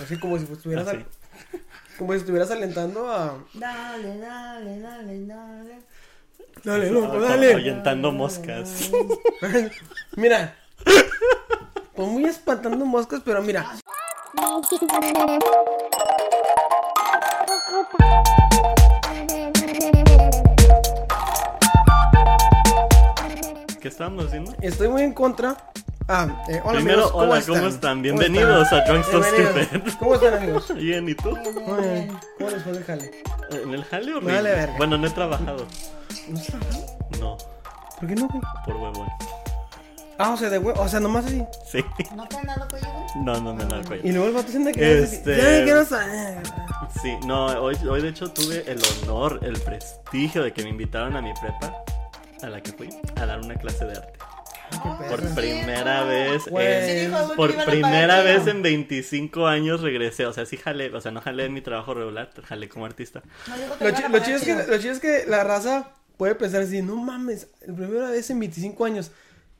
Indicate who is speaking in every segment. Speaker 1: Así como si estuvieras,
Speaker 2: Así.
Speaker 1: al- como si estuvieras alentando a.
Speaker 3: Dale, dale, dale, dale.
Speaker 1: Dale,
Speaker 2: Ah,
Speaker 1: loco,
Speaker 2: como
Speaker 1: dale.
Speaker 2: Ahuyentando moscas.
Speaker 1: mira. Pues muy espantando moscas, pero mira.
Speaker 2: ¿Qué estábamos haciendo?
Speaker 1: Estoy muy en contra. Ah, eh, hola
Speaker 2: Primero,
Speaker 1: amigos, ¿cómo
Speaker 2: hola,
Speaker 1: están?
Speaker 2: ¿cómo están? Bienvenidos a Drunk So
Speaker 1: Bienvenidos.
Speaker 2: Stupid.
Speaker 1: ¿Cómo están amigos?
Speaker 2: Bien, ¿y tú?
Speaker 1: Muy bien. ¿Cómo les fue el jale?
Speaker 2: ¿En el jale o
Speaker 1: Me vale verga.
Speaker 2: Bueno, no he trabajado.
Speaker 1: ¿No has trabajado?
Speaker 2: No,
Speaker 1: ¿Por qué no, güey?
Speaker 2: por huevón.
Speaker 1: Ah, o sea, de huevo, o sea, nomás así.
Speaker 2: Sí.
Speaker 3: ¿No te han dado cuello, güey?
Speaker 2: No, no me da el cuello.
Speaker 1: Y luego el vato siente que.
Speaker 2: Este-
Speaker 1: Ya quiero saber.
Speaker 2: Sí, no, hoy, hoy de hecho tuve el honor, el prestigio de que me invitaron a mi prepa, a la que fui, a dar una clase de arte. Por
Speaker 3: Sí,
Speaker 2: primera
Speaker 3: no.
Speaker 2: vez,
Speaker 1: Güey.
Speaker 2: en-
Speaker 3: Sí, dijo, güey, que
Speaker 2: por
Speaker 3: iban a
Speaker 2: primera
Speaker 3: pagar,
Speaker 2: vez
Speaker 3: tío.
Speaker 2: en 25 años regresé, o sea, sí jalé, o sea, no jalé en mi trabajo regular, jalé como artista.
Speaker 3: No dijo que
Speaker 1: Lo,
Speaker 3: iban a
Speaker 1: chi- lo
Speaker 3: pagar
Speaker 1: chido es que,
Speaker 3: chido.
Speaker 1: lo chido es que la raza puede pensar así, no mames, la primera vez en 25 años,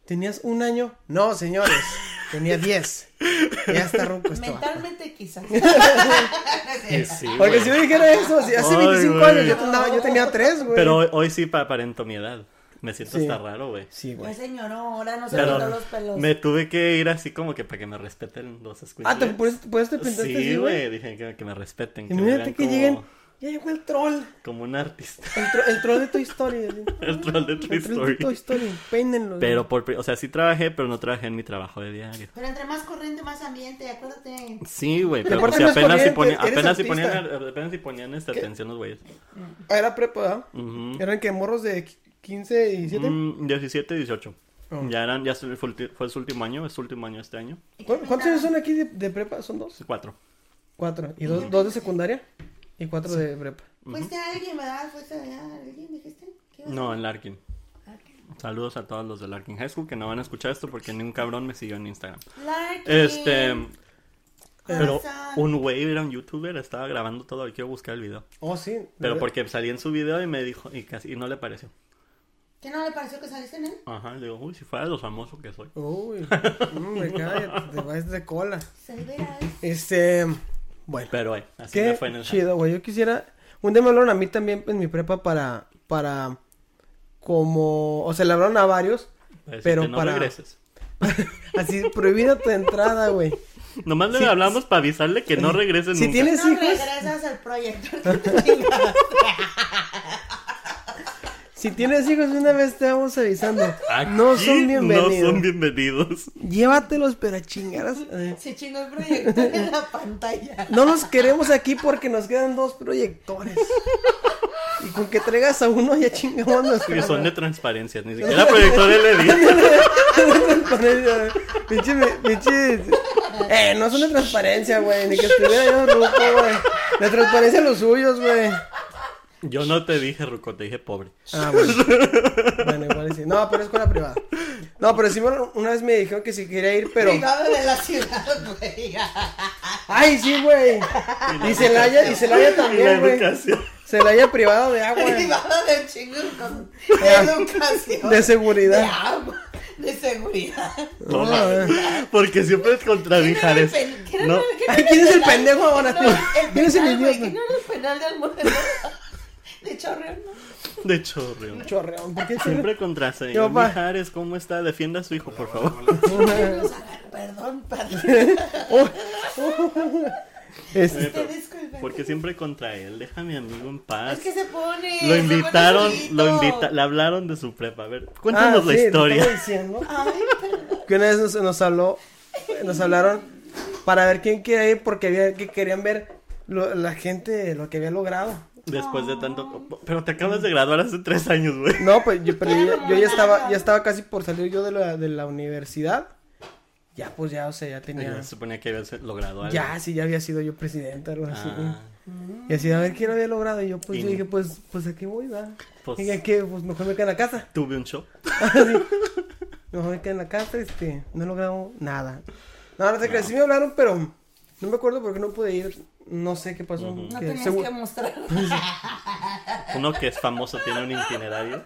Speaker 1: ¿tenías un año? No, señores, tenía 10. Ya está ronco esto.
Speaker 3: Mentalmente quizás.
Speaker 2: Y sí,
Speaker 1: Porque
Speaker 2: güey.
Speaker 1: si yo dijera eso, si hace
Speaker 2: Ay,
Speaker 1: 25
Speaker 2: güey.
Speaker 1: años yo, andaba- yo tenía 3, güey.
Speaker 2: Pero hoy, hoy sí pa- aparento mi edad, me siento
Speaker 1: Sí.
Speaker 2: hasta raro, güey.
Speaker 1: Sí,
Speaker 3: Ya
Speaker 1: güey.
Speaker 3: señor, ahora no se le quitó
Speaker 2: Pero
Speaker 3: los pelos.
Speaker 2: me tuve que ir así como que para que me respeten los escuchas.
Speaker 1: Ah, ¿te, por, eso, por eso te pintaste
Speaker 2: Sí,
Speaker 1: así, güey.
Speaker 2: güey, dije que, que me respeten. Que me
Speaker 1: Imagínate
Speaker 2: vean
Speaker 1: que
Speaker 2: como-
Speaker 1: lleguen, ya llegó el troll,
Speaker 2: como un artista.
Speaker 1: el, tro- el troll de Toy Story. así.
Speaker 2: El troll de Toy
Speaker 1: El troll de
Speaker 2: Story.
Speaker 1: Toy Story, peínenlo.
Speaker 2: Pero por, pri- o sea, sí trabajé, pero no trabajé en mi trabajo de diario.
Speaker 3: Pero entre más corriente, más ambiente, acuérdate.
Speaker 2: Sí, güey,
Speaker 1: Y
Speaker 2: pero
Speaker 1: aparte
Speaker 2: o sea,
Speaker 1: no es
Speaker 2: apenas si,
Speaker 1: corriente,
Speaker 2: ponían,
Speaker 1: eres
Speaker 2: apenas, si
Speaker 1: artista.
Speaker 2: ponían, apenas si ponían esta atención los güeyes.
Speaker 1: Ah, Era prepa, ¿verdad?
Speaker 2: Ujú.
Speaker 1: Eran que morros de 15 y 17.
Speaker 2: Mm, 17, 18.
Speaker 1: Oh.
Speaker 2: Ya eran, ya fue, el ulti- fue su último año, es su último año este año.
Speaker 3: ¿Y qué
Speaker 1: ¿Cu- ¿Cuántos
Speaker 3: pintaban?
Speaker 1: años son aquí de, de prepa? ¿Son dos?
Speaker 2: Cuatro.
Speaker 1: Cuatro. ¿Y dos, dos de secundaria? Y cuatro de prepa.
Speaker 3: Fuiste a alguien, ¿verdad? Fuiste a alguien, dijiste. ¿Qué ibas a-
Speaker 2: No, en Larkin.
Speaker 3: Ah,
Speaker 2: Saludos a todos los de Larkin High School que no van a escuchar esto porque ni un cabrón me siguió en Instagram.
Speaker 3: qué- Larkin.
Speaker 2: Este, pero
Speaker 3: Corazón.
Speaker 2: un güey era un youtuber, estaba grabando todo y quiero buscar el video.
Speaker 1: Oh, sí.
Speaker 2: Pero porque salí en su video y me dijo, y casi, y no le pareció.
Speaker 3: ¿Qué no le pareció que saliste en él?
Speaker 2: Ajá, le digo, uy, si fuera lo famoso que soy.
Speaker 1: Uy, Mm, me cállate, te vas de cola.
Speaker 3: Se verás.
Speaker 1: Este, bueno.
Speaker 2: Pero, eh, así me
Speaker 1: Qué
Speaker 2: fue en el
Speaker 1: chido, güey. Yo quisiera... Un día me hablaron a mí también en mi prepa para... Para... Como... O sea, le hablaron a varios.
Speaker 2: Pues,
Speaker 1: pero
Speaker 2: que no
Speaker 1: para...
Speaker 2: regreses.
Speaker 1: Así, prohibida tu entrada, güey.
Speaker 2: Nomás le hablamos para avisarle que no regreses
Speaker 1: Si
Speaker 2: nunca.
Speaker 1: tienes
Speaker 3: No
Speaker 1: hijos...
Speaker 3: regresas al proyecto. que tenías.
Speaker 1: Si tienes hijos, una vez te vamos avisando. no
Speaker 2: Aquí
Speaker 1: son bienvenidos.
Speaker 2: No son bienvenidos.
Speaker 1: Llévatelos, pero a chingaras. eh.
Speaker 3: Se chingó el proyecto en la pantalla.
Speaker 1: No los queremos aquí porque nos quedan dos proyectores. Y con que traigas a uno ya chingamos
Speaker 2: Que
Speaker 1: nuestra.
Speaker 2: son de transparencias, ni siquiera proyector LED.
Speaker 1: Pinche, me- pinche. Eh, no son de transparencia, güey. Ni que estuviera yo ruco, güey. De transparencia los suyos, güey.
Speaker 2: Yo no te dije ruco, te dije pobre.
Speaker 1: Ah, bueno. Bueno, igual sí. No, pero es escuela privada. No, pero sí, bueno, una vez me dijeron que si quería ir, pero.
Speaker 3: Privado de la ciudad, güey.
Speaker 1: Ay, sí, güey. Y Celaya, y Celaya
Speaker 2: La
Speaker 1: Ah, también, güey. Ah,
Speaker 2: educación.
Speaker 1: Celaya privado de agua,
Speaker 3: Privado de chingón con
Speaker 1: Ya.
Speaker 3: educación.
Speaker 1: de
Speaker 3: De
Speaker 1: seguridad.
Speaker 3: agua. De seguridad.
Speaker 2: Toma. Porque siempre es contradijares.
Speaker 3: ¿Quién era
Speaker 2: No,
Speaker 3: el pen-
Speaker 1: Ay,
Speaker 3: quién
Speaker 1: ¿quién
Speaker 3: era
Speaker 1: es el
Speaker 3: penal?
Speaker 1: pendejo ahora?
Speaker 3: ¿Quién era el
Speaker 1: ¿Quién es el
Speaker 3: penal, güey?
Speaker 1: idiota?
Speaker 3: ¿Quién era el penal de Almodóvar? De Chorreón, ¿no?
Speaker 2: de chorreo.
Speaker 1: Chorreón, ¿por qué
Speaker 2: Siempre contraseña.
Speaker 1: Yo, pa.
Speaker 2: Mijares, ¿cómo está? Defienda a su hijo, por favor.
Speaker 1: chorreón?
Speaker 3: Nos hagan- Perdón, perdón.
Speaker 1: Oh. Este,
Speaker 3: Te disculpen.
Speaker 2: Porque siempre contra él. Deja a mi amigo en paz.
Speaker 3: Es que se pone.
Speaker 2: Lo
Speaker 3: se pone
Speaker 2: invitaron,
Speaker 3: solito.
Speaker 2: lo invita, le hablaron de su prepa. A ver, cuéntanos
Speaker 1: ah,
Speaker 2: la
Speaker 1: sí, te
Speaker 2: historia.
Speaker 1: estaba diciendo
Speaker 3: Ay, perdón.
Speaker 1: que una vez nos, nos habló, nos hablaron para ver quién quería ir porque había, que querían ver lo- la gente lo que había logrado.
Speaker 2: Después de tanto. Pero te acabas de graduar hace tres años, güey.
Speaker 1: No, pues yo, pero yo, yo ya estaba, ya estaba casi por salir yo de la, de la universidad. Ya, pues ya, o sea, ya
Speaker 2: Ay,
Speaker 1: tenía.
Speaker 2: yo suponía que habías logrado algo.
Speaker 1: Ya, sí, ya había sido yo presidente, algo así.
Speaker 2: Ah,
Speaker 1: Y así, a ver qué lo había logrado. Y yo, pues,
Speaker 2: Y
Speaker 1: yo
Speaker 2: ni-
Speaker 1: dije, pues, pues, ¿a qué voy, va?
Speaker 2: Pues-
Speaker 1: Dije, que, pues, mejor me quedo en la casa.
Speaker 2: tuve un show.
Speaker 1: Así, mejor me quedo en la casa, este, no he logrado nada. No, no te creas, sí me hablaron, pero no me acuerdo por qué no pude ir. No sé qué pasó.
Speaker 2: Ujú.
Speaker 3: No
Speaker 1: que
Speaker 3: tenías
Speaker 1: seguro-
Speaker 3: que mostrar.
Speaker 2: Uno que es famoso tiene un itinerario.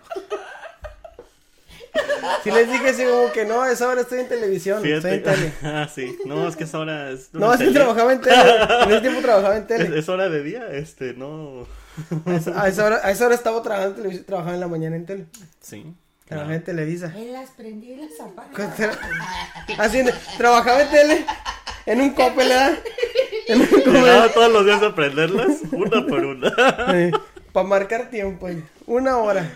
Speaker 1: Sí les dije así como que no, a esa hora estoy en televisión, estoy
Speaker 2: Fíjate.
Speaker 1: en tele.
Speaker 2: Ah, sí. No, es que es hora. Es
Speaker 1: No, es que
Speaker 2: tele.
Speaker 1: trabajaba en tele. En ese tiempo trabajaba en
Speaker 2: Es,
Speaker 1: tele.
Speaker 2: es hora de día, este, no.
Speaker 1: A esa- A esa hora, a esa hora estaba trabajando en televisión, trabajaba en la mañana en tele.
Speaker 2: Sí.
Speaker 1: Trabajaba en Televisa.
Speaker 3: Él las prendí y las apagó.
Speaker 1: Con- tra- Haciendo, trabajaba en tele, en un copel, ¿verdad? En un
Speaker 2: Llegaba todos los días a prenderlas, una por una.
Speaker 1: Para marcar tiempo, ahí, una hora.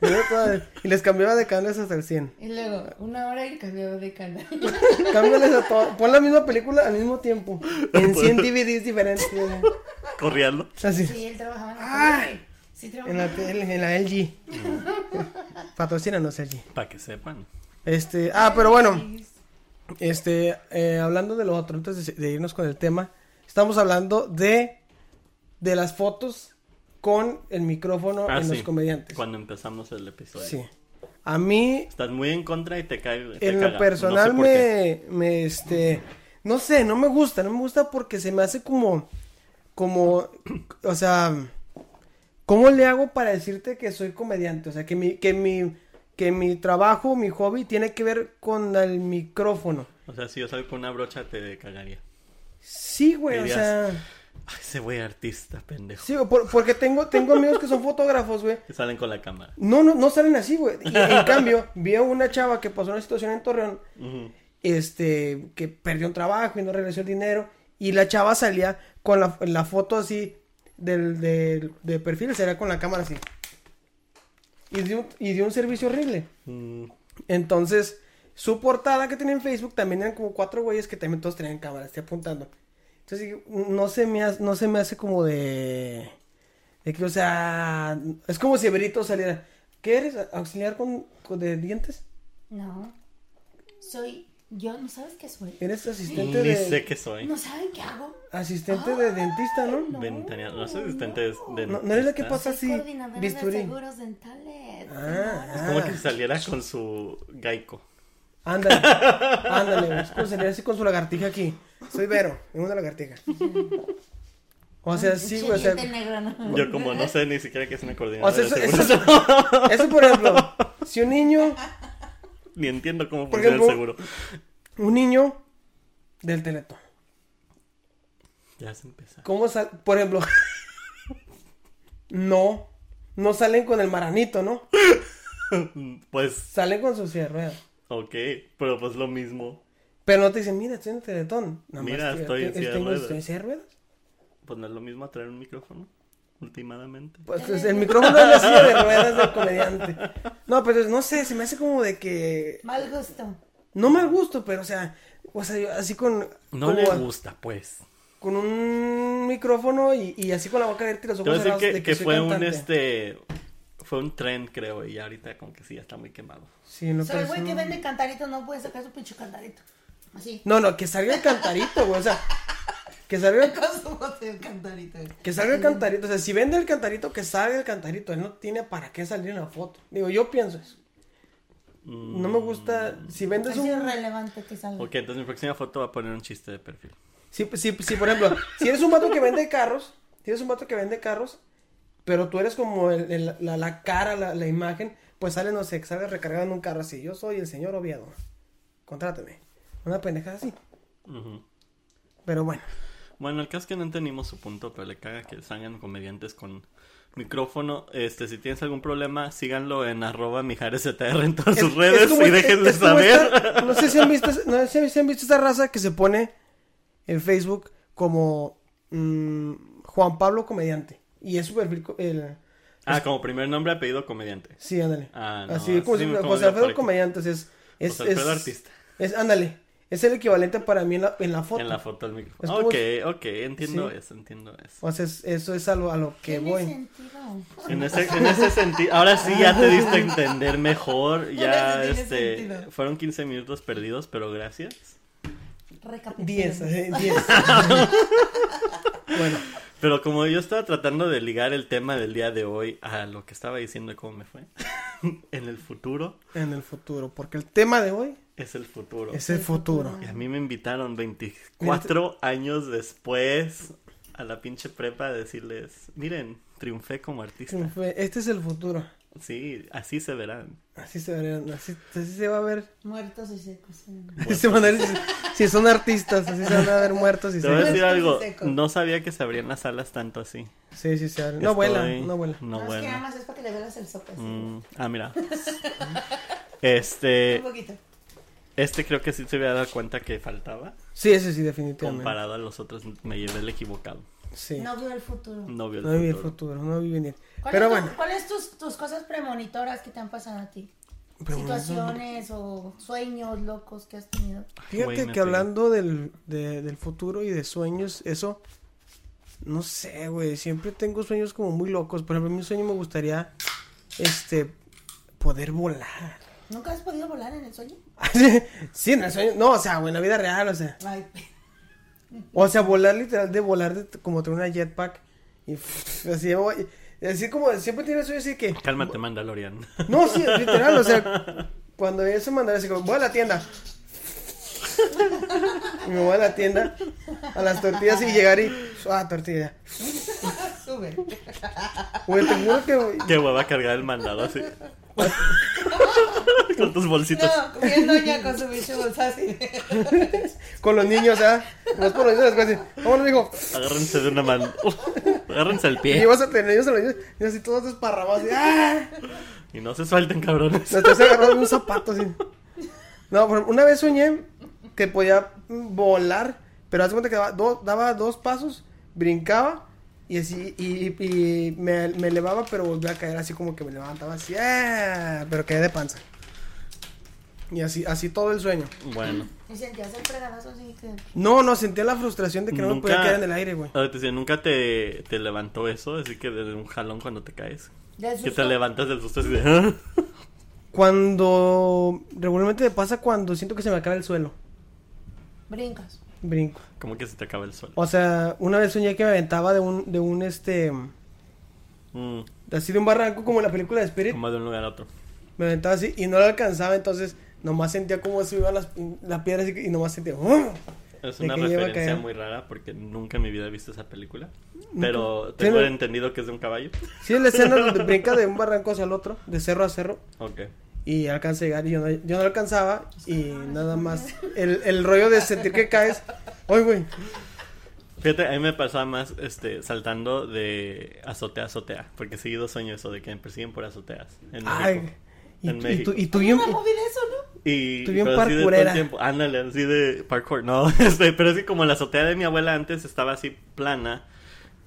Speaker 1: Y luego todas- Y les cambiaba de canales hasta el 100.
Speaker 3: Y luego, una hora y cambiaba de canal.
Speaker 1: Cámbiales a todo. Pon la misma película al mismo tiempo. En 100 DVDs diferentes. ¿verdad?
Speaker 2: Corriendo.
Speaker 1: Así.
Speaker 3: Sí, él trabajaba en la tele.
Speaker 1: Ah, En
Speaker 3: Sí, trabajaba.
Speaker 1: la, tele, en la LG. Patrocínanos, LG.
Speaker 2: Para que sepan.
Speaker 1: Este, ah, pero bueno, este, eh, hablando de lo otro, antes de, de irnos con el tema, estamos hablando de, de las fotos con el micrófono
Speaker 2: Ah,
Speaker 1: en los
Speaker 2: sí,
Speaker 1: comediantes.
Speaker 2: Cuando empezamos el episodio.
Speaker 1: Sí. A mí,
Speaker 2: Estás muy en contra y te cae. te
Speaker 1: en
Speaker 2: caga.
Speaker 1: lo
Speaker 2: No
Speaker 1: personal,
Speaker 2: sé por qué.
Speaker 1: me, me, este, no sé, no me gusta, no me gusta porque se me hace como, como, o sea, ¿cómo le hago para decirte que soy comediante? O sea, que mi, que mi, que mi trabajo, mi hobby tiene que ver con el micrófono.
Speaker 2: O sea, si yo salgo con una brocha, te cagaría.
Speaker 1: Sí, güey, o
Speaker 2: Dirías,
Speaker 1: sea.
Speaker 2: Ay, ese güey artista, pendejo.
Speaker 1: Sí, güey, por- porque tengo, tengo amigos que son fotógrafos, güey.
Speaker 2: Que salen con la cámara.
Speaker 1: No, no, no salen así, güey. Y en cambio, vi a una chava que pasó una situación en Torreón,
Speaker 2: Ujú.
Speaker 1: este, que perdió un trabajo y no regresó el dinero. Y la chava salía con la, la foto así del, del, de perfil, salía con la cámara así. Y dio, y dio un servicio horrible.
Speaker 2: Mm,
Speaker 1: Entonces, su portada que tenía en Facebook también eran como cuatro güeyes que también todos tenían cámaras, estoy apuntando. Entonces, dije, "Mm, no se me hace, no se me hace como de. De que, o sea, es como si Berito saliera. ¿Qué eres? ¿Auxiliar con, con- de dientes?
Speaker 3: No. Soy. Yo, ¿no sabes qué soy?
Speaker 1: ¿Eres asistente
Speaker 2: Ni
Speaker 1: de.
Speaker 2: sé qué soy.
Speaker 3: ¿No saben qué hago?
Speaker 1: Asistente de dentista, ¿no?
Speaker 3: No.
Speaker 2: Ventaneado. No soy asistente de. de
Speaker 1: No, no eres la que
Speaker 2: dentista.
Speaker 1: pasa
Speaker 3: Soy
Speaker 1: así.
Speaker 3: coordinadora de
Speaker 1: Bisturí.
Speaker 3: seguros dentales.
Speaker 1: Ah,
Speaker 2: Como
Speaker 1: ah,
Speaker 2: que saliera con su Geico.
Speaker 1: ándale. Ándale, güey. Es como salir así con su lagartija aquí. Soy Vero, tengo una lagartija. O sea, sí, güey. O sea,
Speaker 3: Chilete negro, ¿no?
Speaker 2: Yo, como no sé ni siquiera que es una
Speaker 1: O
Speaker 2: coordinadora
Speaker 1: sea,
Speaker 2: de
Speaker 1: eso,
Speaker 2: seguros,
Speaker 1: eso- eso, por ejemplo, si un niño,
Speaker 2: ni entiendo cómo
Speaker 1: Por
Speaker 2: funciona el
Speaker 1: ejemplo-
Speaker 2: seguro.
Speaker 1: un niño del teletón,
Speaker 2: Ya se empezó.
Speaker 1: ¿cómo sal, por ejemplo, no, no salen con el maranito, ¿no?
Speaker 2: Pues,
Speaker 1: Salen con su silla de ruedas.
Speaker 2: ok, pero pues lo mismo.
Speaker 1: Pero no te dicen, mira, estoy en el teletón. Nada
Speaker 2: Mira,
Speaker 1: que-
Speaker 2: estoy en silla de
Speaker 1: tengo-
Speaker 2: ruedas.
Speaker 1: estoy en silla de ruedas.
Speaker 2: Pues no es lo mismo traer un micrófono, últimamente.
Speaker 1: Pues es- el micrófono es la silla de ruedas del comediante. No, pero no sé, se me hace como de que,
Speaker 3: Mal gusto.
Speaker 1: no mal gusto, pero o sea, o sea, yo así con...
Speaker 2: No
Speaker 1: como
Speaker 2: le
Speaker 1: a-
Speaker 2: gusta, pues.
Speaker 1: Con un micrófono y, y así con la boca abierta y los
Speaker 2: Te voy
Speaker 1: ojos
Speaker 2: a decir
Speaker 1: cerrados
Speaker 2: que,
Speaker 1: de que,
Speaker 2: que
Speaker 1: soy
Speaker 2: fue un
Speaker 1: cantante.
Speaker 2: este. Fue un tren, creo, y ahorita como que sí, ya está muy quemado.
Speaker 1: Sí, en lo
Speaker 3: Soy el güey que
Speaker 1: personal.
Speaker 3: vende cantaritos, no puede sacar su pinche cantarito. Así.
Speaker 1: No, no, que salga el cantarito, güey. O sea, que salga, el-
Speaker 3: Con su bote de cantarito.
Speaker 1: que salga el cantarito. O sea, si vende el cantarito, que salga el cantarito. Él no tiene para qué salir en la foto. Digo, yo pienso eso. No me gusta. Si vendes
Speaker 3: Es
Speaker 1: un.
Speaker 3: irrelevante que salga.
Speaker 2: Ok, entonces mi próxima foto va a poner un chiste de perfil.
Speaker 1: Si, si, si, por ejemplo, si eres un vato que vende carros, si eres un vato que vende carros, pero tú eres como el- el- la, la cara, la, la imagen, pues sale, no sé, que sale recargado en un carro así. Yo soy el señor Oviedo. Contrátame. Una pendejada así.
Speaker 2: Ujú.
Speaker 1: Pero bueno.
Speaker 2: Bueno, el caso es que no entendimos su punto, pero le caga que salgan comediantes con micrófono. Este, si tienes algún problema, síganlo en arroba mijaresZR en todas
Speaker 1: Es-
Speaker 2: sus
Speaker 1: es
Speaker 2: redes
Speaker 1: como-
Speaker 2: y
Speaker 1: es-
Speaker 2: déjenle
Speaker 1: es como
Speaker 2: saber.
Speaker 1: esta- no sé si han visto, no sé si han visto esta raza que se pone en Facebook como mm, Juan Pablo Comediante. Y es súper perfil co- el-
Speaker 2: Ah, como primer nombre, apellido comediante.
Speaker 1: Sí, ándale.
Speaker 2: Ah, no,
Speaker 1: Así como
Speaker 2: sí,
Speaker 1: si
Speaker 2: me-
Speaker 1: fuera
Speaker 2: como
Speaker 1: José
Speaker 2: yo,
Speaker 1: Alfredo
Speaker 2: por aquí.
Speaker 1: Comediante. Es, es,
Speaker 2: José Alfredo
Speaker 1: es-
Speaker 2: Artista.
Speaker 1: Es, ándale. Es el equivalente para mí en la, en la foto.
Speaker 2: En la foto del
Speaker 1: Es
Speaker 2: micrófono.
Speaker 1: como
Speaker 2: Ok,
Speaker 1: si-
Speaker 2: ok, entiendo
Speaker 1: Sí.
Speaker 2: eso, entiendo eso.
Speaker 1: O sea, es- eso es a lo, a lo que
Speaker 3: Tiene
Speaker 1: voy.
Speaker 3: sentido.
Speaker 2: En ese, en ese sentido, ahora sí ya te diste a entender mejor. Ya,
Speaker 3: Tiene
Speaker 2: este,
Speaker 3: sentido.
Speaker 2: fueron 15 minutos perdidos, pero gracias.
Speaker 3: Recapitulemos.
Speaker 1: Diez, eh, diez. bueno,
Speaker 2: Pero como yo estaba tratando de ligar el tema del día de hoy a lo que estaba diciendo y cómo me fue, en el futuro
Speaker 1: en el futuro. Porque el tema de hoy
Speaker 2: es el futuro.
Speaker 1: es el futuro.
Speaker 2: Y a mí me invitaron 24 años después a la pinche prepa a decirles, miren, triunfé como artista.
Speaker 1: Triunfé. Este es el futuro.
Speaker 2: Sí, así se verán.
Speaker 1: Así se verán, así, así se va a ver.
Speaker 3: Muertos y secos.
Speaker 1: Así se van a ver si- si son artistas, así se van a ver muertos y se
Speaker 2: Te voy a
Speaker 1: van.
Speaker 2: decir
Speaker 3: Muertos y
Speaker 2: algo,
Speaker 3: secos.
Speaker 2: no sabía que se abrían las alas tanto así.
Speaker 1: Sí, sí, se van. No vuela,
Speaker 2: Estoy-
Speaker 1: no vuela.
Speaker 2: No
Speaker 3: es que nada
Speaker 2: vuela.
Speaker 3: más es para que le veas el sope. así.
Speaker 2: Mm, ah, mira. Este,
Speaker 3: Un poquito.
Speaker 2: este creo que sí se hubiera dado cuenta que faltaba.
Speaker 1: Sí, ese sí, definitivamente.
Speaker 2: Comparado a los otros, me llevé el equivocado.
Speaker 1: Sí. No,
Speaker 3: No vio el futuro.
Speaker 2: No vio el
Speaker 1: vi el
Speaker 2: futuro.
Speaker 1: futuro, no vi venir.
Speaker 3: ¿Cuál
Speaker 1: Pero
Speaker 3: es tu-
Speaker 1: bueno.
Speaker 3: ¿Cuáles tus, tus cosas premonitoras que te han pasado a ti?
Speaker 1: pero bueno,
Speaker 3: Situaciones o sueños locos que has tenido.
Speaker 2: Güey,
Speaker 1: Fíjate
Speaker 2: me
Speaker 1: que
Speaker 2: pegué.
Speaker 1: hablando del, de- del futuro y de sueños, eso, no sé, güey, siempre tengo sueños como muy locos. Por ejemplo, mi sueño me gustaría, este, poder volar.
Speaker 3: ¿Nunca has podido volar en el sueño?
Speaker 1: sí, en el sueño, no, o sea, güey, en la vida real, o sea.
Speaker 3: Ay, pe-
Speaker 1: O sea, volar literal, de volar de- como tener una jetpack y así, güey, así como, siempre tiene sueños así que...
Speaker 2: Cálmate, Mandalorian.
Speaker 1: No, sí, literal, o sea, cuando eso mandaba así como, voy a la tienda. Y me voy a la tienda, a las tortillas y llegar y, ah, tortilla.
Speaker 3: Sube.
Speaker 1: Güey, te juro que,
Speaker 2: Qué hueva cargar el mandado así. Con tus bolsitas.
Speaker 3: No, bien doña con su bicho bolsa así.
Speaker 1: con los niños, ¿ah? Vas por los niños, después así, vámonos, hijo.
Speaker 2: Agárrense de una mano. agárrense el
Speaker 1: Y
Speaker 2: pie.
Speaker 1: vas a tener ellos a los niños, y así todos desparramados, así, ¡ah!
Speaker 2: Y no se suelten, cabrones.
Speaker 1: Nos estás agarrando un zapato, así. No, por ejemplo, una vez soñé que podía volar, pero hace cuenta que daba, do- daba dos pasos, brincaba y así, y, y- y me, me elevaba, pero volvía a caer así como que me levantaba así, ¡ah! pero caía de panza. Y así, así todo el sueño.
Speaker 2: Bueno.
Speaker 3: Y sentías el fregadazo así que.
Speaker 1: No, no, sentía la frustración de que no me podía quedar en el aire, güey.
Speaker 2: Ah, te decía, nunca te, te levantó eso, así que de un jalón cuando te caes.
Speaker 3: Del
Speaker 2: Que
Speaker 3: susto.
Speaker 2: te levantas del susto así de. "Ah".
Speaker 1: Cuando, regularmente me pasa cuando siento que se me acaba el suelo,
Speaker 3: Brincas.
Speaker 1: brinco.
Speaker 2: Como que se te acaba el sol.
Speaker 1: O sea, una vez soñé que me aventaba de un, de un, este... Oh.
Speaker 2: Mm,
Speaker 1: así de un barranco como en la película de Spirit,
Speaker 2: como de un lugar a otro.
Speaker 1: me aventaba así y no lo alcanzaba, entonces nomás sentía como si iba las, las piedras y, y nomás sentía... ¡oh!
Speaker 2: Es
Speaker 1: De
Speaker 2: una
Speaker 1: que lleva a
Speaker 2: referencia
Speaker 1: caer.
Speaker 2: muy rara porque nunca en mi vida he visto esa película. Pero tengo
Speaker 1: Tiene-
Speaker 2: entendido que es de un caballo.
Speaker 1: Sí, es la escena donde brinca de un barranco hacia el otro, de cerro a cerro,
Speaker 2: Ok.
Speaker 1: y alcanza a llegar y yo no, yo no alcanzaba y nada más el, el rollo de sentir que caes, ¡ay, güey!
Speaker 2: Fíjate, a mí me pasaba más este, saltando de azotea a azotea. Porque seguido sueño eso de que me persiguen por azoteas. En
Speaker 1: ¡Ay!
Speaker 2: México.
Speaker 1: Y,
Speaker 2: En
Speaker 1: tú- y tú,
Speaker 2: México.
Speaker 1: y tú
Speaker 3: Tuve
Speaker 1: bien...
Speaker 3: una movie de eso, ¿no?
Speaker 2: Y
Speaker 1: Tú bien
Speaker 2: pero así de todo el
Speaker 1: parkourera.
Speaker 2: tiempo, ándale, así de parkour, no, este, pero es que como la azotea de mi abuela antes estaba así plana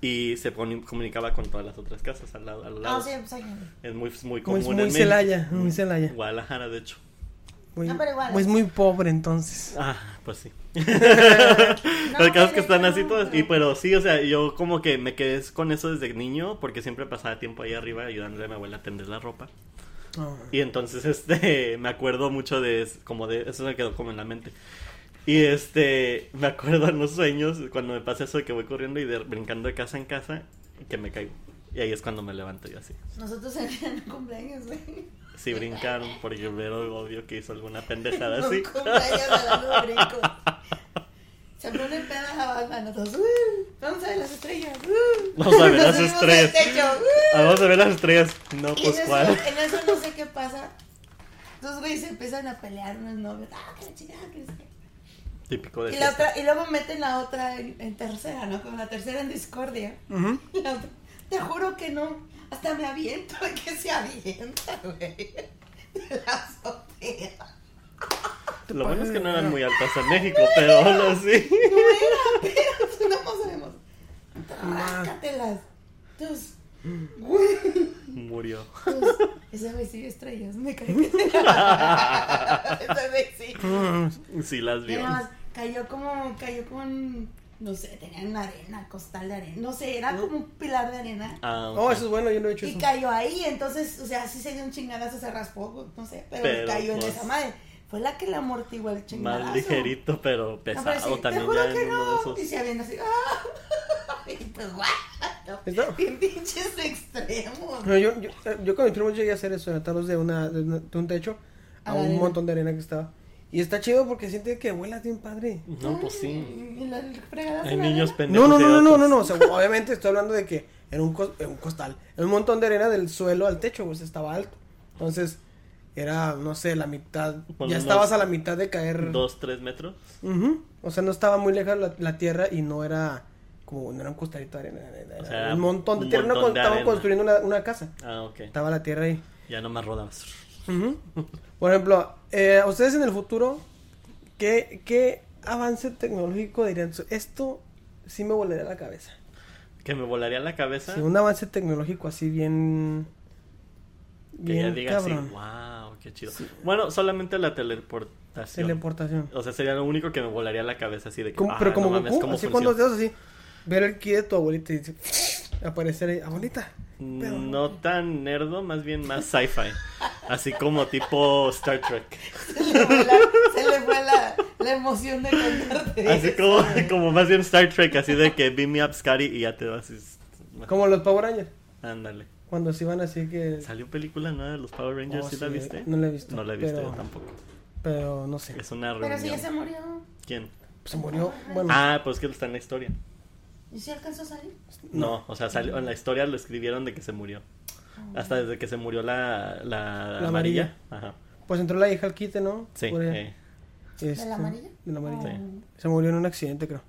Speaker 2: y se poni- comunicaba con todas las otras casas al lado, a los
Speaker 3: Ah,
Speaker 2: lados.
Speaker 3: sí, pues ahí. No,
Speaker 2: Es muy, muy
Speaker 1: Muy,
Speaker 2: común en
Speaker 1: muy
Speaker 2: México.
Speaker 1: Celaya, muy Celaya.
Speaker 2: Guadalajara, de hecho.
Speaker 1: Muy,
Speaker 3: Ah, pero igual.
Speaker 1: pues muy pobre entonces.
Speaker 2: Ah, pues sí. Las casas que
Speaker 3: pero
Speaker 2: están
Speaker 3: no,
Speaker 2: así todas. Y
Speaker 3: pero-
Speaker 2: pero sí, o sea, yo como que me quedé con eso desde niño porque siempre pasaba tiempo ahí arriba ayudándole a mi abuela a tender la ropa.
Speaker 1: Ah.
Speaker 2: Y entonces, este, me acuerdo mucho de, es- como de, eso me quedó como en la mente. Y este, me acuerdo en los sueños, cuando me pasa eso de que voy corriendo y de- brincando de casa en casa, que me caigo. Y ahí es cuando me levanto yo así.
Speaker 3: Nosotros en un cumpleaños, güey.
Speaker 2: Si brincaron, porque veo obvio que hizo alguna pendejada así.
Speaker 3: Un cumpleaños dando brincos. Se pone peda la banda, nosotros. "Uh, Vamos a ver las estrellas. uh".
Speaker 2: Vamos a ver
Speaker 3: Nos
Speaker 2: las
Speaker 3: subimos al
Speaker 2: estrellas.
Speaker 3: techo, "Uh".
Speaker 2: Ah, vamos a ver las estrellas. No,
Speaker 3: Y en
Speaker 2: pues
Speaker 3: eso,
Speaker 2: cuál.
Speaker 3: en eso no sé qué pasa. Dos güeyes se empiezan a pelear unos novios. Ah, que la chingada, que no sé qué.
Speaker 2: Típico de
Speaker 3: y, la
Speaker 2: fiesta.
Speaker 3: otra, y luego meten la otra en, en tercera, ¿no? Como la tercera en discordia.
Speaker 1: Ujú.
Speaker 3: Y la otra, te juro que no. Hasta me aviento. ¿De que se avienta, güey? De la azotea.
Speaker 2: Lo bueno es que no eran muy altas en México, pero aún así.
Speaker 3: No era, pero no sabemos.
Speaker 1: Ma.
Speaker 3: Trácatelas. Entonces, güey.
Speaker 2: Murió.
Speaker 3: Entonces, ese güey sí vio estrellas. Me caí. ese güey sí.
Speaker 1: Mm,
Speaker 2: Sí las
Speaker 3: Y
Speaker 2: vio.
Speaker 3: nada más cayó como, cayó con, no sé, tenían una arena, costal de arena, no sé, era como un pilar de arena.
Speaker 2: Ah,
Speaker 1: Oh,
Speaker 2: ok.
Speaker 1: eso es bueno, yo no he hecho
Speaker 3: Y
Speaker 1: eso.
Speaker 3: cayó ahí, entonces, o sea, sí se dio un chingadazo, se raspó, no sé, pero,
Speaker 2: Pero,
Speaker 3: cayó en
Speaker 2: pues,
Speaker 3: esa madre. Fue la que le amortiguó el chingadazo.
Speaker 2: Más ligerito, pero
Speaker 3: No, pero
Speaker 2: pesado
Speaker 3: sí, te
Speaker 2: también
Speaker 3: juro
Speaker 2: ya
Speaker 3: que
Speaker 2: en uno de
Speaker 3: no.
Speaker 2: esos.
Speaker 3: Y se habían así, ¡ah! Y pues, guau.
Speaker 1: Está-
Speaker 3: Bien pinches extremos.
Speaker 1: No, yo, yo, yo con mis primos llegué a hacer eso, atarlos de, una, de, una- de un techo a,
Speaker 3: A la
Speaker 1: un
Speaker 3: arena.
Speaker 1: montón de arena que estaba. Y está chido porque siente que vuelas bien padre.
Speaker 2: No, pues sí.
Speaker 3: Y la fregada
Speaker 2: Hay niños
Speaker 1: No,
Speaker 2: pendejos.
Speaker 1: no,
Speaker 2: y
Speaker 1: no, no, no,
Speaker 2: otros.
Speaker 1: no, no, o sea, obviamente estoy hablando de que en un, cos- en un costal, en un montón de arena del suelo al techo, pues estaba alto. Entonces, era, no sé, la mitad,
Speaker 2: Ponle
Speaker 1: ya
Speaker 2: unos
Speaker 1: estabas a la mitad de caer.
Speaker 2: Dos, tres metros.
Speaker 1: Ujú. O sea, no estaba muy lejos la, la tierra y no era como, no era un costalito de arena, era
Speaker 2: O sea,
Speaker 1: un montón de
Speaker 2: un
Speaker 1: tierra, no
Speaker 2: montón
Speaker 1: con-
Speaker 2: de
Speaker 1: estaban
Speaker 2: arena.
Speaker 1: construyendo una, una casa,
Speaker 2: Ah, ok.
Speaker 1: estaba la tierra ahí.
Speaker 2: Ya nomás rodabas.
Speaker 1: Ujú. Por ejemplo, eh, a ustedes en el futuro, ¿qué, qué avance tecnológico dirían? Esto sí me volaría la cabeza.
Speaker 2: Que me volaría la cabeza.
Speaker 1: Sí, un avance tecnológico así bien.
Speaker 2: Que ya
Speaker 1: Bien
Speaker 2: diga así,
Speaker 1: cabrón.
Speaker 2: wow, qué chido. Bueno, solamente la teleportación.
Speaker 1: Teleportación.
Speaker 2: O sea, sería lo único que me volaría la cabeza así de que.
Speaker 1: Como-
Speaker 2: ah,
Speaker 1: pero como
Speaker 2: no mames,
Speaker 1: Goku,
Speaker 2: ¿cómo
Speaker 1: así con los
Speaker 2: funciona?
Speaker 1: dedos así. Ver el ki de tu abuelita y dice, aparecer ahí, abuelita. pero-
Speaker 2: No tan nerdo, más bien más sci-fi. Así como tipo Star Trek.
Speaker 3: Se le fue la, se le fue la, la emoción de contarte.
Speaker 2: Así como, como más bien Star Trek, así de que beam me up, Scotty, y ya te vas. y-
Speaker 1: Como los Power Rangers.
Speaker 2: Ándale.
Speaker 1: Cuando se iban así que.
Speaker 2: Salió película nueva de los Power Rangers,
Speaker 1: Oh,
Speaker 2: ¿sí la
Speaker 1: sí,
Speaker 2: viste?
Speaker 1: no la he visto,
Speaker 2: No la he visto
Speaker 1: pero-
Speaker 2: yo tampoco.
Speaker 1: Pero no sé.
Speaker 2: Es una reunión.
Speaker 3: Pero si ya se murió.
Speaker 2: ¿Quién?
Speaker 1: Se murió. Bueno.
Speaker 2: Ah, pues que está en la historia.
Speaker 3: ¿Y si alcanzó a salir?
Speaker 2: No, o sea, salió, en la historia lo escribieron de que se murió. Hasta desde que se murió la, la,
Speaker 1: La
Speaker 2: amarilla. Ajá.
Speaker 1: Pues entró la hija al quite, ¿no?
Speaker 2: Sí.
Speaker 1: Por ella.
Speaker 2: eh.
Speaker 1: Este,
Speaker 3: amarilla?
Speaker 1: de la amarilla.
Speaker 2: Sí.
Speaker 1: Se murió en un accidente, creo.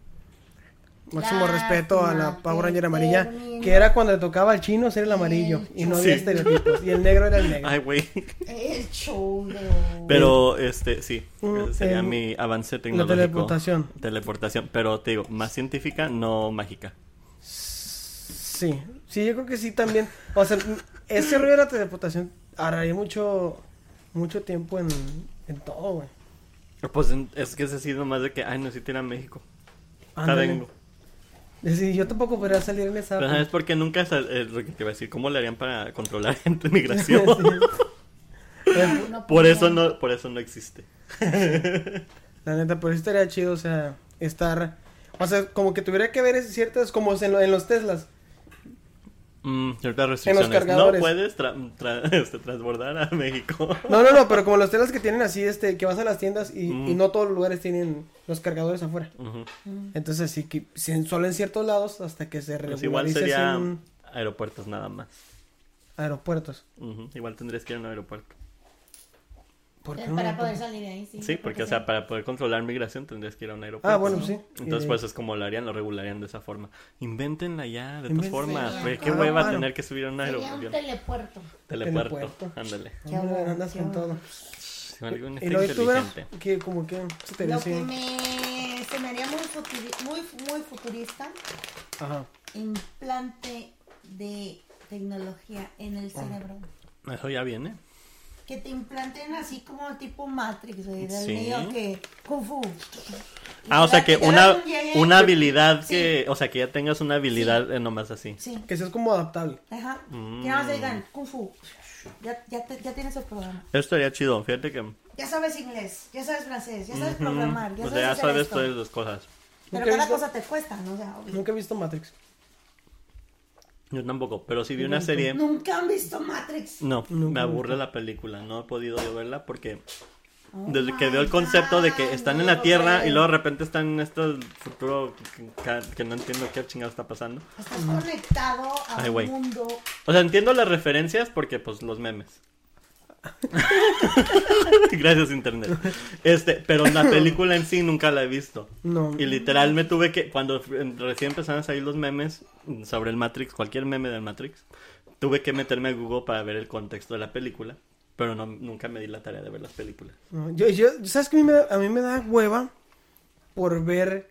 Speaker 1: Máximo
Speaker 3: Lástima
Speaker 1: respeto a la Power
Speaker 3: que
Speaker 1: Ranger amarilla,
Speaker 3: termine.
Speaker 1: que era cuando le tocaba al chino ser el amarillo y no había
Speaker 2: Sí.
Speaker 1: estereotipos. Y el negro era el negro.
Speaker 2: Ay, güey.
Speaker 3: El show de...
Speaker 2: Pero, este, sí.
Speaker 1: Mm,
Speaker 2: Ese sería
Speaker 1: eh,
Speaker 2: mi avance
Speaker 1: la
Speaker 2: tecnológico.
Speaker 1: teleportación.
Speaker 2: Teleportación. Pero te digo, más científica, no mágica.
Speaker 1: Sí, sí, yo creo que sí también. O sea, ese rollo de la teleportación ahorraría mucho, mucho tiempo en, en todo, güey.
Speaker 2: Pues en- es que es así nomás de que, ay, no, sí tiene a México. Ya
Speaker 1: Ándale.
Speaker 2: vengo.
Speaker 1: Sí, yo tampoco podría salir en esa.
Speaker 2: Pero ¿sabes por qué nunca? sal- Es lo que te iba a decir. ¿Cómo le harían para controlar gente en migración?
Speaker 1: Eh,
Speaker 3: No
Speaker 2: Por
Speaker 3: podía.
Speaker 2: eso no, por eso no existe.
Speaker 1: La neta, pero sí estaría chido, o sea, estar. O sea, como que tuviera que ver es- ciertas, como en, lo- en los Teslas.
Speaker 2: Mm, ciertas restricciones. no
Speaker 1: cargadores.
Speaker 2: puedes tra- tra- este, transbordar a México.
Speaker 1: No, no, no, pero como los Teslas que tienen así, este, que vas a las tiendas y,
Speaker 2: Mm.
Speaker 1: y no todos los lugares tienen los cargadores afuera.
Speaker 2: Ujú.
Speaker 1: Entonces, sí que sí, en- solo en ciertos lados hasta que se
Speaker 2: Pues
Speaker 1: regularice
Speaker 2: igual sería
Speaker 1: así en
Speaker 2: aeropuertos nada más.
Speaker 1: aeropuertos.
Speaker 2: Ujú, Igual tendrías que ir a un aeropuerto.
Speaker 1: ¿Por qué
Speaker 3: Eh,
Speaker 1: no?
Speaker 3: Para poder salir de ahí, sí.
Speaker 2: Sí, porque, o sea, para poder controlar migración tendrías que ir a un aeropuerto.
Speaker 1: Ah, bueno, sí.
Speaker 2: Entonces,
Speaker 1: Eh,
Speaker 2: pues es como lo harían, lo regularían de esa forma. Invéntenla ya, de todas
Speaker 1: Invéntenla.
Speaker 2: formas.
Speaker 3: Sí,
Speaker 2: güey,
Speaker 3: ya.
Speaker 2: Qué
Speaker 1: Ah,
Speaker 2: hueva
Speaker 1: claro.
Speaker 2: tener que subir a un
Speaker 3: Sería un
Speaker 2: aeropuerto.
Speaker 3: telepuerto.
Speaker 2: Telepuerto.
Speaker 1: Telepuerto.
Speaker 2: Ándale.
Speaker 1: hombre,
Speaker 3: bueno,
Speaker 1: andas
Speaker 3: qué
Speaker 1: con
Speaker 3: bueno.
Speaker 1: todo.
Speaker 2: Si alguien
Speaker 1: Y
Speaker 2: está
Speaker 1: lo de tú, ¿verdad?
Speaker 2: este inteligente.
Speaker 1: que como que se te
Speaker 3: Lo
Speaker 1: dice-
Speaker 3: que me... Se me haría muy, futuri- muy, muy futurista.
Speaker 1: Ajá.
Speaker 3: Implante de tecnología en
Speaker 2: Oh.
Speaker 3: el cerebro.
Speaker 2: Eso ya viene.
Speaker 3: Que te implanten así como tipo Matrix, güey, del
Speaker 2: Sí.
Speaker 3: niño que Kung Fu.
Speaker 2: Ah, o sea que
Speaker 3: Y te
Speaker 2: una,
Speaker 3: dan un yeye.
Speaker 2: una habilidad
Speaker 3: Sí.
Speaker 2: que, o sea que ya tengas una habilidad eh, nomás así.
Speaker 3: Sí,
Speaker 1: Que seas como adaptable.
Speaker 3: ajá.
Speaker 2: Mm.
Speaker 3: Que nada más te digan Kung Fu. Ya, ya, te- ya tienes el programa.
Speaker 2: Esto estaría chido, fíjate que...
Speaker 3: Ya sabes inglés, ya sabes francés, ya sabes
Speaker 2: Ujú.
Speaker 3: programar, ya
Speaker 2: o
Speaker 3: sabes,
Speaker 2: sea, ya
Speaker 3: hacer
Speaker 2: sabes
Speaker 3: esto.
Speaker 2: todas las cosas.
Speaker 3: Pero
Speaker 1: Nunca he
Speaker 3: cada
Speaker 1: visto-
Speaker 3: cosa te cuesta, ¿no? O sea, obvio.
Speaker 1: Nunca he visto Matrix.
Speaker 2: Yo tampoco, pero si vi una serie...
Speaker 3: Nunca han visto Matrix.
Speaker 2: No,
Speaker 1: Nunca,
Speaker 2: me aburre
Speaker 1: nunca.
Speaker 2: la película, no he podido yo verla porque
Speaker 3: Oh
Speaker 2: desde que
Speaker 3: my
Speaker 2: veo el concepto de que
Speaker 3: God,
Speaker 2: están
Speaker 3: no
Speaker 2: en
Speaker 3: lo
Speaker 2: la Tierra
Speaker 3: creo.
Speaker 2: y luego de repente están en este futuro que, que no entiendo qué chingado está pasando.
Speaker 3: Estás conectado a
Speaker 2: Ay,
Speaker 3: un
Speaker 2: güey.
Speaker 3: mundo.
Speaker 2: O sea, entiendo las referencias porque, pues, los memes. Gracias, internet. Este, pero la película en sí nunca la he visto.
Speaker 1: No.
Speaker 2: Y literal me tuve que, cuando em, recién empezaron a salir los memes sobre el Matrix, cualquier meme del Matrix, tuve que meterme a Google para ver el contexto de la película, pero no, nunca me di la tarea de ver las películas.
Speaker 1: No, Yo, yo, ¿sabes que A mí me da, a mí me da hueva por ver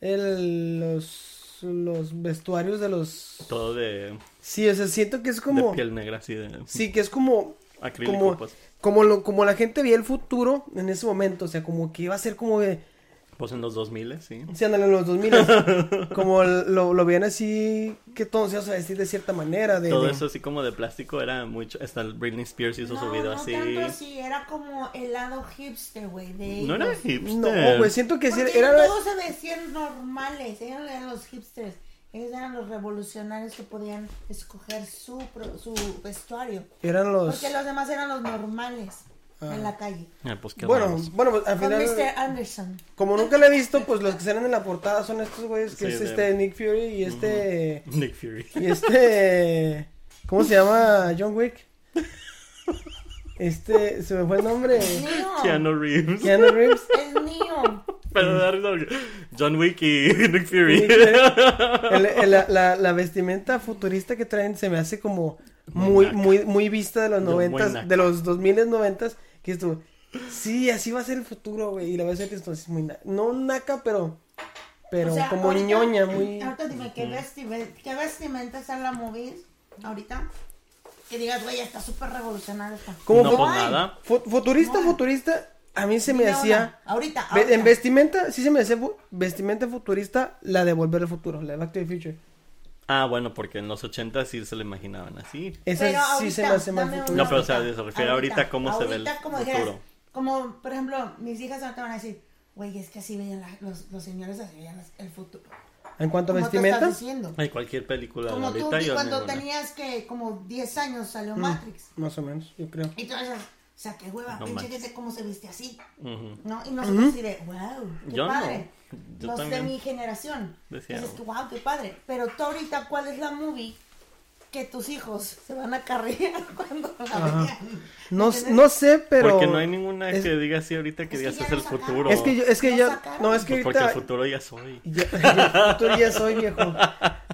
Speaker 1: el, los, los vestuarios de los...
Speaker 2: Todo de,
Speaker 1: Sí, o sea, siento que es
Speaker 2: de
Speaker 1: como...
Speaker 2: piel negra, así de...
Speaker 1: Sí, que es como...
Speaker 2: Acrílico,
Speaker 1: Como,
Speaker 2: pues.
Speaker 1: como, lo, como la gente veía el futuro en ese momento, o sea, como que iba a ser como de...
Speaker 2: Pues en los 2000, sí.
Speaker 1: Sí, ándale, en los 2000. como lo, lo veían así, que todos se iban a vestir de cierta manera. De,
Speaker 2: Todo
Speaker 1: de-
Speaker 2: eso así como de plástico era mucho... Hasta el Britney Spears hizo su
Speaker 3: no,
Speaker 2: video
Speaker 3: no
Speaker 2: así.
Speaker 3: tanto así, era como el lado hipster, güey. de
Speaker 2: No era
Speaker 3: ellos.
Speaker 2: hipster.
Speaker 1: No, güey, siento que sí,
Speaker 3: Porque
Speaker 1: era...
Speaker 3: todos se vestían normales, ellos no eran los hipsters, ellos eran los revolucionarios que podían escoger su, pro- su vestuario.
Speaker 1: Eran los...
Speaker 3: Porque los demás eran los normales. en la calle.
Speaker 2: Ah, pues qué
Speaker 1: Bueno,
Speaker 2: raros.
Speaker 1: bueno, pues al
Speaker 3: Con este-
Speaker 1: final.
Speaker 3: Mr. Anderson.
Speaker 1: Como nunca la he visto, pues los que salen en la portada son estos güeyes que
Speaker 2: Sí,
Speaker 1: es
Speaker 2: de-
Speaker 1: este Nick Fury y este.
Speaker 2: Nick Fury.
Speaker 1: Y este. ¿Cómo se llama? John Wick. Este. Se me fue el nombre.
Speaker 3: Neo.
Speaker 2: Keanu Reeves.
Speaker 1: Keanu Reeves.
Speaker 3: Es Neo.
Speaker 2: Pero me da risa porque John Wick y Nick Fury.
Speaker 1: Nick Fury. El- el- la, la- la vestimenta futurista que traen se me hace como muy,
Speaker 2: naca.
Speaker 1: muy, muy vista de los
Speaker 2: Muy
Speaker 1: noventas,
Speaker 2: naca.
Speaker 1: de los dos miles noventas, que estuvo. Sí, así va a ser el futuro, güey. Y la verdad es que esto es muy naca. No naca, pero. Pero
Speaker 3: O sea,
Speaker 1: como
Speaker 3: ahorita-
Speaker 1: ñoña, muy.
Speaker 3: Ahorita dime, ¿qué, vestime- qué vestimenta es la movies ahorita? Que digas, güey, está súper revolucionaria esta.
Speaker 1: ¿Cómo
Speaker 2: no,
Speaker 1: fue?
Speaker 2: pues
Speaker 3: Ay,
Speaker 2: nada.
Speaker 1: Fu- futurista,
Speaker 3: Bueno.
Speaker 1: futurista, a mí se me
Speaker 3: dime
Speaker 1: hacía.
Speaker 3: una. Ahorita,
Speaker 1: ve-
Speaker 3: Ah, ahorita.
Speaker 1: En vestimenta, sí se me hacía fu- vestimenta futurista, la de volver al futuro, la de Back to the Future.
Speaker 2: Ah, bueno, porque en los 80 sí se lo imaginaban así.
Speaker 1: Esa
Speaker 3: Pero
Speaker 1: sí se me
Speaker 3: ahorita,
Speaker 1: hace más
Speaker 3: dame una
Speaker 1: futurista.
Speaker 2: No, pero, o sea, se refiere ahorita cómo se ve el
Speaker 3: ahorita, como
Speaker 2: futuro.
Speaker 3: dijeras, como, por ejemplo, mis hijas ahorita van a decir, güey, es que así veían la- los, los señores, así veían las- el futuro.
Speaker 1: En cuanto a
Speaker 3: Como tú
Speaker 1: vestimenta,
Speaker 3: estás diciendo.
Speaker 2: Hay cualquier película de
Speaker 3: Como tú
Speaker 2: ahorita
Speaker 3: di-
Speaker 2: yo
Speaker 3: cuando
Speaker 2: ninguna.
Speaker 3: tenías que como 10 años salió
Speaker 1: Mm.
Speaker 3: Matrix.
Speaker 1: más o menos, yo creo.
Speaker 3: Y tú dices, o sea, qué hueva,
Speaker 2: No
Speaker 3: pinche
Speaker 2: manches.
Speaker 3: gente cómo se viste así.
Speaker 2: Ujú.
Speaker 3: ¿No? Y nosotros así de, wow, qué
Speaker 2: Yo no.
Speaker 3: padre.
Speaker 2: Yo
Speaker 3: los
Speaker 2: también.
Speaker 3: de mi generación.
Speaker 2: Decía,
Speaker 3: Dices, wow, qué padre. Pero tú ahorita, ¿cuál es la movie que tus hijos se van a carrear cuando la vean?
Speaker 1: No, no sé, pero.
Speaker 2: Porque no hay ninguna
Speaker 1: es-
Speaker 2: que diga así ahorita que
Speaker 3: es que
Speaker 2: digas
Speaker 3: ya
Speaker 2: es el
Speaker 3: lo sacaron.
Speaker 2: futuro.
Speaker 1: Es que yo, es que
Speaker 3: No
Speaker 1: ya.
Speaker 3: sacaron.
Speaker 1: No, es que
Speaker 2: Pues porque el
Speaker 1: ahorita.
Speaker 2: futuro ya soy.
Speaker 1: Ya, ya- tú ya soy viejo.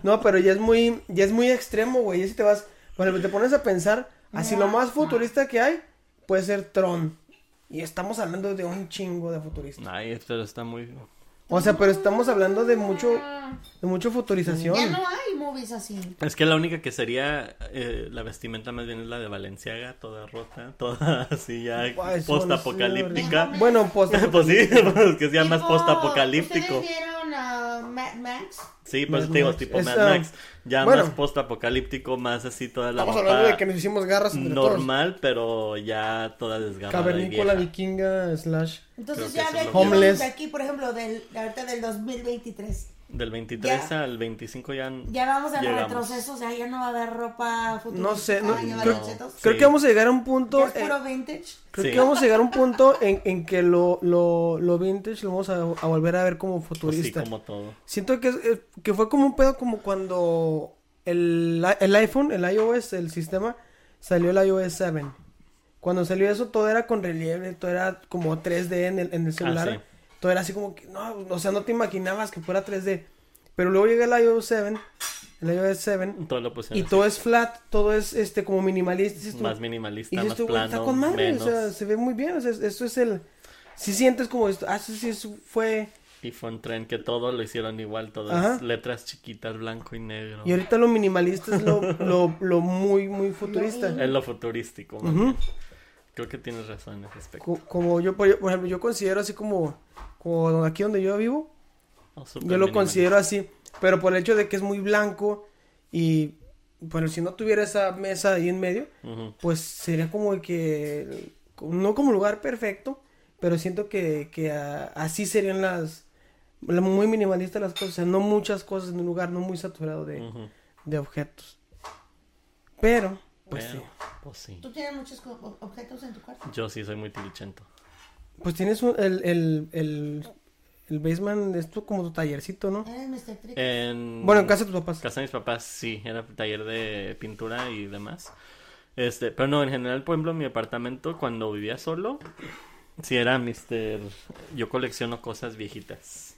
Speaker 1: No, pero ya es muy, ya es muy extremo, güey. Ya si te vas, bueno, te pones a pensar, así lo más futurista que hay puede ser Tron. Y estamos hablando de un chingo de futurista.
Speaker 2: Ay, pero está muy.
Speaker 1: O sea, pero estamos hablando de mucho, de mucho futurización.
Speaker 3: Ya no hay movies así.
Speaker 2: Es que la única que sería eh, la vestimenta más bien es la de Valenciaga, toda rota, toda así ya
Speaker 1: Ay, eso
Speaker 2: post-apocalíptica.
Speaker 1: no sé, Bueno, post
Speaker 2: pues sí, pues que sea más
Speaker 3: Tipo,
Speaker 2: post-apocalíptico.
Speaker 3: ¿Ustedes vieron a Mad Max?
Speaker 2: Sí, pues
Speaker 1: Mad
Speaker 2: te digo,
Speaker 1: Max.
Speaker 2: tipo
Speaker 1: Esa-
Speaker 2: Mad Max. Ya
Speaker 1: bueno.
Speaker 2: más post-apocalíptico, más así toda la
Speaker 1: Estamos hablando de
Speaker 2: ropa
Speaker 1: que nos hicimos garras entre todos.
Speaker 2: normal, pero ya toda desgarrada y
Speaker 1: Cavernícola
Speaker 2: vieja.
Speaker 1: vikinga slash.
Speaker 3: Entonces
Speaker 2: Creo
Speaker 3: ya
Speaker 2: que
Speaker 3: de
Speaker 2: eso
Speaker 3: aquí,
Speaker 1: lo
Speaker 2: es
Speaker 1: que- Homeless.
Speaker 3: de aquí, por ejemplo, del, ahorita del 2023.
Speaker 2: Del 23
Speaker 3: Ya.
Speaker 2: al 25 ya,
Speaker 3: Ya vamos al
Speaker 2: llegamos.
Speaker 3: retroceso, o sea, ya no va a haber ropa futura.
Speaker 1: No sé, no,
Speaker 3: ya va a
Speaker 1: creo-
Speaker 3: haber chetos.
Speaker 1: Creo
Speaker 2: Sí.
Speaker 1: que vamos a llegar a un punto.
Speaker 3: Ya es
Speaker 1: eh,
Speaker 3: puro vintage.
Speaker 1: Creo
Speaker 2: Sí.
Speaker 1: que vamos a llegar a un punto en, en que lo, lo, lo vintage lo vamos a, a volver a ver como
Speaker 2: Así
Speaker 1: futurista.
Speaker 2: Pues como todo.
Speaker 1: Siento que, es- eh, que fue como un pedo como cuando el, el iPhone, el iOS, el sistema, salió el iOS 7. Cuando salió eso, todo era con relieve, todo era como 3D en el, en el celular.
Speaker 2: Ah, sí.
Speaker 1: Todo era así como que, no, o sea, no te imaginabas que fuera 3D. Pero luego llega el iOS 7, el iOS 7,
Speaker 2: Todo lo pusieron
Speaker 1: y
Speaker 2: así.
Speaker 1: todo es flat, todo es este como minimalista. dices tú,
Speaker 2: más minimalista,
Speaker 1: y dices
Speaker 2: más
Speaker 1: tú, güey,
Speaker 2: plano,
Speaker 1: está con madre,
Speaker 2: menos.
Speaker 1: o sea, se ve muy bien, o sea, es- esto es el... Si sientes como esto, ah, sí, sí, eso fue...
Speaker 2: Y fue un tren que todo lo hicieron igual, todas
Speaker 1: Ajá.
Speaker 2: letras chiquitas, blanco y negro.
Speaker 1: Y ahorita lo minimalista es lo, lo, lo muy, muy futurista.
Speaker 2: Es lo futurístico. más bien. Creo que tienes razón en ese aspecto.
Speaker 1: Co- Como yo, por por ejemplo, yo considero así como, como aquí donde yo vivo,
Speaker 2: No, súper
Speaker 1: yo lo
Speaker 2: minimalista.
Speaker 1: considero así, pero por el hecho de que es muy blanco y, bueno, si no tuviera esa mesa ahí en medio,
Speaker 2: Ujú.
Speaker 1: pues sería como que, no como lugar perfecto, pero siento que, que ah, así serían las, la- muy minimalistas las cosas, o sea, no muchas cosas en un lugar no muy saturado de,
Speaker 2: Ujú.
Speaker 1: de objetos. Pero, pues
Speaker 2: Pero,
Speaker 1: sí.
Speaker 2: pues sí.
Speaker 3: ¿Tú tienes muchos co- ob- objetos en tu cuarto?
Speaker 2: Yo sí soy muy tilichento.
Speaker 1: Pues tienes un- el, el, el, el basement, es tu- como tu tallercito, ¿no?
Speaker 3: Eres Mr. Trick.
Speaker 2: Eh, En...
Speaker 1: Bueno, en casa de tus papás.
Speaker 2: Casa de mis papás, sí, era taller de pintura y demás. Este, pero no, en general, por ejemplo, mi apartamento cuando vivía solo, sí era mister, yo colecciono cosas viejitas.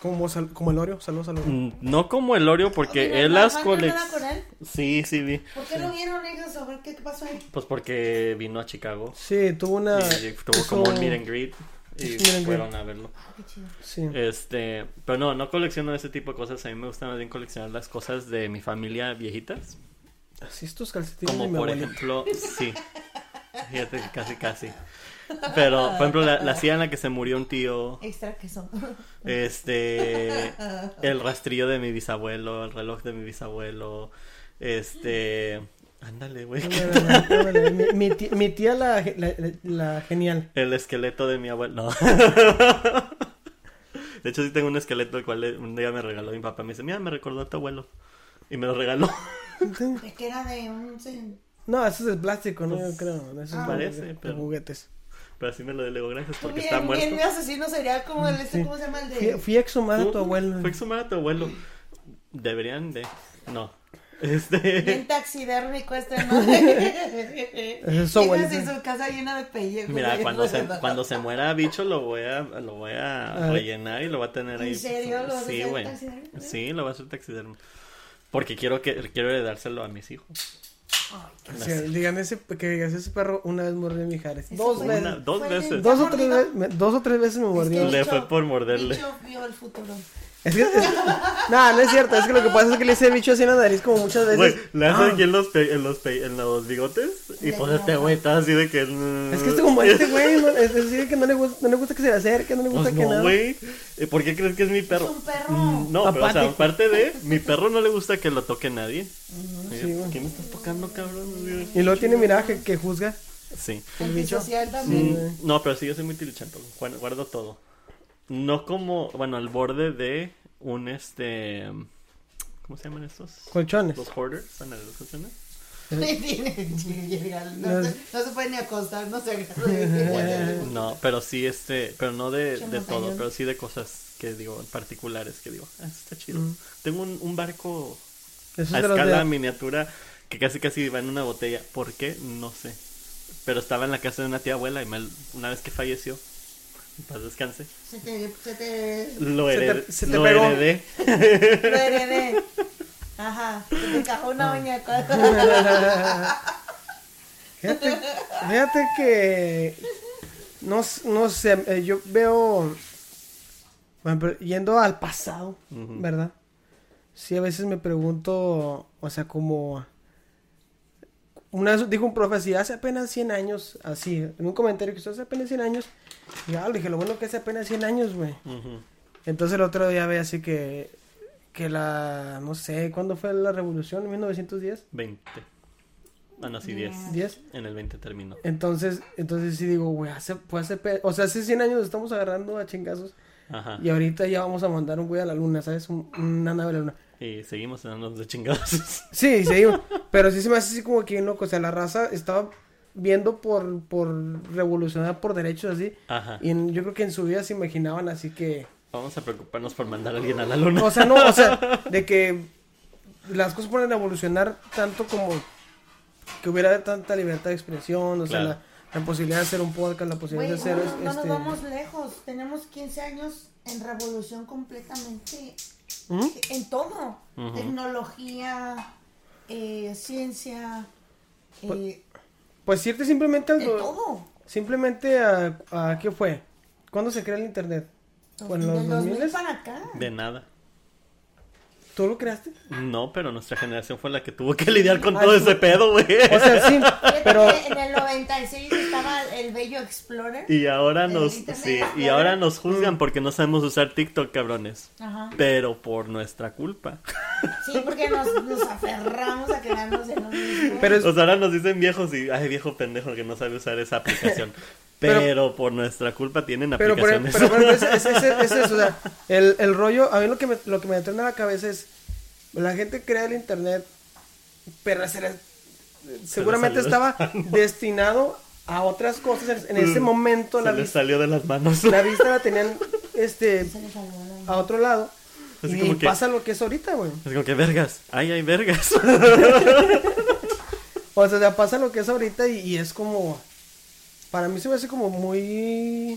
Speaker 1: Como, sal- como el Oreo, saludos al Oreo.
Speaker 2: Mm, No como el Oreo porque
Speaker 3: Oye,
Speaker 2: él
Speaker 3: ¿la
Speaker 2: las
Speaker 3: mamá no
Speaker 2: colecciona.
Speaker 3: andaba con él?
Speaker 2: Sí, sí vi.
Speaker 3: ¿Por qué no vieron ellos sobre qué qué pasó ahí?
Speaker 2: Pues porque vino a Chicago
Speaker 1: Sí, tuvo una...
Speaker 2: y tuvo
Speaker 1: hizo-
Speaker 2: como un meet and greet y
Speaker 1: pues, oh. Meet and greet.
Speaker 2: fueron a verlo.
Speaker 3: Ah, qué chido.
Speaker 1: Sí.
Speaker 2: Este, pero no, no colecciono ese tipo de cosas. A mí me gusta más bien coleccionar las cosas de mi familia viejitas.
Speaker 1: Así estos calcetines de
Speaker 2: Como
Speaker 1: mi
Speaker 2: por
Speaker 1: abuelita.
Speaker 2: ejemplo, sí. Fíjate que casi, casi. Pero, por ejemplo, la, la silla en la que se murió un tío,
Speaker 3: Extra que son.
Speaker 2: este, el rastrillo de mi bisabuelo, el reloj de mi bisabuelo, este, ándale, güey.
Speaker 1: No, no, no, no, no, no, Mi, mi tía, mi tía la, la- la- la genial.
Speaker 2: El esqueleto de mi abuelo. No. De hecho, sí tengo un esqueleto el cual un día me regaló mi papá. Me dice, mira, me recordó a tu abuelo. Y me lo regaló.
Speaker 3: De que era de un... se-
Speaker 1: No, eso es de plástico, ¿no? Yo creo. Eso es de-
Speaker 2: Pues, ah, parece,
Speaker 1: de,
Speaker 2: pero-
Speaker 1: juguetes.
Speaker 2: Pero así me lo delegó, gracias,
Speaker 3: Tú
Speaker 2: porque
Speaker 3: bien,
Speaker 2: está muerto.
Speaker 3: bien, mi asesino sería como el este,
Speaker 1: Sí.
Speaker 3: ¿cómo se llama el de?
Speaker 1: Fui, fui a exhumar a tu
Speaker 2: Uh,
Speaker 1: abuelo.
Speaker 2: Fue exhumar a tu abuelo. Deberían de. No. Este.
Speaker 3: Bien taxidérmico este, ¿no?
Speaker 1: es su abuelita.
Speaker 3: Fíjense, su casa llena de pellejo.
Speaker 2: Mira,
Speaker 3: güey.
Speaker 2: cuando se, cuando se muera bicho lo voy a lo voy a
Speaker 1: Ah.
Speaker 2: rellenar y lo va a tener
Speaker 3: ¿En
Speaker 2: ahí.
Speaker 3: serio? ¿Lo vas a
Speaker 2: sí,
Speaker 3: hacer
Speaker 2: güey.
Speaker 3: taxidermio?
Speaker 2: Sí, lo va a hacer taxidermo. Porque quiero que quiero heredárselo a mis hijos.
Speaker 3: Ay, qué-
Speaker 1: O sea, digan ese, que digas ese perro una vez mordió a Mijares.
Speaker 3: ese
Speaker 1: Dos
Speaker 3: fue-
Speaker 1: veces.
Speaker 2: Una- dos
Speaker 3: fue-
Speaker 2: veces.
Speaker 1: Dos o,
Speaker 3: ¿Está
Speaker 1: tres
Speaker 3: mordido?
Speaker 1: veces, me- dos o tres veces me
Speaker 3: Es que
Speaker 1: mordió.
Speaker 2: Le
Speaker 3: Bicho-
Speaker 2: fue por morderle.
Speaker 3: Bicho vio el futuro.
Speaker 1: Es que. es- no, no es cierto. Es que lo que pasa es que le hice bicho así en la nariz como muchas veces.
Speaker 2: Güey, le hace
Speaker 1: Ah,
Speaker 2: aquí en los, pe- en los, pe- en los bigotes y
Speaker 3: Le
Speaker 2: pues este
Speaker 3: enoja.
Speaker 2: güey está así de que... mm,
Speaker 1: Es que es como este güey. No, es decir, que no le, gusta, no le gusta que se le acerque, no le gusta
Speaker 2: Pues
Speaker 1: que
Speaker 2: no,
Speaker 1: nada.
Speaker 2: güey. Eh, ¿Por qué crees que es mi perro?
Speaker 3: Es un perro.
Speaker 2: Mm, No, pero o sea,
Speaker 1: Apático.
Speaker 2: aparte de, mi perro no le gusta que lo toque nadie. Eh,
Speaker 1: sí, güey.
Speaker 2: ¿Qué me estás tocando, cabrón?
Speaker 1: Y luego tiene miraje que juzga.
Speaker 2: Sí.
Speaker 3: Antisocial
Speaker 2: Mm,
Speaker 3: también.
Speaker 2: No, pero sí, yo soy muy tilichento. Guardo, guardo todo. No como, bueno, al borde de un este. ¿Cómo se llaman estos?
Speaker 1: Colchones.
Speaker 2: Los hoarders, ¿saben de los colchones?
Speaker 3: no, se, no se puede ni acostar, no se agarra de Eh.
Speaker 2: No, pero sí, este, pero no de,
Speaker 3: Qué
Speaker 2: de todo,
Speaker 3: montañón.
Speaker 2: pero sí de cosas que digo, particulares que digo, ah, esto está chido.
Speaker 1: Mm.
Speaker 2: Tengo un, un barco
Speaker 1: Esos
Speaker 2: a
Speaker 1: de los de-
Speaker 2: escala miniatura que casi casi va en una botella. ¿Por qué? No sé. Pero estaba en la casa de una tía abuela y me- una vez que falleció, en paz descanse,
Speaker 3: Se te, se te
Speaker 2: lo,
Speaker 1: Se te-
Speaker 2: hered-
Speaker 1: se te
Speaker 2: lo
Speaker 1: pegó.
Speaker 2: heredé.
Speaker 3: lo heredé. Ajá, se te cagó una uña.
Speaker 1: Fíjate, fíjate que no, s- no sé, eh, yo veo bueno, pero yendo al pasado,
Speaker 2: Ujú.
Speaker 1: ¿verdad? Sí, a veces me pregunto, o sea, como una vez dijo un profe así, hace apenas 100 años, así, en un comentario que hizo hace apenas 100 años, y ya le dije, lo bueno que hace apenas 100 años, güey.
Speaker 2: Ujú.
Speaker 1: Entonces el otro día ve así que que la no sé, ¿cuándo fue la revolución? ¿En 1910?
Speaker 2: 20. Ah, no, sí, 10.
Speaker 1: ¿10?
Speaker 2: En el 20 terminó.
Speaker 1: Entonces, entonces sí digo, güey, hace, fue hace, pe- o sea, hace 100 años estamos agarrando a chingazos
Speaker 2: Ajá.
Speaker 1: y ahorita ya vamos a mandar un güey a la luna, ¿sabes? Un- una nave a la luna.
Speaker 2: Y seguimos dándonos de chingados.
Speaker 1: Sí, sí, digo, pero sí se me hace así como que bien loco, o sea, la raza estaba viendo por, por revolucionar por derechos así
Speaker 2: Ajá.
Speaker 1: y en- yo creo que en su vida se imaginaban así que,
Speaker 2: Vamos a preocuparnos por mandar a alguien a la luna.
Speaker 1: o sea, no, o sea, de que las cosas pueden evolucionar tanto como que hubiera tanta libertad de expresión, o sea,
Speaker 2: Claro.
Speaker 1: la, la posibilidad de hacer un podcast, la
Speaker 3: Güey,
Speaker 1: posibilidad
Speaker 3: no,
Speaker 1: de hacer...
Speaker 3: no, no
Speaker 1: este-
Speaker 3: nos vamos lejos. Tenemos 15 años en revolución completamente.
Speaker 1: ¿Mm?
Speaker 3: En todo.
Speaker 2: Ujú.
Speaker 3: Tecnología, eh, ciencia, eh,
Speaker 1: Pues irte simplemente al...
Speaker 3: de todo.
Speaker 1: Simplemente a, a- ¿Qué fue? ¿Cuándo se crea el internet? Bueno,
Speaker 3: Del
Speaker 1: pues, los
Speaker 3: 2000
Speaker 1: 2000s.
Speaker 3: para acá.
Speaker 2: De nada.
Speaker 1: ¿Tú lo creaste?
Speaker 2: No, pero nuestra generación fue la que tuvo que lidiar con
Speaker 1: Ah,
Speaker 2: todo
Speaker 1: sí.
Speaker 2: ese pedo, güey.
Speaker 1: O sea, sí,
Speaker 3: Fíjate
Speaker 1: pero...
Speaker 3: que en el 96 estaba el bello Explorer.
Speaker 2: Y ahora
Speaker 3: El
Speaker 2: nos
Speaker 3: internet
Speaker 2: sí, y
Speaker 3: explorer.
Speaker 2: ahora nos juzgan porque no sabemos usar TikTok, cabrones.
Speaker 3: Ajá.
Speaker 2: Pero por nuestra culpa.
Speaker 3: Sí, porque nos, nos aferramos a quedarnos en lo mismo.
Speaker 1: Pero es-
Speaker 2: O sea, ahora nos dicen viejos y ay, viejo pendejo que no sabe usar esa aplicación.
Speaker 1: Pero-
Speaker 2: Pero, por nuestra culpa tienen
Speaker 1: Pero, por,
Speaker 2: aplicaciones.
Speaker 1: pero, por ejemplo, es, es- es- es eso, o sea, el, el rollo, a mí lo que me, lo que me detona la cabeza es, la gente crea el internet, pero se le- seguramente
Speaker 2: salió de
Speaker 1: estaba
Speaker 2: las manos.
Speaker 1: destinado a otras cosas en, en ese momento,
Speaker 2: Se
Speaker 1: la,
Speaker 2: les
Speaker 1: vis-
Speaker 2: salió de las manos.
Speaker 1: la vista la tenían, este,
Speaker 3: Se nos salvó la-
Speaker 1: a otro lado,
Speaker 2: Así
Speaker 1: y
Speaker 2: como que-
Speaker 1: pasa lo que es ahorita, güey.
Speaker 2: Es como que vergas. Ay, ay, vergas.
Speaker 1: O sea, ya pasa lo que es ahorita y, y es como. Para mí se me hace como muy.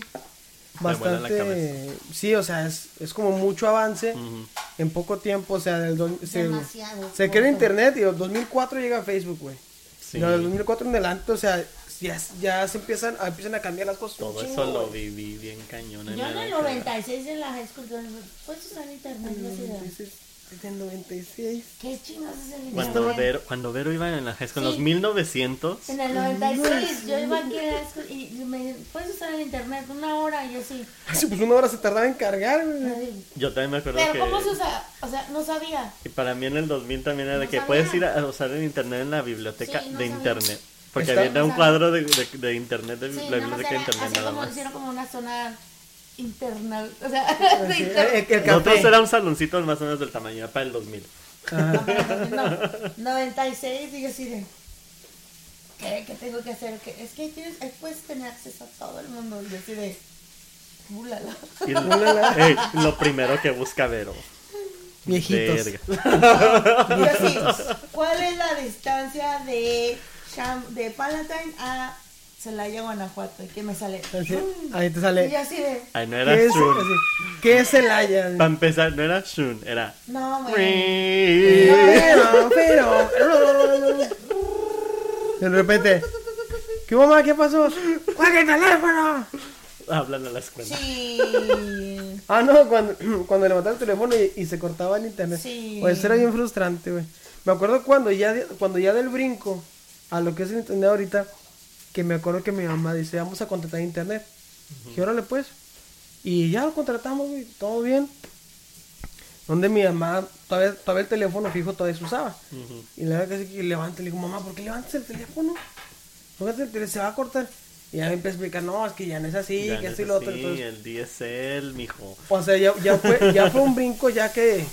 Speaker 2: Me vuela la
Speaker 1: Bastante. Sí, o sea, es, es como mucho avance
Speaker 2: Ujú.
Speaker 1: en poco tiempo. O sea, del do- se,
Speaker 3: Demasiado.
Speaker 1: se crea el
Speaker 3: Ojo.
Speaker 1: internet y en 2004 llega Facebook, güey.
Speaker 2: Sí.
Speaker 1: Y en 2004 en adelante, o sea, ya, ya se empiezan, a- empiezan a cambiar las cosas. un
Speaker 2: Todo
Speaker 1: chingo,
Speaker 2: eso lo
Speaker 1: güey.
Speaker 2: viví bien cañón.
Speaker 3: Yo en
Speaker 2: la
Speaker 3: el
Speaker 2: década.
Speaker 3: 96 en la high school, yo dije, ¿puedes usar internet? No sé,
Speaker 1: Desde el 96.
Speaker 3: ¿Qué chingados es el internet?
Speaker 2: Cuando Vero, cuando Vero iba en la high school, en los
Speaker 3: Sí.
Speaker 2: 1900.
Speaker 3: En el 96 yo iba aquí a la high school y me puedes usar el internet una hora y yo sí.
Speaker 1: Sí, pues una hora se tardaba en cargar, güey.
Speaker 3: Así.
Speaker 2: Yo también me acuerdo
Speaker 3: Pero
Speaker 2: que.
Speaker 3: ¿cómo se usa? O sea, no sabía.
Speaker 2: Y para mí en el 2000 también era de
Speaker 3: No
Speaker 2: que
Speaker 3: sabía.
Speaker 2: puedes ir a a usar el internet en la biblioteca
Speaker 3: Sí, no
Speaker 2: de
Speaker 3: sabía.
Speaker 2: internet. Porque
Speaker 1: Está-
Speaker 2: había un
Speaker 3: No sabía.
Speaker 2: cuadro de, de- de internet, de
Speaker 3: Sí,
Speaker 2: la
Speaker 3: nada más
Speaker 2: biblioteca de
Speaker 3: era
Speaker 2: internet
Speaker 3: así
Speaker 2: nada
Speaker 3: como
Speaker 2: más.
Speaker 3: hicieron como una zona internal, o sea, de
Speaker 1: Así,
Speaker 3: internet.
Speaker 1: el, el
Speaker 2: Nosotros
Speaker 1: café.
Speaker 2: era un saloncito más o menos del tamaño, para el 2000.
Speaker 1: Ajá.
Speaker 3: No, 96 y yo así de... ¿qué? ¿Qué tengo que hacer? ¿Qué? Es que tienes, ahí puedes tener acceso a todo el mundo. Y yo así de, ulala.
Speaker 2: Y lo, Ey, lo primero que busca Vero.
Speaker 1: Viejitos.
Speaker 2: Verga.
Speaker 3: Y yo así, ¿cuál es la distancia de, Cham- de Palatine a Celaya, Guanajuato? ¿Y qué me sale?
Speaker 1: Así,
Speaker 3: Mm.
Speaker 1: ahí te
Speaker 3: Y yo
Speaker 1: sale.
Speaker 3: así de,
Speaker 2: Ay, no era
Speaker 1: ¿Qué es,
Speaker 2: Shun.
Speaker 1: así, ¿Qué es el haya?
Speaker 2: Para empezar, no era Shun, era.
Speaker 3: no, güey.
Speaker 2: Ri.
Speaker 1: Pero, pero. De repente. ¿Qué mamá? ¿Qué pasó? ¡Juega el teléfono!
Speaker 2: Hablan a la escuela.
Speaker 3: Sí.
Speaker 1: Ah, no, cuando, cuando levantaba el teléfono y, y se cortaba el internet.
Speaker 3: Sí.
Speaker 1: Pues era bien frustrante, güey. Me acuerdo cuando ya, de- cuando ya del brinco a lo que es el internet ahorita, que me acuerdo que mi mamá dice, vamos a contratar internet. Y órale pues. Y ya lo contratamos, güey, todo bien. Donde mi mamá, todavía, todavía el teléfono fijo todavía se usaba. Y la verdad que sí que levanta, le digo, mamá, ¿por qué levantas el teléfono? Póngate el teléfono, se va a cortar. Y ya me empieza a explicar, no, es que ya no es así,
Speaker 2: Ya
Speaker 1: que
Speaker 2: no
Speaker 1: esto y
Speaker 2: es
Speaker 1: lo otro.
Speaker 2: así,
Speaker 1: Entonces,
Speaker 2: el DSL, mijo.
Speaker 1: o sea, ya, ya, fue, ya fue un brinco ya que...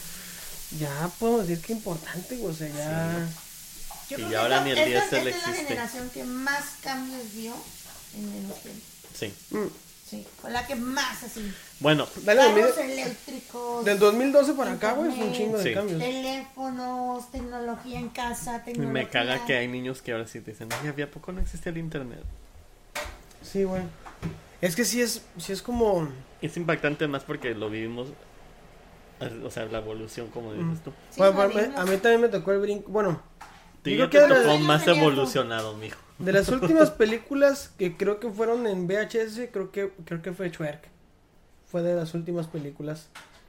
Speaker 1: Ya podemos decir que importante, güey, o sea, ya...
Speaker 3: Yo
Speaker 2: Y
Speaker 3: creo que
Speaker 2: ahora
Speaker 3: esta-
Speaker 2: ni el DSL
Speaker 3: esta- esta es la
Speaker 2: existe.
Speaker 3: generación que más cambios dio en menos tiempo.
Speaker 2: Sí.
Speaker 1: Mm.
Speaker 3: Sí, con la que más así.
Speaker 2: Bueno,
Speaker 1: Dale,
Speaker 3: Carros
Speaker 1: mire,
Speaker 3: eléctricos.
Speaker 1: del 2012 para acá, güey, fue un chingo de
Speaker 2: Sí.
Speaker 1: cambios.
Speaker 3: Teléfonos, tecnología en casa, tecnología.
Speaker 2: me caga que hay niños que ahora sí te dicen, ay, ¿a poco no existe el internet?
Speaker 1: Sí, güey. Es que sí es, sí es como...
Speaker 2: Es impactante más porque lo vivimos, o sea, la evolución, como
Speaker 1: Mm.
Speaker 2: dices tú.
Speaker 3: Sí,
Speaker 1: Bueno,
Speaker 3: lo
Speaker 1: para-
Speaker 3: vimos.
Speaker 1: a mí también me tocó el brinco. Bueno,
Speaker 2: Tú
Speaker 1: Yo
Speaker 2: ya
Speaker 1: creo
Speaker 2: te
Speaker 1: que era-
Speaker 2: tocó más
Speaker 3: Yo tenía
Speaker 2: evolucionado, mijo.
Speaker 1: de las últimas películas que creo que fueron en VHS, creo que, creo que fue Twerk. Fue de las últimas películas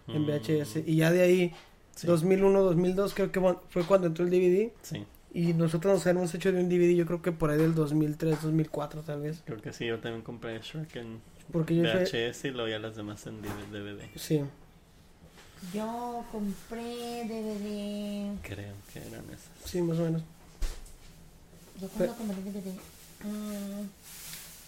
Speaker 1: en VHS. Y ya de ahí,
Speaker 2: Mm. Sí.
Speaker 1: 2001, 2002, creo que fue cuando entró el DVD.
Speaker 2: Mm, Sí,
Speaker 1: Y nosotros nos habíamos hecho de un DVD, yo creo que por ahí del 2003, 2004 tal vez.
Speaker 2: creo que sí, yo también compré Shrek en
Speaker 1: Porque yo fue-
Speaker 2: VHS y luego ya las demás en DVD.
Speaker 1: Sí.
Speaker 3: Yo compré DVD.
Speaker 2: Creo que eran esas.
Speaker 1: Sí, más o menos.
Speaker 3: Yo cuando compré DVD. Mm,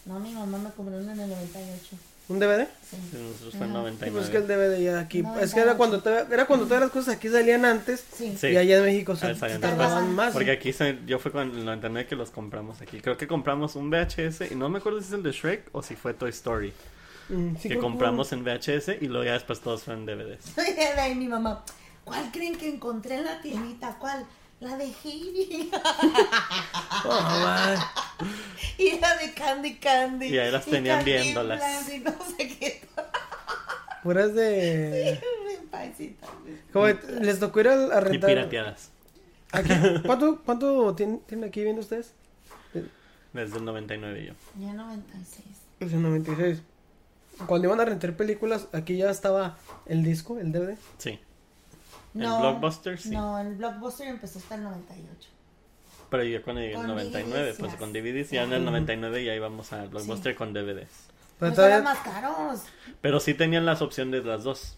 Speaker 3: no, mi mamá me compró uno en el 98.
Speaker 1: ¿Un DVD?
Speaker 3: Sí.
Speaker 2: Y Nosotros fue en
Speaker 1: Sí, pues es que el
Speaker 2: 99.
Speaker 1: DVD ya aquí. Es que era
Speaker 3: 98.
Speaker 1: cuando, todavía- era cuando todas las cosas aquí salían antes.
Speaker 3: Sí.
Speaker 2: Sí.
Speaker 1: Y allá en México se
Speaker 2: Ah, salían
Speaker 1: tardaban
Speaker 3: después.
Speaker 1: más.
Speaker 2: Porque aquí se- yo fue con el 99 que los compramos aquí. Creo que compramos un VHS y no me acuerdo si es el de Shrek o si fue Toy Story.
Speaker 1: Mm, sí, creo
Speaker 2: que
Speaker 1: que
Speaker 2: compramos en VHS y luego ya después todos fueron DVDs.
Speaker 3: Y mi mamá, ¿cuál creen que encontré en la tiendita? ¿Cuál? La de Heidi
Speaker 1: hubo- Oh, mamá.
Speaker 3: y la de Candy Candy.
Speaker 2: Y ahí las tenían
Speaker 3: Cantinflas
Speaker 2: viéndolas.
Speaker 3: Y no sé qué.
Speaker 1: Puras de.
Speaker 3: Bien paisita.
Speaker 1: Como de- les tocó ir a, a
Speaker 2: Y
Speaker 1: rentar.
Speaker 2: pirateadas.
Speaker 1: Aquí. ¿Cuánto, cuánto tienen, tienen aquí viendo ustedes?
Speaker 2: Desde el 99 yo.
Speaker 3: Ya 96.
Speaker 1: Es el 96. Cuando iban a rentar películas, aquí ya estaba el disco, el DVD.
Speaker 2: Sí. ¿El Blockbuster? Sí.
Speaker 3: No, el Blockbuster empezó hasta el 98.
Speaker 2: Pero yo cuando llegué en el
Speaker 3: Con
Speaker 2: 99,
Speaker 3: DVDs,
Speaker 2: pues
Speaker 3: ya.
Speaker 2: con DVDs ya en el 99 ya íbamos al Blockbuster con DVDs.
Speaker 1: Pero
Speaker 3: Nos
Speaker 1: todavía-
Speaker 3: eran más caros.
Speaker 2: Pero sí tenían las opciones de las dos.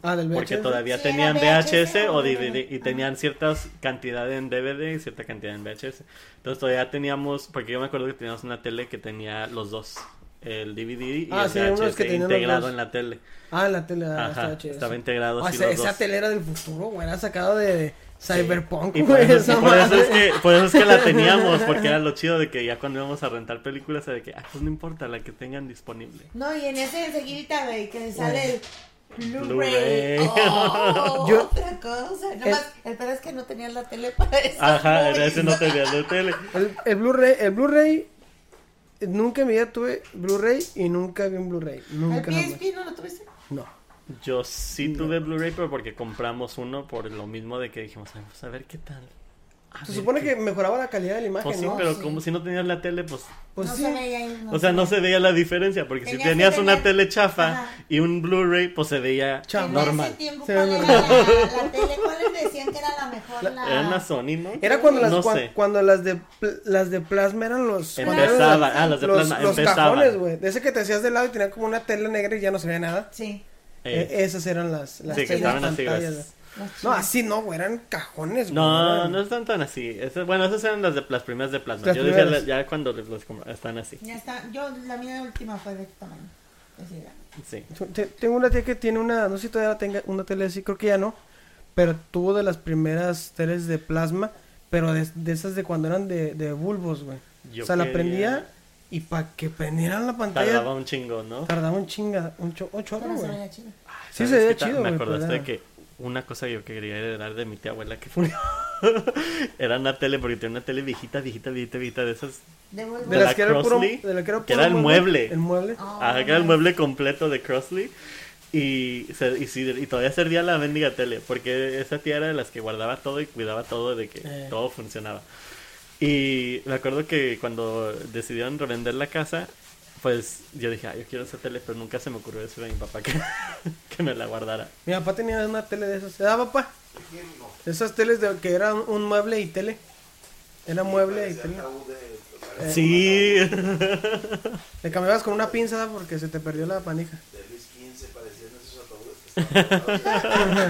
Speaker 1: Ah, del VHS.
Speaker 2: Porque todavía
Speaker 3: Sí, era
Speaker 2: tenían VHS,
Speaker 3: VHS
Speaker 2: o
Speaker 3: o
Speaker 2: DVD y
Speaker 3: DVD.
Speaker 2: tenían ciertas cantidades en DVD y cierta cantidad en VHS. Entonces todavía teníamos, porque yo me acuerdo que teníamos una tele que tenía los dos, el DVD y
Speaker 1: Ah,
Speaker 2: el
Speaker 1: sí, unos
Speaker 2: VHS
Speaker 1: que tenían los
Speaker 2: integrado
Speaker 1: dos.
Speaker 2: en la tele.
Speaker 1: Ah, la tele ah,
Speaker 2: Ajá,
Speaker 1: estaba chida.
Speaker 2: estaba
Speaker 1: sí.
Speaker 2: integrado
Speaker 1: O
Speaker 2: así
Speaker 1: sea,
Speaker 2: los
Speaker 1: esa
Speaker 2: dos.
Speaker 1: tela era del futuro, güey. Era sacado de Cyberpunk,
Speaker 2: Y por
Speaker 1: güey.
Speaker 2: eso,
Speaker 1: esa
Speaker 2: por eso
Speaker 1: madre.
Speaker 2: es que, por eso es que la teníamos, porque era lo chido de que ya cuando íbamos a rentar películas era de que, ah, pues no importa la que tengan disponible.
Speaker 3: No, y en ese enseguida, güey, que sale el Blu-ray.
Speaker 2: Blu-ray.
Speaker 3: Oh,
Speaker 1: Yo- Eh.
Speaker 3: otra cosa. Nomás, el pedo es que no tenías la tele para eso.
Speaker 2: Ajá,
Speaker 3: güey.
Speaker 2: era ese no tenía la tele.
Speaker 1: El, el Blu-ray, el Blu-ray, nunca en mi vida tuve Bluray y nunca vi un Blu-ray.
Speaker 3: ¿El
Speaker 1: Nunca jamás.
Speaker 3: PSP no lo tuviste?
Speaker 1: No.
Speaker 2: Yo sí tuve Blu-ray, pero porque compramos uno por lo mismo de que dijimos, "Ay, pues a ver qué tal. A
Speaker 1: Se
Speaker 2: ver
Speaker 1: supone
Speaker 2: qué-
Speaker 1: que mejoraba la calidad de la imagen,
Speaker 2: Pues sí,
Speaker 1: ¿no?
Speaker 2: pero
Speaker 3: Sí.
Speaker 2: como si no tenías la tele, pues...
Speaker 1: Pues
Speaker 3: no
Speaker 1: sí.
Speaker 3: se veía ahí.
Speaker 2: o sea, no se veía la diferencia, porque si
Speaker 3: Tenías que
Speaker 2: tenías una
Speaker 3: tener-
Speaker 2: tele chafa
Speaker 3: Ajá.
Speaker 2: y un Blu-ray, pues se veía
Speaker 1: Chafa.
Speaker 3: normal. En
Speaker 2: normal.
Speaker 3: ese tiempo,
Speaker 1: Se
Speaker 3: ¿cuál
Speaker 1: ve
Speaker 3: era la,
Speaker 1: normal.
Speaker 3: la tele? ¿Cuál les decían que era la mejor? La...
Speaker 2: Era una Sony, ¿no?
Speaker 1: Era cuando las,
Speaker 2: No
Speaker 1: cuan-
Speaker 2: sé.
Speaker 1: cuando las de pl- las de plasma eran los cuando eran
Speaker 2: Empezaban,
Speaker 1: las-
Speaker 2: ah, las de
Speaker 1: los,
Speaker 2: plasma,
Speaker 1: los
Speaker 2: empezaban.
Speaker 1: cajones, güey. De ese que te hacías de lado y tenía como una tela negra y ya no se veía nada.
Speaker 3: Sí.
Speaker 2: Eh,
Speaker 1: Eh, esas eran las las
Speaker 2: sí, que
Speaker 1: telas
Speaker 2: estaban así,
Speaker 1: pantallas,
Speaker 2: gracias.
Speaker 1: güey.
Speaker 3: las
Speaker 1: No,
Speaker 3: chidas.
Speaker 1: así no, güey, eran cajones, güey,
Speaker 2: No,
Speaker 1: eran-
Speaker 2: no están tan así. Esas- bueno, esas eran las de las primeras de plasma.
Speaker 1: Las
Speaker 2: Yo decía
Speaker 1: primeras.
Speaker 2: las- ya cuando les- los compra- están así.
Speaker 3: Ya está. Yo, la mía última fue de este tamaño. Así era.
Speaker 2: Sí.
Speaker 1: Te- Tengo una tía que tiene una, no sé si todavía tenga una tele así, creo que ya no, pero tuvo de las primeras teles de plasma, pero de, de esas de cuando eran de, de bulbos, güey.
Speaker 2: Yo
Speaker 1: o sea, la
Speaker 2: quería-
Speaker 1: prendía y para que prendieran la pantalla
Speaker 2: Tardaba
Speaker 1: tardaba,
Speaker 2: un chingo, ¿no?
Speaker 1: un chinga, un, cho, un chorro,
Speaker 3: Pero se
Speaker 1: güey.
Speaker 3: veía chido.
Speaker 1: Sí,
Speaker 2: ¿Sabes
Speaker 1: se veía
Speaker 2: qué tal?
Speaker 1: chido,
Speaker 2: Me
Speaker 1: güey. pues,
Speaker 2: acordaste
Speaker 1: pero
Speaker 2: de que una cosa que yo quería heredar de mi tía abuela que murió era una tele, porque tenía una tele viejita, viejita, viejita, viejita de esas.
Speaker 3: De
Speaker 1: De
Speaker 2: la
Speaker 1: las que era el puro,
Speaker 2: Crosley,
Speaker 1: de la que era,
Speaker 2: que
Speaker 1: puro
Speaker 2: era el mueble.
Speaker 1: El mueble.
Speaker 2: Ah,
Speaker 3: Ah.
Speaker 2: que era el mueble completo de Crossley. Y, se- y, sí, y todavía servía la mendiga tele, porque esa tía era de las que guardaba todo y cuidaba todo de que
Speaker 1: Eh.
Speaker 2: todo funcionaba. Y me acuerdo que cuando decidieron revender la casa, pues yo dije, ah, yo quiero esa tele, pero nunca se me ocurrió decirle a mi papá que, que me la guardara.
Speaker 1: Mi papá tenía una tele de esas. Ah, papá. Esas teles de, que eran un mueble y tele. Era mueble y tele.
Speaker 2: Sí,
Speaker 1: Le cambiabas con una pinza porque se te perdió la panija.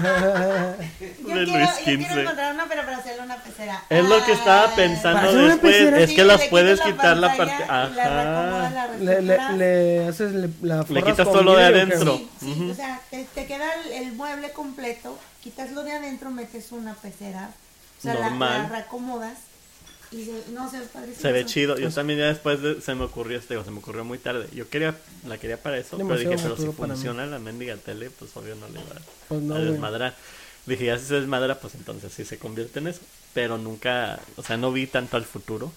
Speaker 3: Yo
Speaker 2: de
Speaker 3: quiero,
Speaker 2: Luis
Speaker 3: yo quiero
Speaker 2: 15.
Speaker 3: encontrar una, pero para hacerle una pecera.
Speaker 2: es lo que estaba
Speaker 3: Ah.
Speaker 2: pensando
Speaker 1: Parece una
Speaker 2: después,
Speaker 1: pecera.
Speaker 2: es
Speaker 3: Sí,
Speaker 2: que las
Speaker 3: le
Speaker 2: puedes
Speaker 3: quitas
Speaker 2: quitar la
Speaker 3: pantalla
Speaker 2: parte...
Speaker 3: y la reacomodas,
Speaker 2: Ajá.
Speaker 3: la
Speaker 1: Le, le,
Speaker 3: reestructuras.
Speaker 1: le haces le- la forras
Speaker 2: quitas
Speaker 1: con
Speaker 2: todo lo de
Speaker 1: vidrio,
Speaker 2: adentro.
Speaker 1: cabrón.
Speaker 3: Sí, sí, o sea, te, te queda el, el mueble completo, quitas lo de adentro, metes una pecera, o sea, la,
Speaker 2: Normal.
Speaker 3: la reacomodas y se- no se ve padrísimo
Speaker 2: Se ve
Speaker 3: eso.
Speaker 2: chido. Yo también ya después de- se me ocurrió este, o se me ocurrió muy tarde. Yo quería, la quería para eso,
Speaker 1: Demasiado
Speaker 2: pero dije, pero
Speaker 1: futuro
Speaker 2: si
Speaker 1: para mí.
Speaker 2: funciona la mendiga tele, pues obvio no le va
Speaker 1: Pues no,
Speaker 2: a
Speaker 1: güey.
Speaker 2: desmadrar. Dije, ya si se desmadra, pues entonces sí se convierte en eso. Pero nunca, o sea, no vi tanto al futuro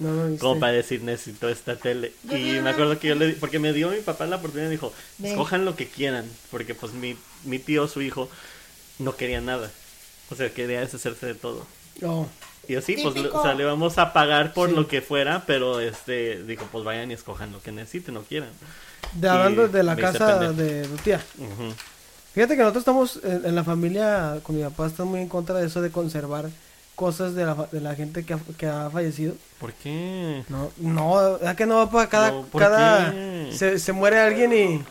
Speaker 1: No, no, viste.
Speaker 2: como para decir necesito esta tele.
Speaker 3: Yo vi
Speaker 2: y me
Speaker 3: una-
Speaker 2: acuerdo que yo le di- porque me dio mi papá la oportunidad, dijo,
Speaker 3: Ve.
Speaker 2: escojan lo que quieran, porque pues mi, mi tío, su hijo, no quería nada. O sea, quería deshacerse de todo.
Speaker 1: Oh,
Speaker 2: Y así, pues, le-
Speaker 3: Típico.
Speaker 2: o sea, le vamos a pagar por
Speaker 1: Sí.
Speaker 2: lo que fuera, pero este, dijo, pues vayan y escojan lo que necesiten, no quieran.
Speaker 1: de hablando de la
Speaker 2: me hice
Speaker 1: casa
Speaker 2: pendejo.
Speaker 1: de tu tía.
Speaker 2: Ujú.
Speaker 1: Fíjate que nosotros estamos en, en la familia, con mi papá, estamos muy en contra de eso de conservar cosas de la, fa- de la gente que ha, que ha fallecido.
Speaker 2: ¿Por qué?
Speaker 1: No, no, ¿verdad que no va para cada,
Speaker 2: No, ¿por
Speaker 1: cada,
Speaker 2: qué?
Speaker 1: se, se muere alguien y,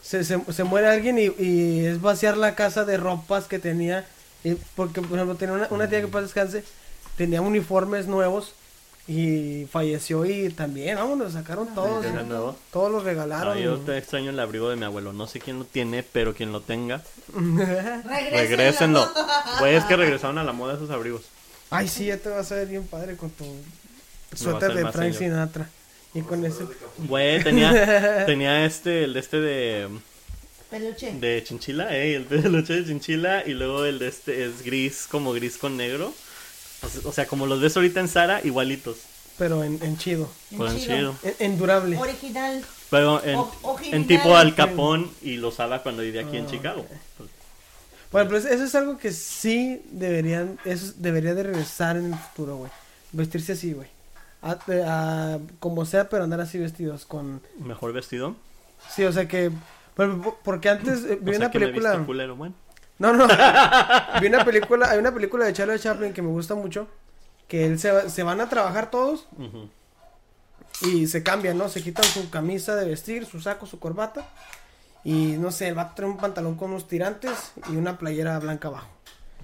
Speaker 1: se, se, se muere alguien y, y es vaciar la casa de ropas que tenía, y porque por ejemplo tenía una, una tía
Speaker 2: Mm.
Speaker 1: que para descanse, tenía uniformes nuevos y falleció y también, vámonos, sacaron todos,
Speaker 2: ¿De nuevo?
Speaker 1: todos los
Speaker 2: Ah,
Speaker 1: regalaron.
Speaker 2: yo te extraño el abrigo de mi abuelo, no sé quién lo tiene, pero quien lo tenga,
Speaker 3: Regresen
Speaker 2: regrésenlo.
Speaker 3: la foto.
Speaker 2: Güey, es que regresaron a la moda esos abrigos.
Speaker 1: Ay, sí, ya te vas a ver bien padre con tu
Speaker 2: a
Speaker 1: suéter
Speaker 2: hacer
Speaker 1: de
Speaker 2: más
Speaker 1: Frank
Speaker 2: señor.
Speaker 1: Sinatra. Y con ese.
Speaker 2: Güey, tenía, tenía este, el de este de,
Speaker 3: Peluche.
Speaker 2: de chinchila, eh, el peluche de chinchila, y luego el de este es gris, como gris con negro. O sea- O sea, como los ves ahorita en Sara, igualitos.
Speaker 1: Pero en, en chido.
Speaker 3: En
Speaker 2: Con pues,
Speaker 3: chido.
Speaker 2: chido.
Speaker 1: En, en durable.
Speaker 3: Original.
Speaker 2: Pero en,
Speaker 3: O- o
Speaker 2: en
Speaker 3: criminal.
Speaker 2: tipo Al Capón y lo usaba cuando vivía aquí
Speaker 3: Ah,
Speaker 2: en Chicago. Pues,
Speaker 1: Bueno, pues eso es algo que sí deberían. Eso es- debería de regresar en el futuro, güey. Vestirse así, güey. A- de- a- como sea, pero andar así vestidos. con...
Speaker 2: Mejor vestido.
Speaker 1: Sí, o sea que. bueno, po- porque antes eh, vi
Speaker 2: o sea,
Speaker 1: una
Speaker 2: que me he visto
Speaker 1: película.
Speaker 2: culero, bueno.
Speaker 1: No, no. Vi una película. Hay una película de Charlie Chaplin que me gusta mucho. Que él se, va- se van a trabajar todos.
Speaker 2: Ujú.
Speaker 1: Y se cambian, ¿no? Se quitan su camisa de vestir, su saco, su corbata. Y no sé, el vato trae un pantalón con unos tirantes y una playera blanca abajo.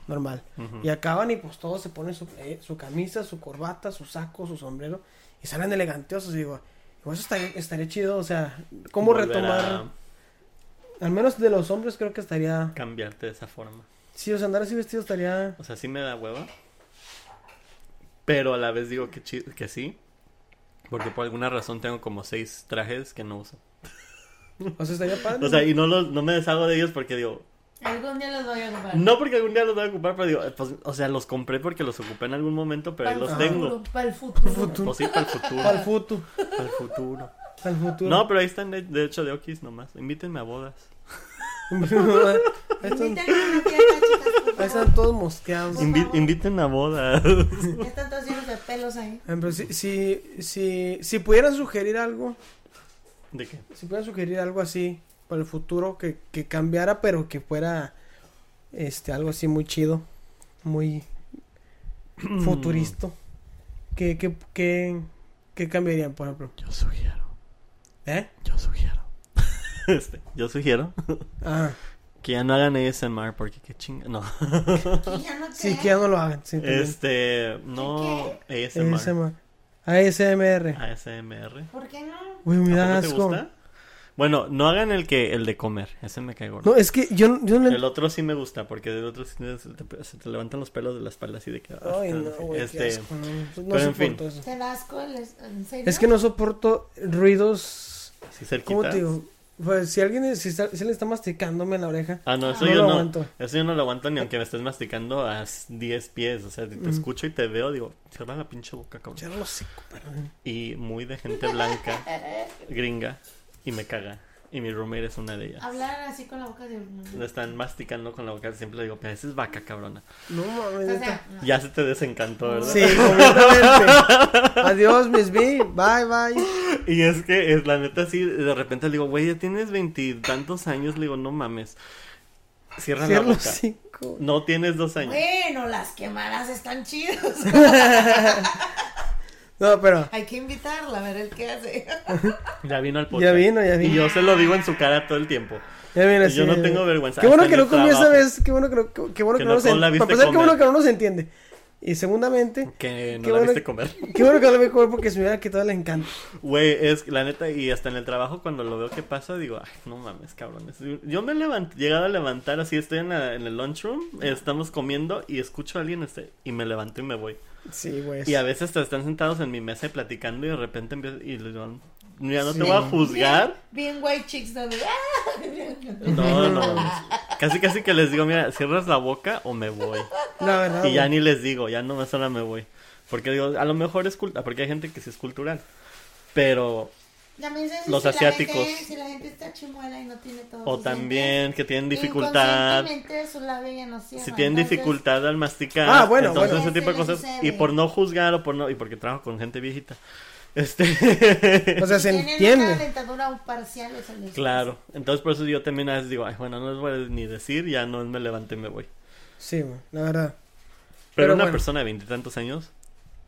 Speaker 1: Normal. Y acaban y pues todos se ponen su, play- su camisa, su corbata, su saco, su sombrero. Y salen elegantiosos. Y digo, pues eso estaría, estaría chido. O sea, ¿cómo
Speaker 2: Volver
Speaker 1: retomar? Al menos de los hombres creo que estaría...
Speaker 2: a cambiarte de esa forma.
Speaker 1: Sí, o sea, andar así vestido estaría...
Speaker 2: O sea, sí me da hueva. Pero a la vez digo que, chi- que sí. Porque por alguna razón tengo como seis trajes que no uso.
Speaker 1: O sea, estaría padre.
Speaker 2: O sea, y no, los, no me deshago de ellos porque digo,
Speaker 3: Algún día los voy a comprar.
Speaker 2: no porque algún día los voy a ocupar, pero digo, pues, o sea, los compré porque los ocupé en algún momento, pero ahí los tengo.
Speaker 3: Para el futuro.
Speaker 2: Pues sí, para el futuro.
Speaker 1: Para el futuro.
Speaker 2: Para el futuro.
Speaker 1: Para el futuro.
Speaker 2: No, pero ahí están, de, de hecho, de Okis nomás. Invítenme a bodas.
Speaker 1: Ahí están- ahí
Speaker 3: Invítenme a una fiesta, chicas, por favor.
Speaker 1: están todos mosqueados.
Speaker 3: Por
Speaker 2: Invi-
Speaker 3: favor.
Speaker 2: inviten a bodas.
Speaker 3: Ya están todos llenos de pelos ahí.
Speaker 1: Ah, pero si, si, si, si pudieran sugerir algo,
Speaker 2: ¿De qué?
Speaker 1: si pudieran sugerir algo así para el futuro que, que cambiara, pero que fuera este algo así muy chido, muy
Speaker 2: Mm.
Speaker 1: futurista, ¿qué, qué, qué, qué cambiarían, por ejemplo?
Speaker 2: Yo sugiero.
Speaker 1: ¿Eh?
Speaker 2: Yo sugiero. Este, yo sugiero
Speaker 1: Ah,
Speaker 2: que ya no hagan ASMR porque qué chinga. No.
Speaker 3: Y ya no te
Speaker 1: sí, que ya no lo hagan. Sí, también.
Speaker 2: Este, no ASMR. ASMR.
Speaker 1: ASMR. ASMR.
Speaker 3: ¿Por qué no?
Speaker 1: Uy, me
Speaker 2: ¿A
Speaker 1: dan
Speaker 2: poco te
Speaker 1: asco.
Speaker 2: gusta? Bueno, no hagan el que el de comer, ese me cae gordo.
Speaker 1: No, es que yo, yo no...
Speaker 2: El otro sí me gusta, porque del otro sí se te, se te levantan los pelos de la espalda así de que... ah,
Speaker 1: Ay, no,
Speaker 2: en fin.
Speaker 1: güey, qué
Speaker 2: este,
Speaker 1: asco, no, no
Speaker 2: pero
Speaker 1: soporto
Speaker 2: en fin.
Speaker 1: eso.
Speaker 3: ¿Te das asco? el- ¿En serio?
Speaker 1: Es que no soporto ruidos...
Speaker 2: así cerquita.
Speaker 1: ¿Cómo te digo? Pues si alguien, si, está- si le está masticándome en la oreja...
Speaker 2: Ah, no, eso
Speaker 1: No
Speaker 2: yo
Speaker 1: lo
Speaker 2: no.
Speaker 1: aguanto.
Speaker 2: Eso yo no lo aguanto
Speaker 1: Eh.
Speaker 2: ni aunque me estés masticando a 10 pies. O sea, te escucho y te veo, digo, cierra la pinche boca, cabrón.
Speaker 1: Mm. Ya lo sé, compadre.
Speaker 2: Y muy de gente blanca,
Speaker 1: Eh,
Speaker 2: gringa, y me caga. Y mi roommate es una de ellas.
Speaker 1: Ah.
Speaker 3: Hablar así con la boca de uno.
Speaker 2: Le están masticando con la boca, siempre le digo, pero esa es vaca, cabrona.
Speaker 1: No mames,
Speaker 3: O
Speaker 1: neta.
Speaker 3: sea, no.
Speaker 2: Ya se te desencantó, ¿verdad?
Speaker 1: Sí, completamente. Adiós, Miss B. Bye, bye.
Speaker 2: Y es que es la neta sí, de repente le digo, güey, ya tienes veintitantos años, le digo, no mames. Cierra
Speaker 1: Cierra
Speaker 2: la
Speaker 1: los
Speaker 2: boca.
Speaker 1: cinco.
Speaker 2: No tienes dos años.
Speaker 3: Bueno, las quemadas están chidas.
Speaker 1: No, pero...
Speaker 3: Hay que invitarla a ver el qué hace.
Speaker 2: Ya vino al podcast.
Speaker 1: Ya vino, ya vino.
Speaker 2: Y yo se lo digo en su cara todo el tiempo.
Speaker 1: Ya mira,
Speaker 2: Yo
Speaker 1: sí,
Speaker 2: no
Speaker 1: ya.
Speaker 2: tengo vergüenza.
Speaker 1: Qué bueno
Speaker 2: Hasta
Speaker 1: que
Speaker 2: en
Speaker 1: no
Speaker 2: el
Speaker 1: comió esa
Speaker 2: trabajo.
Speaker 1: vez. Qué bueno que no, qué bueno que,
Speaker 2: Que
Speaker 1: no,
Speaker 2: no
Speaker 1: se
Speaker 2: con la
Speaker 1: entiende.
Speaker 2: viste
Speaker 1: Para empezar, qué
Speaker 2: comer.
Speaker 1: bueno que no nos entiende. Y segundamente,
Speaker 2: Que no
Speaker 1: Qué
Speaker 2: la
Speaker 1: bueno
Speaker 2: viste
Speaker 1: que-
Speaker 2: comer.
Speaker 1: qué bueno que no lo voy a comer porque se me hubiera quitado el encanto.
Speaker 2: Güey, es la neta, y hasta en el trabajo cuando lo veo que pasa, digo, ay, no mames, cabrones. Yo me he levant- llegado a levantar así, estoy en, la- en el lunchroom, estamos comiendo y escucho a alguien este, y me levanto y me voy.
Speaker 1: Sí, güey.
Speaker 2: Y a veces hasta están sentados en mi mesa y platicando y de repente empiezo, y les digo, ya no
Speaker 1: Sí.
Speaker 2: te voy a juzgar.
Speaker 3: Bien, bien white chicks "Ah". donde.
Speaker 2: No, no. mames. Casi, casi que les digo, mira, cierras la boca o me voy.
Speaker 1: La verdad.
Speaker 2: Y ya
Speaker 1: güey.
Speaker 2: ni les digo, ya no más ahora me voy. Porque digo, a lo mejor es culta, porque hay gente que sí es cultural. Pero Los asiáticos.
Speaker 3: si la gente está chimuela y no tiene todo.
Speaker 2: O
Speaker 3: su
Speaker 2: también que tienen
Speaker 3: diente,
Speaker 2: dificultad.
Speaker 3: inconscientemente su labio ya no cierra,
Speaker 2: Si tienen
Speaker 3: entonces-
Speaker 2: dificultad al masticar.
Speaker 1: Ah, bueno,
Speaker 2: entonces
Speaker 1: bueno.
Speaker 2: ese tipo de
Speaker 3: Eso le
Speaker 2: cosas.
Speaker 3: sucede.
Speaker 2: Y por no juzgar o por no. Y porque trabajo con gente viejita. Este.
Speaker 1: O sea,
Speaker 3: Si
Speaker 1: se
Speaker 3: tienen Una
Speaker 1: entiende.
Speaker 3: dentadura parcial, eso les-
Speaker 2: claro. Entonces por eso yo también a veces digo, ay, bueno, no les voy a ni decir, ya no me levanto y me voy.
Speaker 1: Sí, güey. La verdad.
Speaker 2: Pero,
Speaker 1: Pero
Speaker 2: una
Speaker 1: bueno.
Speaker 2: persona de veintitantos años.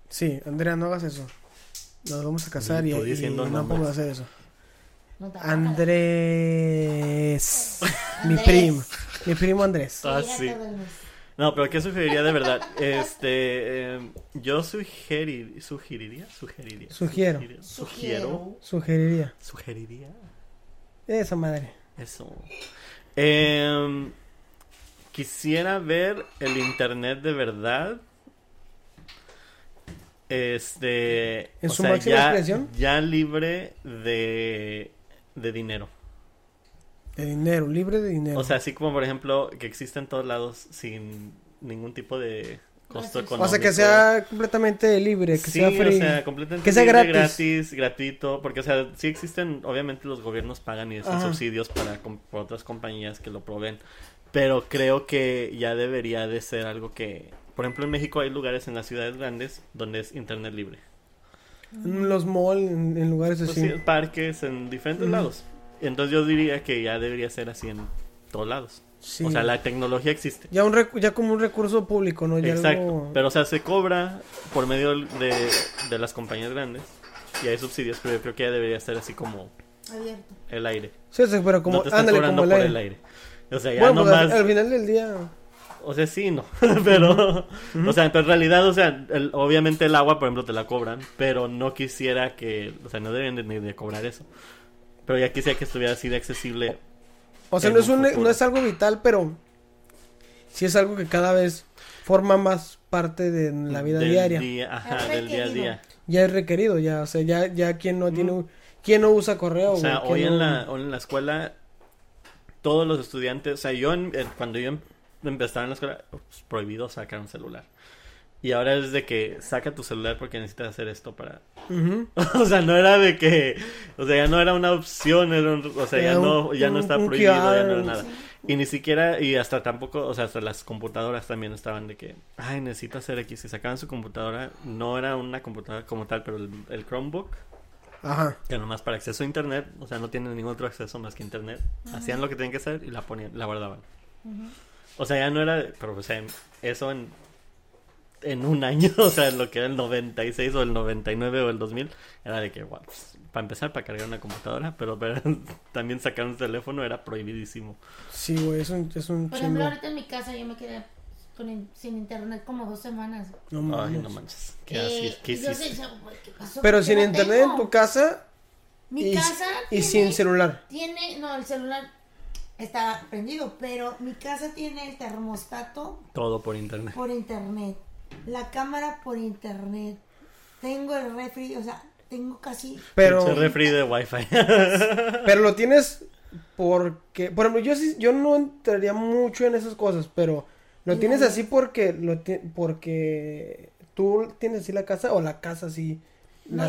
Speaker 1: Sí, Andrea, no hagas eso. Nos vamos a casar
Speaker 2: Ni
Speaker 1: y,
Speaker 2: tú
Speaker 1: y
Speaker 2: diciendo
Speaker 1: no
Speaker 2: nombres.
Speaker 1: podemos hacer eso.
Speaker 3: No te
Speaker 1: Andrés. Mi
Speaker 3: Andrés.
Speaker 1: primo. Mi primo Andrés.
Speaker 2: Ah,
Speaker 3: Llega
Speaker 2: sí.
Speaker 3: todo el mes.
Speaker 2: No, pero ¿qué sugeriría de verdad? Este. eh, yo sugerir, sugeriría. Sugeriría.
Speaker 1: Sugiero.
Speaker 2: Sugiero. Sugiero.
Speaker 3: Sugiero.
Speaker 1: Sugeriría.
Speaker 2: Sugeriría.
Speaker 1: Esa madre.
Speaker 2: Eso. Em, quisiera ver el internet de verdad. Este.
Speaker 1: ¿En
Speaker 2: o
Speaker 1: su
Speaker 2: sea,
Speaker 1: máxima
Speaker 2: ya,
Speaker 1: expresión?
Speaker 2: Ya libre de, de dinero.
Speaker 1: De dinero, libre de dinero.
Speaker 2: O sea, así como por ejemplo que existe en todos lados sin ningún tipo de costo
Speaker 3: Gracias.
Speaker 2: económico.
Speaker 1: O sea, que sea completamente libre, que
Speaker 2: Sí,
Speaker 1: sea
Speaker 2: o
Speaker 1: free.
Speaker 2: sea, completamente
Speaker 1: Que sea
Speaker 2: libre,
Speaker 1: gratis.
Speaker 2: gratuito, porque, o sea, sí existen, obviamente los gobiernos pagan y hacen
Speaker 1: Ajá.
Speaker 2: subsidios para com- por otras compañías que lo proveen, pero creo que ya debería de ser algo que, por ejemplo, en México hay lugares en las ciudades grandes donde es internet libre,
Speaker 1: En los malls, en, en lugares
Speaker 2: Pues
Speaker 1: así.
Speaker 2: sí, en parques, en diferentes
Speaker 1: Ujú.
Speaker 2: lados, entonces yo diría que ya debería ser así en todos lados,
Speaker 1: Sí.
Speaker 2: o sea, la tecnología existe.
Speaker 1: ya, un recu- ya como un recurso público, ¿no? Ya
Speaker 2: Exacto.
Speaker 1: algo-
Speaker 2: Pero, o sea, se cobra por medio de, de las compañías grandes y hay subsidios, pero yo creo que ya debería ser así como
Speaker 3: Abierto.
Speaker 2: el aire.
Speaker 1: Sí, sí, pero como,
Speaker 2: no te están
Speaker 1: ándale,
Speaker 2: cobrando
Speaker 1: como el
Speaker 2: por
Speaker 1: aire.
Speaker 2: el aire. O sea, ya
Speaker 1: Bueno, pues, al,
Speaker 2: nomás.
Speaker 1: al final del día.
Speaker 2: O sea, sí, no. pero. O sea, pero en realidad, o sea, el- obviamente el agua, por ejemplo, te la cobran, pero no quisiera que. O sea, no deben de, ni de cobrar eso. Pero ya quisiera que estuviera así de accesible.
Speaker 1: O sea,
Speaker 2: En
Speaker 1: no es,
Speaker 2: un
Speaker 1: un-
Speaker 2: futuro.
Speaker 1: no es algo vital, pero sí es algo que cada vez forma más parte de la vida
Speaker 2: del
Speaker 1: diaria.
Speaker 2: día- ajá,
Speaker 3: Es
Speaker 2: del día a
Speaker 3: requerido.
Speaker 2: día.
Speaker 1: Ya es requerido, ya. O sea, ya, ya quien no tiene. un- Quien no usa correo.
Speaker 2: O sea,
Speaker 1: güey,
Speaker 2: hoy
Speaker 1: quien
Speaker 2: en
Speaker 1: no-
Speaker 2: la, hoy en la escuela, todos los estudiantes, o sea, yo en- en- cuando yo em- empezaba en la escuela, pues, prohibido sacar un celular. Y ahora es de que saca tu celular porque necesitas hacer esto para...
Speaker 1: Ujú.
Speaker 2: O sea, no era de que... O sea, ya no era una opción, era un- o sea, ya
Speaker 1: Era un-
Speaker 2: no, ya no
Speaker 1: un-
Speaker 2: está
Speaker 1: un
Speaker 2: prohibido, ya no
Speaker 1: QR,
Speaker 2: era nada. Y ni siquiera, y hasta tampoco, o sea, hasta las computadoras también estaban de que, ay, necesito hacer X. Si sacaban su computadora, no era una computadora como tal, pero el, el Chromebook
Speaker 1: Ajá.
Speaker 2: que nomás para acceso a internet, o sea, no tienen ningún otro acceso más que internet. Hacían lo que tenían que hacer y la ponían, la guardaban. O sea, ya no era, pero o sea, en- eso en en un año, o sea, en lo que era el 96 o el 99 o el 2000, era de que, guau, pues, para empezar, para cargar una computadora, pero, para- también sacar un teléfono era prohibidísimo.
Speaker 1: Sí, güey, es un, es un
Speaker 3: Por ejemplo,
Speaker 1: chingo.
Speaker 3: ahorita en mi casa yo me quedé con in- sin internet como dos semanas.
Speaker 1: No
Speaker 2: Ay,
Speaker 1: mames.
Speaker 2: no manches, ¿qué,
Speaker 3: Eh,
Speaker 2: haces? ¿Qué
Speaker 3: y yo
Speaker 2: hiciste?
Speaker 3: decía, "Güey, ¿qué pasó?
Speaker 1: Pero
Speaker 3: ¿Por qué
Speaker 1: sin
Speaker 3: no
Speaker 1: internet en
Speaker 3: tengo?"
Speaker 1: tu casa
Speaker 3: Mi
Speaker 1: y,
Speaker 3: casa.
Speaker 1: y
Speaker 3: tiene-
Speaker 1: sin celular.
Speaker 3: Tiene. No, el celular está prendido, pero mi casa tiene el termostato
Speaker 2: Todo por internet.
Speaker 3: por internet. La cámara por internet. Tengo el refri, o sea, tengo casi.
Speaker 1: Pero,
Speaker 2: Pinche refri de wifi.
Speaker 1: pero lo tienes porque. Por ejemplo, yo, sí- yo no entraría mucho en esas cosas, pero lo
Speaker 3: No.
Speaker 1: tienes así porque lo ti- porque tú tienes así la casa o la casa así.
Speaker 3: No,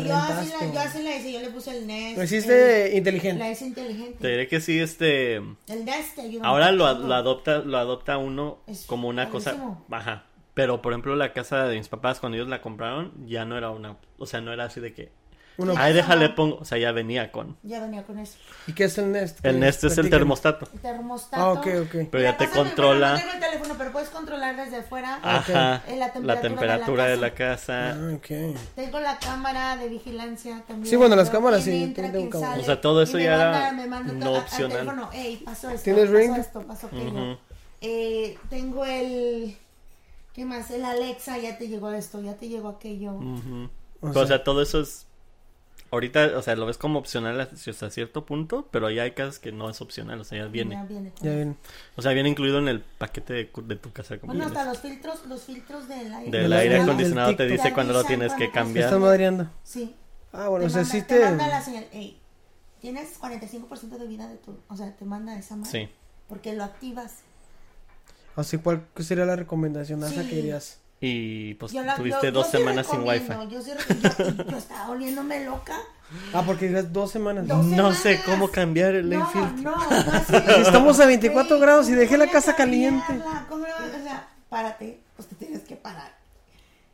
Speaker 1: La
Speaker 3: yo así, la,
Speaker 1: rentaste,
Speaker 3: yo
Speaker 1: o-
Speaker 3: así la hice, yo le puse el Nest.
Speaker 1: Lo hiciste
Speaker 3: el- La
Speaker 1: inteligente.
Speaker 3: hice inteligente.
Speaker 2: Te diré que sí, este.
Speaker 3: El Nest te ayuda.
Speaker 2: Ahora
Speaker 3: mucho.
Speaker 2: lo, ad- lo adopta, lo adopta uno
Speaker 3: Es
Speaker 2: como una cosa
Speaker 3: padrísimo.
Speaker 2: baja. Pero por ejemplo la casa de mis papás cuando ellos la compraron ya no era una, o sea no era así de que,
Speaker 1: Una-
Speaker 2: ay déjale pongo, o sea ya venía con.
Speaker 3: Ya venía con eso.
Speaker 1: ¿Y qué es el Nest?
Speaker 2: El Nest es el
Speaker 1: Platícame.
Speaker 2: termostato.
Speaker 3: El termostato.
Speaker 1: Ah, ok, ok. Pero
Speaker 3: Mira,
Speaker 2: ya te
Speaker 3: pásame- bueno,
Speaker 2: controla. Ah.
Speaker 3: no tengo el teléfono, pero puedes controlar desde afuera.
Speaker 2: Ajá.
Speaker 3: Eh,
Speaker 2: La
Speaker 3: la
Speaker 2: temperatura,
Speaker 3: temperatura
Speaker 2: de
Speaker 3: de
Speaker 2: la
Speaker 3: la
Speaker 2: casa.
Speaker 1: Ah, ok.
Speaker 3: Tengo la cámara de vigilancia también.
Speaker 1: Sí, bueno, las
Speaker 3: Veo
Speaker 1: cámaras
Speaker 3: quién
Speaker 1: sí,
Speaker 3: entra,
Speaker 1: tengo
Speaker 3: quién
Speaker 1: cámaras.
Speaker 3: sale.
Speaker 2: O sea, todo
Speaker 3: Y
Speaker 2: eso
Speaker 3: me
Speaker 2: ya era
Speaker 3: manda- me manda
Speaker 2: no
Speaker 3: to- a- al
Speaker 2: opcional.
Speaker 3: teléfono, "Ey, pasó esto,
Speaker 1: ¿Tienes
Speaker 3: pasó
Speaker 1: Ring?
Speaker 3: esto, pasó aquello".
Speaker 2: Ujú.
Speaker 3: Eh, tengo el... ¿Qué más? El Alexa, ya te llegó esto, ya te llegó aquello.
Speaker 1: Ah.
Speaker 2: Ujú.
Speaker 1: O
Speaker 2: Pero, O, sea,
Speaker 1: sea-
Speaker 2: todo eso es... Ahorita, o sea, lo ves como opcional hasta cierto punto, pero ahí hay casas que no es opcional, o sea, ya viene.
Speaker 3: Ya viene con-
Speaker 1: Ya bien.
Speaker 2: O sea, viene incluido en el paquete de, cu- de tu casa. como
Speaker 3: Bueno,
Speaker 2: dices.
Speaker 3: hasta los filtros, los filtros del aire.
Speaker 2: Del
Speaker 1: Del
Speaker 2: aire
Speaker 1: del-
Speaker 2: acondicionado
Speaker 1: del
Speaker 2: te
Speaker 1: TikTok.
Speaker 2: dice cuando lo tienes que
Speaker 3: Te
Speaker 1: ¿Qué
Speaker 2: cambiar.
Speaker 1: estás madreando?
Speaker 3: Sí.
Speaker 1: Ah, bueno,
Speaker 3: te
Speaker 1: o sea,
Speaker 3: manda,
Speaker 1: sí
Speaker 3: te
Speaker 1: te.
Speaker 3: manda la señal, "Ey, tienes 45% de vida de tu... O sea, te manda esa madre.
Speaker 2: Sí.
Speaker 3: Porque lo activas.
Speaker 1: Así, ¿cuál sería la recomendación Asa,
Speaker 3: Sí.
Speaker 1: que dirías?
Speaker 2: Y pues
Speaker 3: Yo la-
Speaker 2: tuviste
Speaker 3: yo-
Speaker 2: dos
Speaker 3: yo sí
Speaker 2: semanas sin wifi.
Speaker 3: recomiendo, Yo, sí recomiendo, yo, yo estaba oliéndome loca.
Speaker 1: Ah, porque digas dos semanas.
Speaker 3: Dos
Speaker 2: No sé
Speaker 3: semanas.
Speaker 2: cómo cambiar el
Speaker 3: No,
Speaker 2: Enfield.
Speaker 3: no, no, así de-
Speaker 1: Estamos a 24
Speaker 3: Güey,
Speaker 1: grados y
Speaker 3: ¿cómo
Speaker 1: dejé la
Speaker 3: voy a
Speaker 1: casa caliente.
Speaker 3: cambiarla? ¿Cómo la vas- o sea, párate, pues te tienes que parar.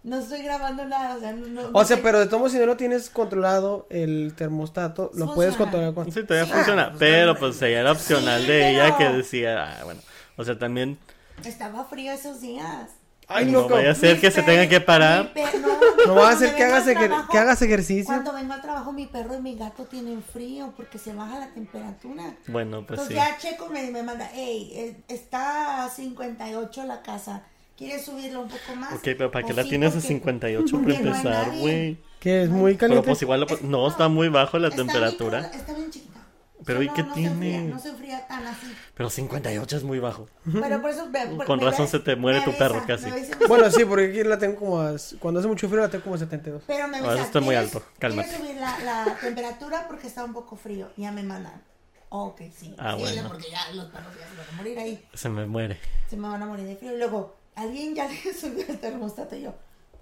Speaker 3: No estoy grabando nada, o sea, no- no-
Speaker 1: O sea,
Speaker 3: no-
Speaker 1: pero de todos modos, si no lo tienes controlado el termostato, lo
Speaker 3: Funciona.
Speaker 1: puedes controlar con.
Speaker 2: Sí, todavía funciona. pero pues ella era opcional
Speaker 3: Ah, Sí,
Speaker 2: de ella que
Speaker 3: pero-
Speaker 2: decía, ah, bueno. O sea, también
Speaker 3: Estaba frío esos días.
Speaker 1: Ay,
Speaker 2: No
Speaker 1: loco.
Speaker 2: vayas- Hacer
Speaker 3: Mi
Speaker 2: que se
Speaker 3: per-
Speaker 2: tengan que
Speaker 3: mi
Speaker 2: parar.
Speaker 3: per-
Speaker 1: No
Speaker 3: no,
Speaker 1: va a
Speaker 3: cuando
Speaker 1: hacer que
Speaker 3: vengo
Speaker 1: hagas,
Speaker 3: al
Speaker 1: ejer-
Speaker 3: trabajo-
Speaker 1: que hagas ejercicio.
Speaker 3: Cuando vengo al trabajo, mi perro y mi gato tienen frío porque se baja la temperatura.
Speaker 2: Bueno, pues
Speaker 3: Entonces
Speaker 2: sí.
Speaker 3: ya Checo me, me manda, hey, eh, está a 58 la casa, ¿quieres subirla un poco más?
Speaker 2: Ok, pero ¿para
Speaker 3: O
Speaker 2: qué la
Speaker 3: pues sí,
Speaker 2: tienes a
Speaker 3: porque-
Speaker 2: 58 para
Speaker 3: porque no hay
Speaker 2: empezar,
Speaker 3: nadie.
Speaker 2: güey?
Speaker 1: Que es muy
Speaker 2: Pero
Speaker 1: caliente.
Speaker 2: pues igual, lo po- no, está muy bajo la
Speaker 3: Está bien
Speaker 2: temperatura.
Speaker 3: chiquita, está bien chiquita.
Speaker 2: Pero
Speaker 3: O sea,
Speaker 2: ¿y
Speaker 3: no-
Speaker 2: qué
Speaker 3: no se
Speaker 2: tiene?
Speaker 3: enfría, no se enfría tan así.
Speaker 2: Pero 58 es muy bajo.
Speaker 3: Pero por eso... ve- por-
Speaker 2: Con
Speaker 3: me
Speaker 2: razón
Speaker 3: ve-
Speaker 2: se te muere
Speaker 3: me
Speaker 2: tu perro
Speaker 3: avisa,
Speaker 2: casi.
Speaker 3: me avisa, me-
Speaker 1: Bueno, sí, porque aquí la tengo como. a- Cuando hace mucho frío, la tengo como a 72.
Speaker 3: Pero me
Speaker 2: No,
Speaker 3: avisa,
Speaker 2: eso está muy
Speaker 3: "¿Quieres-
Speaker 2: alto, cálmate".
Speaker 3: ¿Quieres subir la, la temperatura porque está un poco frío? Ya me mandan. "Oh, Ok, sí.
Speaker 2: Ah,
Speaker 3: síguele,
Speaker 2: bueno.
Speaker 3: Porque ya los perros ya se van a morir ahí.
Speaker 2: Se me muere.
Speaker 3: se me van a morir de frío. Y luego, alguien ya le subió el termostato y yo,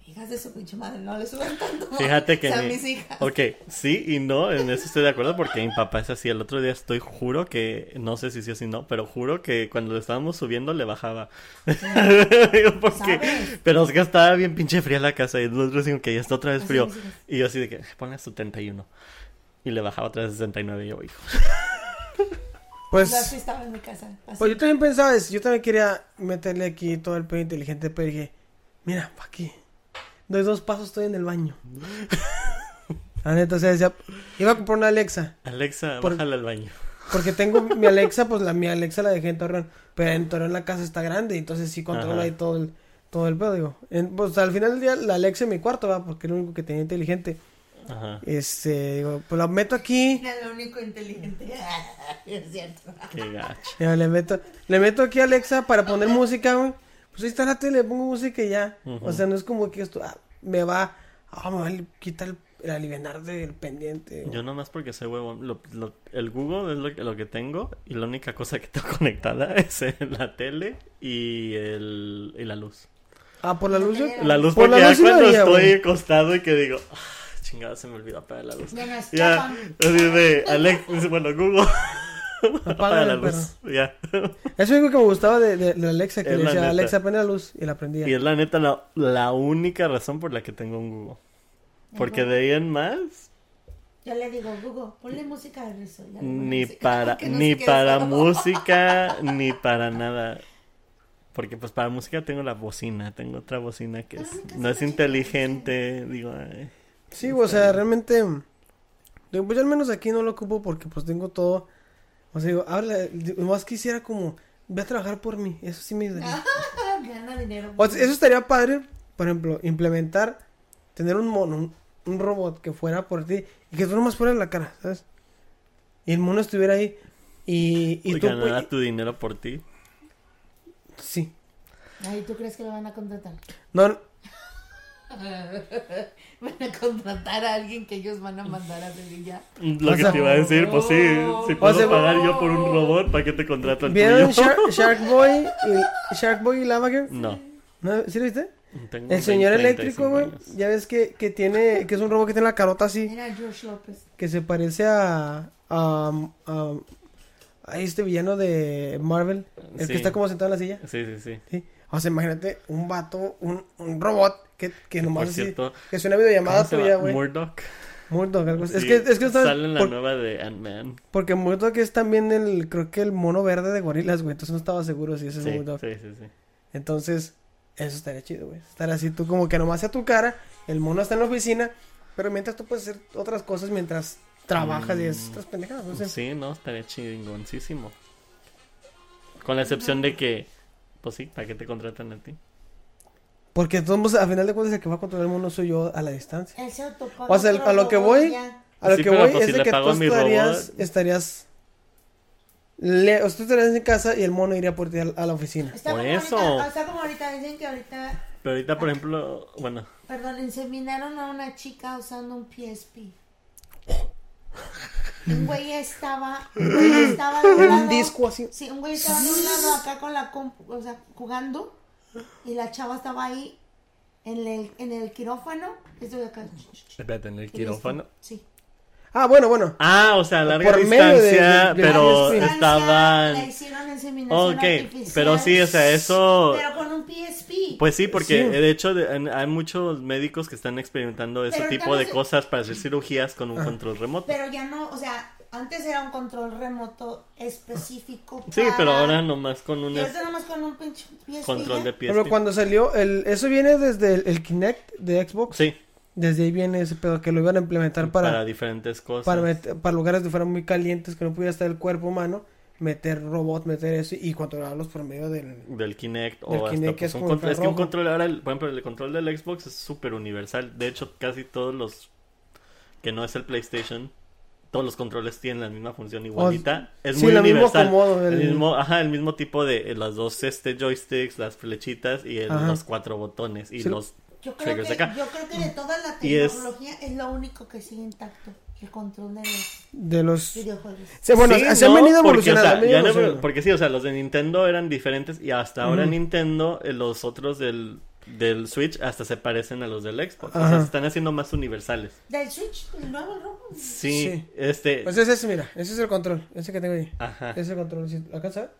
Speaker 3: hijas de su pinche madre, no le suben tanto.
Speaker 2: Fíjate que
Speaker 3: O sea,
Speaker 2: mi-
Speaker 3: mis hijas.
Speaker 2: Ok, sí y no, en eso estoy de acuerdo porque mi papá es así. El otro día estoy, juro que, no sé si sí o si no, pero juro que cuando lo estábamos subiendo le bajaba. porque,
Speaker 3: ¿Sabes?
Speaker 2: pero es que estaba bien pinche fría la casa y nosotros decimos que ya está otra vez
Speaker 3: Así
Speaker 2: frío.
Speaker 3: es, así es.
Speaker 2: Y yo así de que, ponle a 71. Y le bajaba otra vez a 69 y yo, hijo.
Speaker 3: Yo así
Speaker 1: Pues.
Speaker 3: estaba en mi casa. así.
Speaker 1: Pues yo también pensaba eso. Yo también quería meterle aquí todo el pedo inteligente, pero dije, mira, pa' aquí. Doy dos pasos, estoy en el baño. La neta, o sea, decía, iba a comprar una Alexa.
Speaker 2: Alexa,
Speaker 1: Por-
Speaker 2: bájale al baño.
Speaker 1: Porque tengo mi Alexa, pues la mi Alexa la dejé en Torreón. Pero en Torreón la casa está grande, entonces sí controla
Speaker 2: Ajá.
Speaker 1: ahí todo el, todo el pedo, digo. En- pues al final del día la Alexa en mi cuarto, va, porque es lo único que tenía inteligente.
Speaker 2: Ajá.
Speaker 1: Este, digo, pues la meto aquí.
Speaker 3: Era lo único inteligente. es cierto.
Speaker 2: Qué gacho.
Speaker 1: Ya, le meto, le meto aquí a Alexa para poner música, güey. Pues ahí está la tele, pongo música y ya. O sea, no es como que esto ah, me va, ah, me va a quitar el, el alivianar del pendiente. güey.
Speaker 2: Yo nomás porque soy huevón. lo- lo- el Google es lo, que- lo que tengo y la única cosa que tengo conectada es eh, la tele y, el, y la luz.
Speaker 1: Ah, por la luz. yo-
Speaker 2: La luz
Speaker 1: Por la
Speaker 2: porque ya
Speaker 1: luz sí lo
Speaker 2: cuando
Speaker 1: haría,
Speaker 2: estoy
Speaker 1: güey.
Speaker 2: acostado y que digo, "Ah, chingada, se me olvidó apagar la luz.
Speaker 3: Ya no es
Speaker 2: Ya,
Speaker 3: chapa.
Speaker 2: así de, Alex, bueno, Google, apaga la
Speaker 1: el
Speaker 2: luz. Ya.
Speaker 1: Eso es algo que me gustaba de, de- de Alexa, que
Speaker 2: Es
Speaker 1: le
Speaker 2: la
Speaker 1: decía,
Speaker 2: neta.
Speaker 1: Alexa, prende la luz y la prendía.
Speaker 2: Y es la neta la, la única razón por la que tengo un Google. Porque de ahí en más,
Speaker 3: Yo le digo, Google, ponle música de eso. Ya le pongo
Speaker 2: ni
Speaker 3: música,
Speaker 2: para,
Speaker 3: porque no
Speaker 2: ni
Speaker 3: se quede
Speaker 2: para
Speaker 3: solo.
Speaker 2: música, ni para nada. Porque pues para música tengo la bocina, tengo otra bocina que
Speaker 3: Ah,
Speaker 2: es-
Speaker 3: mi casa
Speaker 2: no es
Speaker 3: está chiquita,
Speaker 2: inteligente, digo, ay,
Speaker 1: Sí, o sea, realmente. digo, Pues yo al menos aquí no lo ocupo porque pues tengo todo. O sea, digo, háblale, digo, más quisiera como, ve a trabajar por mí. Eso sí me
Speaker 3: Ah.
Speaker 1: ayudaría.
Speaker 3: Gana dinero.
Speaker 1: O sea, eso estaría padre, por ejemplo, implementar, tener un mono, un, un robot que fuera por ti y que tú nomás fueras la cara, ¿sabes? y el mono estuviera ahí y, y
Speaker 2: Y
Speaker 1: tú
Speaker 2: ganara
Speaker 1: pues,
Speaker 2: tu dinero por ti.
Speaker 1: sí
Speaker 3: Ay, ¿tú crees que lo van a contratar?
Speaker 1: no no,
Speaker 3: Van a contratar a alguien que ellos van a mandar a Sevilla.
Speaker 2: Lo
Speaker 1: Mm, O
Speaker 2: que
Speaker 1: sea-
Speaker 2: te iba a decir, pues sí. Si
Speaker 1: O
Speaker 2: puedo
Speaker 1: sea,
Speaker 2: pagar yo por un robot, ¿para qué te contrato el
Speaker 1: vieron
Speaker 2: tuyo? Mm.
Speaker 1: Shark, Shark Boy y Shark Boy y Lava Girl
Speaker 2: No.
Speaker 1: ¿No? ¿sí lo viste?
Speaker 2: Tengo
Speaker 1: el señor
Speaker 2: 20,
Speaker 1: eléctrico
Speaker 2: 35
Speaker 1: güey
Speaker 2: años.
Speaker 1: ya ves que, que tiene que es un robot que tiene la carota así
Speaker 3: Era George López.
Speaker 1: que se parece a a, a- a este villano de Marvel el
Speaker 2: Sí.
Speaker 1: que está como sentado en la silla
Speaker 2: Sí, sí, sí.
Speaker 1: Sí. O sea, imagínate un vato, un, un robot que, que nomás
Speaker 2: por
Speaker 1: así,
Speaker 2: cierto,
Speaker 1: que es una videollamada
Speaker 2: ¿Cómo se
Speaker 1: tuya,
Speaker 2: llama?
Speaker 1: güey.
Speaker 2: Murdoch.
Speaker 1: Murdoch, algo así. Es
Speaker 2: Sí,
Speaker 1: que, es que
Speaker 2: Sale en
Speaker 1: sabes,
Speaker 2: la
Speaker 1: Por-
Speaker 2: nueva de Ant-Man.
Speaker 1: porque Murdoch es también el, creo que el mono verde de gorilas, güey. Entonces no estaba seguro si ese es
Speaker 2: Sí,
Speaker 1: Murdoch.
Speaker 2: sí, sí, sí.
Speaker 1: Entonces, eso estaría chido, güey. Estar así tú como que nomás a tu cara, el mono está en la oficina, pero mientras tú puedes hacer otras cosas mientras trabajas y esas otras pendejadas, no sé.
Speaker 2: Mm. Sí, no, estaría chingoncísimo. Con la excepción de que, pues sí, ¿para qué te contratan a ti?
Speaker 1: Porque todos, a final de cuentas, el que va a controlar el mono soy yo a la distancia.
Speaker 3: Él se autopaga.
Speaker 1: O sea, el-
Speaker 3: otro
Speaker 1: a lo que
Speaker 3: robot
Speaker 1: voy-
Speaker 3: y ya.
Speaker 1: A lo
Speaker 2: Sí,
Speaker 1: que
Speaker 2: pero,
Speaker 1: voy
Speaker 2: pues,
Speaker 1: es
Speaker 2: si
Speaker 1: de
Speaker 2: le
Speaker 1: que
Speaker 2: pago a
Speaker 1: tú
Speaker 2: mi
Speaker 1: estarías,
Speaker 2: robot-
Speaker 1: estarías le- o sea, tú estarías en casa y el mono iría por ti a, a la oficina.
Speaker 3: Está
Speaker 2: Por
Speaker 3: como
Speaker 2: eso.
Speaker 3: ahorita- está como ahorita, dicen que ahorita,
Speaker 2: Pero ahorita, por ejemplo, bueno,
Speaker 3: perdón, inseminaron a una chica usando un PSP. Un güey estaba, un güey estaba de un
Speaker 1: Un
Speaker 3: lado-
Speaker 1: disco así.
Speaker 3: Sí, un güey estaba de un lado acá con la compu, o sea, jugando. Y la chava estaba ahí en el, en el quirófano. Estoy acá.
Speaker 2: espérate, en el quirófano.
Speaker 3: Sí.
Speaker 1: Ah, bueno, bueno.
Speaker 2: Ah, o sea, a larga
Speaker 1: Por medio de-
Speaker 2: distancia,
Speaker 1: de- de-
Speaker 2: pero
Speaker 1: Ah, sí.
Speaker 3: Le
Speaker 2: estaban...
Speaker 3: hicieron inseminación
Speaker 2: Ok,
Speaker 3: artificial,
Speaker 2: pero sí, o sea, eso...
Speaker 3: Pero con un PSP.
Speaker 2: Pues sí, porque
Speaker 1: Sí.
Speaker 2: de hecho de- en- hay muchos médicos que están experimentando ese
Speaker 3: Pero
Speaker 2: tipo
Speaker 3: ahorita
Speaker 2: de
Speaker 3: no se-
Speaker 2: cosas para hacer cirugías con un control remoto.
Speaker 3: Pero ya no, o sea, antes era un control remoto específico.
Speaker 2: sí,
Speaker 3: para-
Speaker 2: pero ahora nomás con un
Speaker 3: Y ahorita nomás con un pinche PSP.
Speaker 2: control de
Speaker 3: ya.
Speaker 2: pies.
Speaker 1: Pero cuando salió, el, eso viene desde el, el Kinect de Xbox.
Speaker 2: Sí,
Speaker 1: Desde ahí viene ese pedo que lo iban a implementar
Speaker 2: para,
Speaker 1: para,
Speaker 2: diferentes cosas.
Speaker 1: para, met- para lugares que fueran muy calientes, que no pudiera estar el cuerpo humano, meter robot, meter eso y controlarlos por medio del...
Speaker 2: del Kinect
Speaker 1: Del
Speaker 2: o hasta,
Speaker 1: Kinect, que
Speaker 2: pues,
Speaker 1: es
Speaker 2: un
Speaker 1: como
Speaker 2: control- es que un
Speaker 1: infrarrojo.
Speaker 2: control ahora el- por ejemplo el control del Xbox es súper universal de hecho casi todos los que no es el PlayStation todos los controles tienen la misma función igualita es
Speaker 1: sí,
Speaker 2: muy
Speaker 1: la misma
Speaker 2: universal
Speaker 1: acomodo,
Speaker 2: el...
Speaker 1: el-
Speaker 2: mismo ajá el mismo tipo de eh, las dos este joysticks las flechitas y el-
Speaker 1: Ajá.
Speaker 2: los cuatro botones y
Speaker 1: Sí.
Speaker 2: los
Speaker 3: Yo creo,
Speaker 2: triggers
Speaker 3: que,
Speaker 2: acá
Speaker 3: yo creo que de toda la
Speaker 2: Y es-
Speaker 3: tecnología es... lo único que sigue intacto. El control de los
Speaker 1: De los...
Speaker 3: videojuegos.
Speaker 1: Sí, bueno,
Speaker 2: Sí,
Speaker 1: se han
Speaker 2: ¿no?
Speaker 1: venido
Speaker 2: Porque, o sea,
Speaker 1: evolucionando. han venido
Speaker 2: ya no-
Speaker 1: evolucionando.
Speaker 2: porque sí, o sea, los de Nintendo eran diferentes y hasta ahora
Speaker 1: Ujú.
Speaker 2: Nintendo, eh, los otros del, del Switch hasta se parecen a los del Xbox. O sea,
Speaker 1: Ajá.
Speaker 2: se están haciendo más universales.
Speaker 3: Del Switch, el nuevo el rojo.
Speaker 2: Sí,
Speaker 1: Sí.
Speaker 2: este...
Speaker 1: Pues ese es, mira, ese es el control, ese que tengo ahí.
Speaker 2: Ajá.
Speaker 1: Ese control, ¿sí? ¿lo alcanza a ver?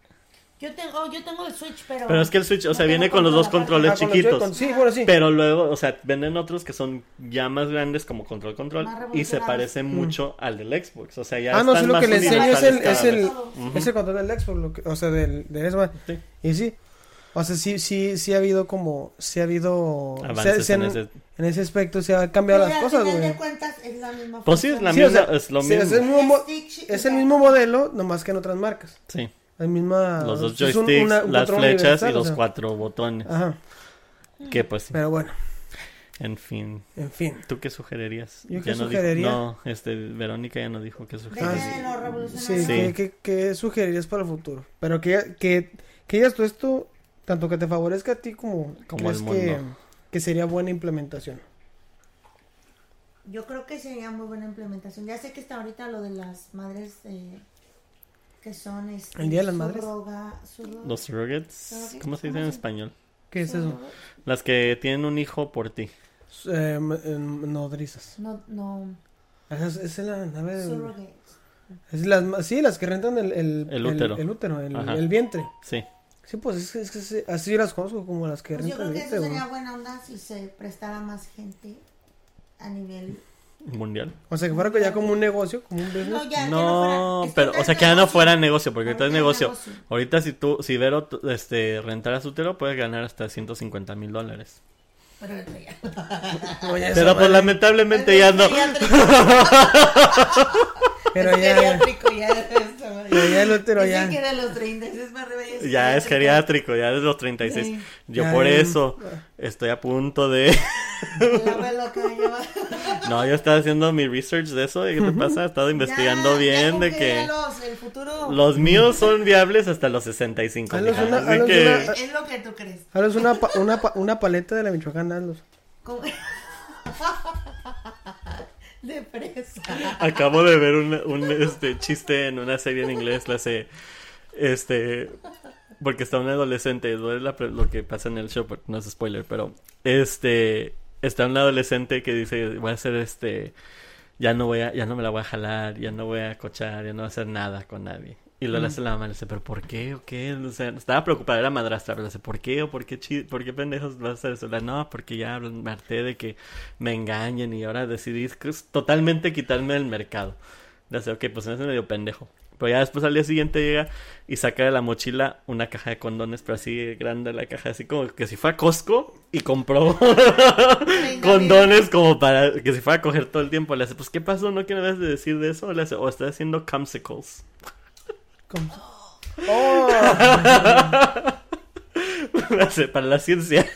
Speaker 3: Yo tengo, yo tengo el Switch, pero.
Speaker 2: Pero es que el Switch, o
Speaker 3: no
Speaker 2: sea,
Speaker 3: tengo
Speaker 2: viene con los
Speaker 3: control
Speaker 2: dos
Speaker 3: aparte.
Speaker 2: controles
Speaker 1: Ah, con los Joy-Con,
Speaker 2: chiquitos.
Speaker 1: Sí, bueno, sí.
Speaker 2: Pero luego, o sea, venden otros que son ya más grandes como control control
Speaker 3: Más
Speaker 2: y se
Speaker 3: revolucionados.
Speaker 2: parecen mucho al del Xbox. O sea, ya...
Speaker 1: Mm. Ah, no,
Speaker 2: están
Speaker 1: sí, lo
Speaker 2: más
Speaker 1: que le enseño es el,
Speaker 2: universales
Speaker 1: es
Speaker 2: cada
Speaker 1: el,
Speaker 2: vez.
Speaker 1: es el control del Xbox, lo que- o sea, del, del Xbox.
Speaker 2: Sí.
Speaker 1: Y sí, o sea, sí, sí, sí ha habido como, sí ha habido... se-
Speaker 2: Avances
Speaker 1: se
Speaker 2: en
Speaker 1: han-
Speaker 2: ese-
Speaker 1: en ese aspecto se han cambiado
Speaker 3: Pero
Speaker 1: las
Speaker 3: al
Speaker 1: cosas,
Speaker 3: final
Speaker 1: güey.
Speaker 3: de cuentas es la misma.
Speaker 2: Pues sí,
Speaker 3: función.
Speaker 2: es la
Speaker 1: Sí, o sea,
Speaker 2: misma- es lo
Speaker 1: sí, es el
Speaker 2: mismo.
Speaker 1: mismo, mo-
Speaker 3: Stick-
Speaker 1: es el mismo modelo, nomás que en otras marcas.
Speaker 2: Sí.
Speaker 1: La misma...
Speaker 2: Los dos
Speaker 1: ah, es un-
Speaker 2: joysticks,
Speaker 1: una- un
Speaker 2: las
Speaker 1: control
Speaker 2: flechas y
Speaker 1: universal, o
Speaker 2: los
Speaker 1: sea. Ah.
Speaker 2: cuatro botones.
Speaker 1: Ajá,
Speaker 2: Que pues sí.
Speaker 1: pero bueno,
Speaker 2: En fin.
Speaker 1: en fin.
Speaker 2: ¿Tú qué sugerirías?
Speaker 1: ¿Yo qué
Speaker 2: no dijo-
Speaker 1: sugeriría?
Speaker 2: No, este, Verónica ya no dijo qué
Speaker 3: Dejen de
Speaker 2: sugeriría.
Speaker 3: lo
Speaker 1: Ah, Sí,
Speaker 2: Sí.
Speaker 3: revolucionario.
Speaker 1: ¿Qué, qué, qué sugerirías para el futuro? Pero que, que, que digas tú esto, tanto que te favorezca a ti como,
Speaker 2: Como al
Speaker 1: crees que,
Speaker 2: mundo.
Speaker 1: que sería buena implementación.
Speaker 3: Yo creo que sería muy buena implementación. Ya sé que está ahorita lo de las madres eh, que son. Este,
Speaker 1: ¿El Día de las Madres?
Speaker 3: subroga- subro-
Speaker 2: Los surrogates,
Speaker 3: Surrogates,
Speaker 2: ¿cómo se dice
Speaker 3: ¿cómo
Speaker 2: en
Speaker 3: se-
Speaker 2: español?
Speaker 1: ¿Qué es eso?
Speaker 3: subroga-
Speaker 2: Las que tienen un hijo por ti.
Speaker 1: Eh, m- eh, nodrizas.
Speaker 3: No, no.
Speaker 1: Esa Es, esa es la nave de...
Speaker 3: surrogates.
Speaker 1: es las, ma- sí, las que rentan el, el,
Speaker 2: El útero.
Speaker 1: El, útero, el,
Speaker 2: Ajá.
Speaker 1: el vientre.
Speaker 2: Sí.
Speaker 1: Sí, pues es, que- es que sí, así yo las conozco como las que
Speaker 3: Pues yo
Speaker 1: rentan
Speaker 3: creo
Speaker 1: el
Speaker 3: que
Speaker 1: vientre.
Speaker 3: eso sería
Speaker 1: güey.
Speaker 3: buena onda si se prestara más gente a nivel.
Speaker 2: Mundial.
Speaker 1: O sea, que fuera ya como un negocio, como un business.
Speaker 3: No, ya, que
Speaker 2: No,
Speaker 3: fuera-
Speaker 2: pero,
Speaker 3: es que
Speaker 2: o sea, que ya
Speaker 3: ahorita es
Speaker 2: no
Speaker 3: negocio.
Speaker 2: fuera negocio, porque ahorita es
Speaker 3: Ahorita
Speaker 2: negocio.
Speaker 3: es negocio.
Speaker 2: Ahorita si tú, si Vero, t- este, rentara su telo, puedes ganar hasta 150 mil dólares.
Speaker 3: Pero ahorita ya.
Speaker 1: No, ya esa
Speaker 2: Pero pues
Speaker 1: madre-
Speaker 2: lamentablemente ya no.
Speaker 3: Ahorita ya tres-
Speaker 1: Pero ya,
Speaker 3: Geriátrico, ya era esta madre.
Speaker 1: Pero ya el útero,
Speaker 3: Dicen
Speaker 1: ya.
Speaker 3: que era los 30, es más rebelde.
Speaker 2: Ya es geriátrico, ya es los 36.
Speaker 3: Sí.
Speaker 2: Yo
Speaker 1: Ya,
Speaker 2: por
Speaker 1: ya.
Speaker 2: eso estoy a punto de...
Speaker 3: La abuela que me lleva.
Speaker 2: No, yo estaba haciendo mi research de eso. ¿Qué te pasa? He estado investigando
Speaker 3: Ya, ya
Speaker 2: bien
Speaker 3: con
Speaker 2: de
Speaker 3: que
Speaker 2: que
Speaker 3: ya los- el futuro
Speaker 2: los míos son viables hasta los 65.
Speaker 1: Hazlos
Speaker 2: mija,
Speaker 1: una-
Speaker 2: así
Speaker 1: hazlos
Speaker 2: que-
Speaker 1: una-
Speaker 3: es lo que tú crees.
Speaker 1: Hazlos una, pa- una, pa- una paleta de la Michoacán, hazlos.
Speaker 3: Como- De presa.
Speaker 2: Acabo de ver un, un, este, chiste en una serie en inglés, la sé, este, porque está un adolescente, duele la pre- lo que pasa en el show, pero no es spoiler, pero, este, está un adolescente que dice, voy a hacer este, ya no voy a, ya no me la voy a jalar, ya no voy a cochar, ya no voy a hacer nada con nadie. Y luego le hace la mamá, le dice, ¿pero por qué o qué? O sea, estaba preocupada, era madrastra, pero le dice, ¿por qué o por qué, chi- por qué pendejos vas a hacer eso? La, no, porque ya hablan- me harté de que me engañen y ahora decidí c- totalmente quitarme del mercado. Le dice, ok, pues me hace medio pendejo. Pero ya después al día siguiente llega y saca de la mochila una caja de condones, pero así grande la caja, así como que si fue a Costco y compró
Speaker 3: Venga,
Speaker 2: condones como para que si fuera a coger todo el tiempo. Le hace, pues, ¿qué pasó? ¿No quieres decir de eso? Le hace, o está haciendo camsicles.
Speaker 1: ¿Cómo? ¡Oh!
Speaker 2: Le hace, para la ciencia.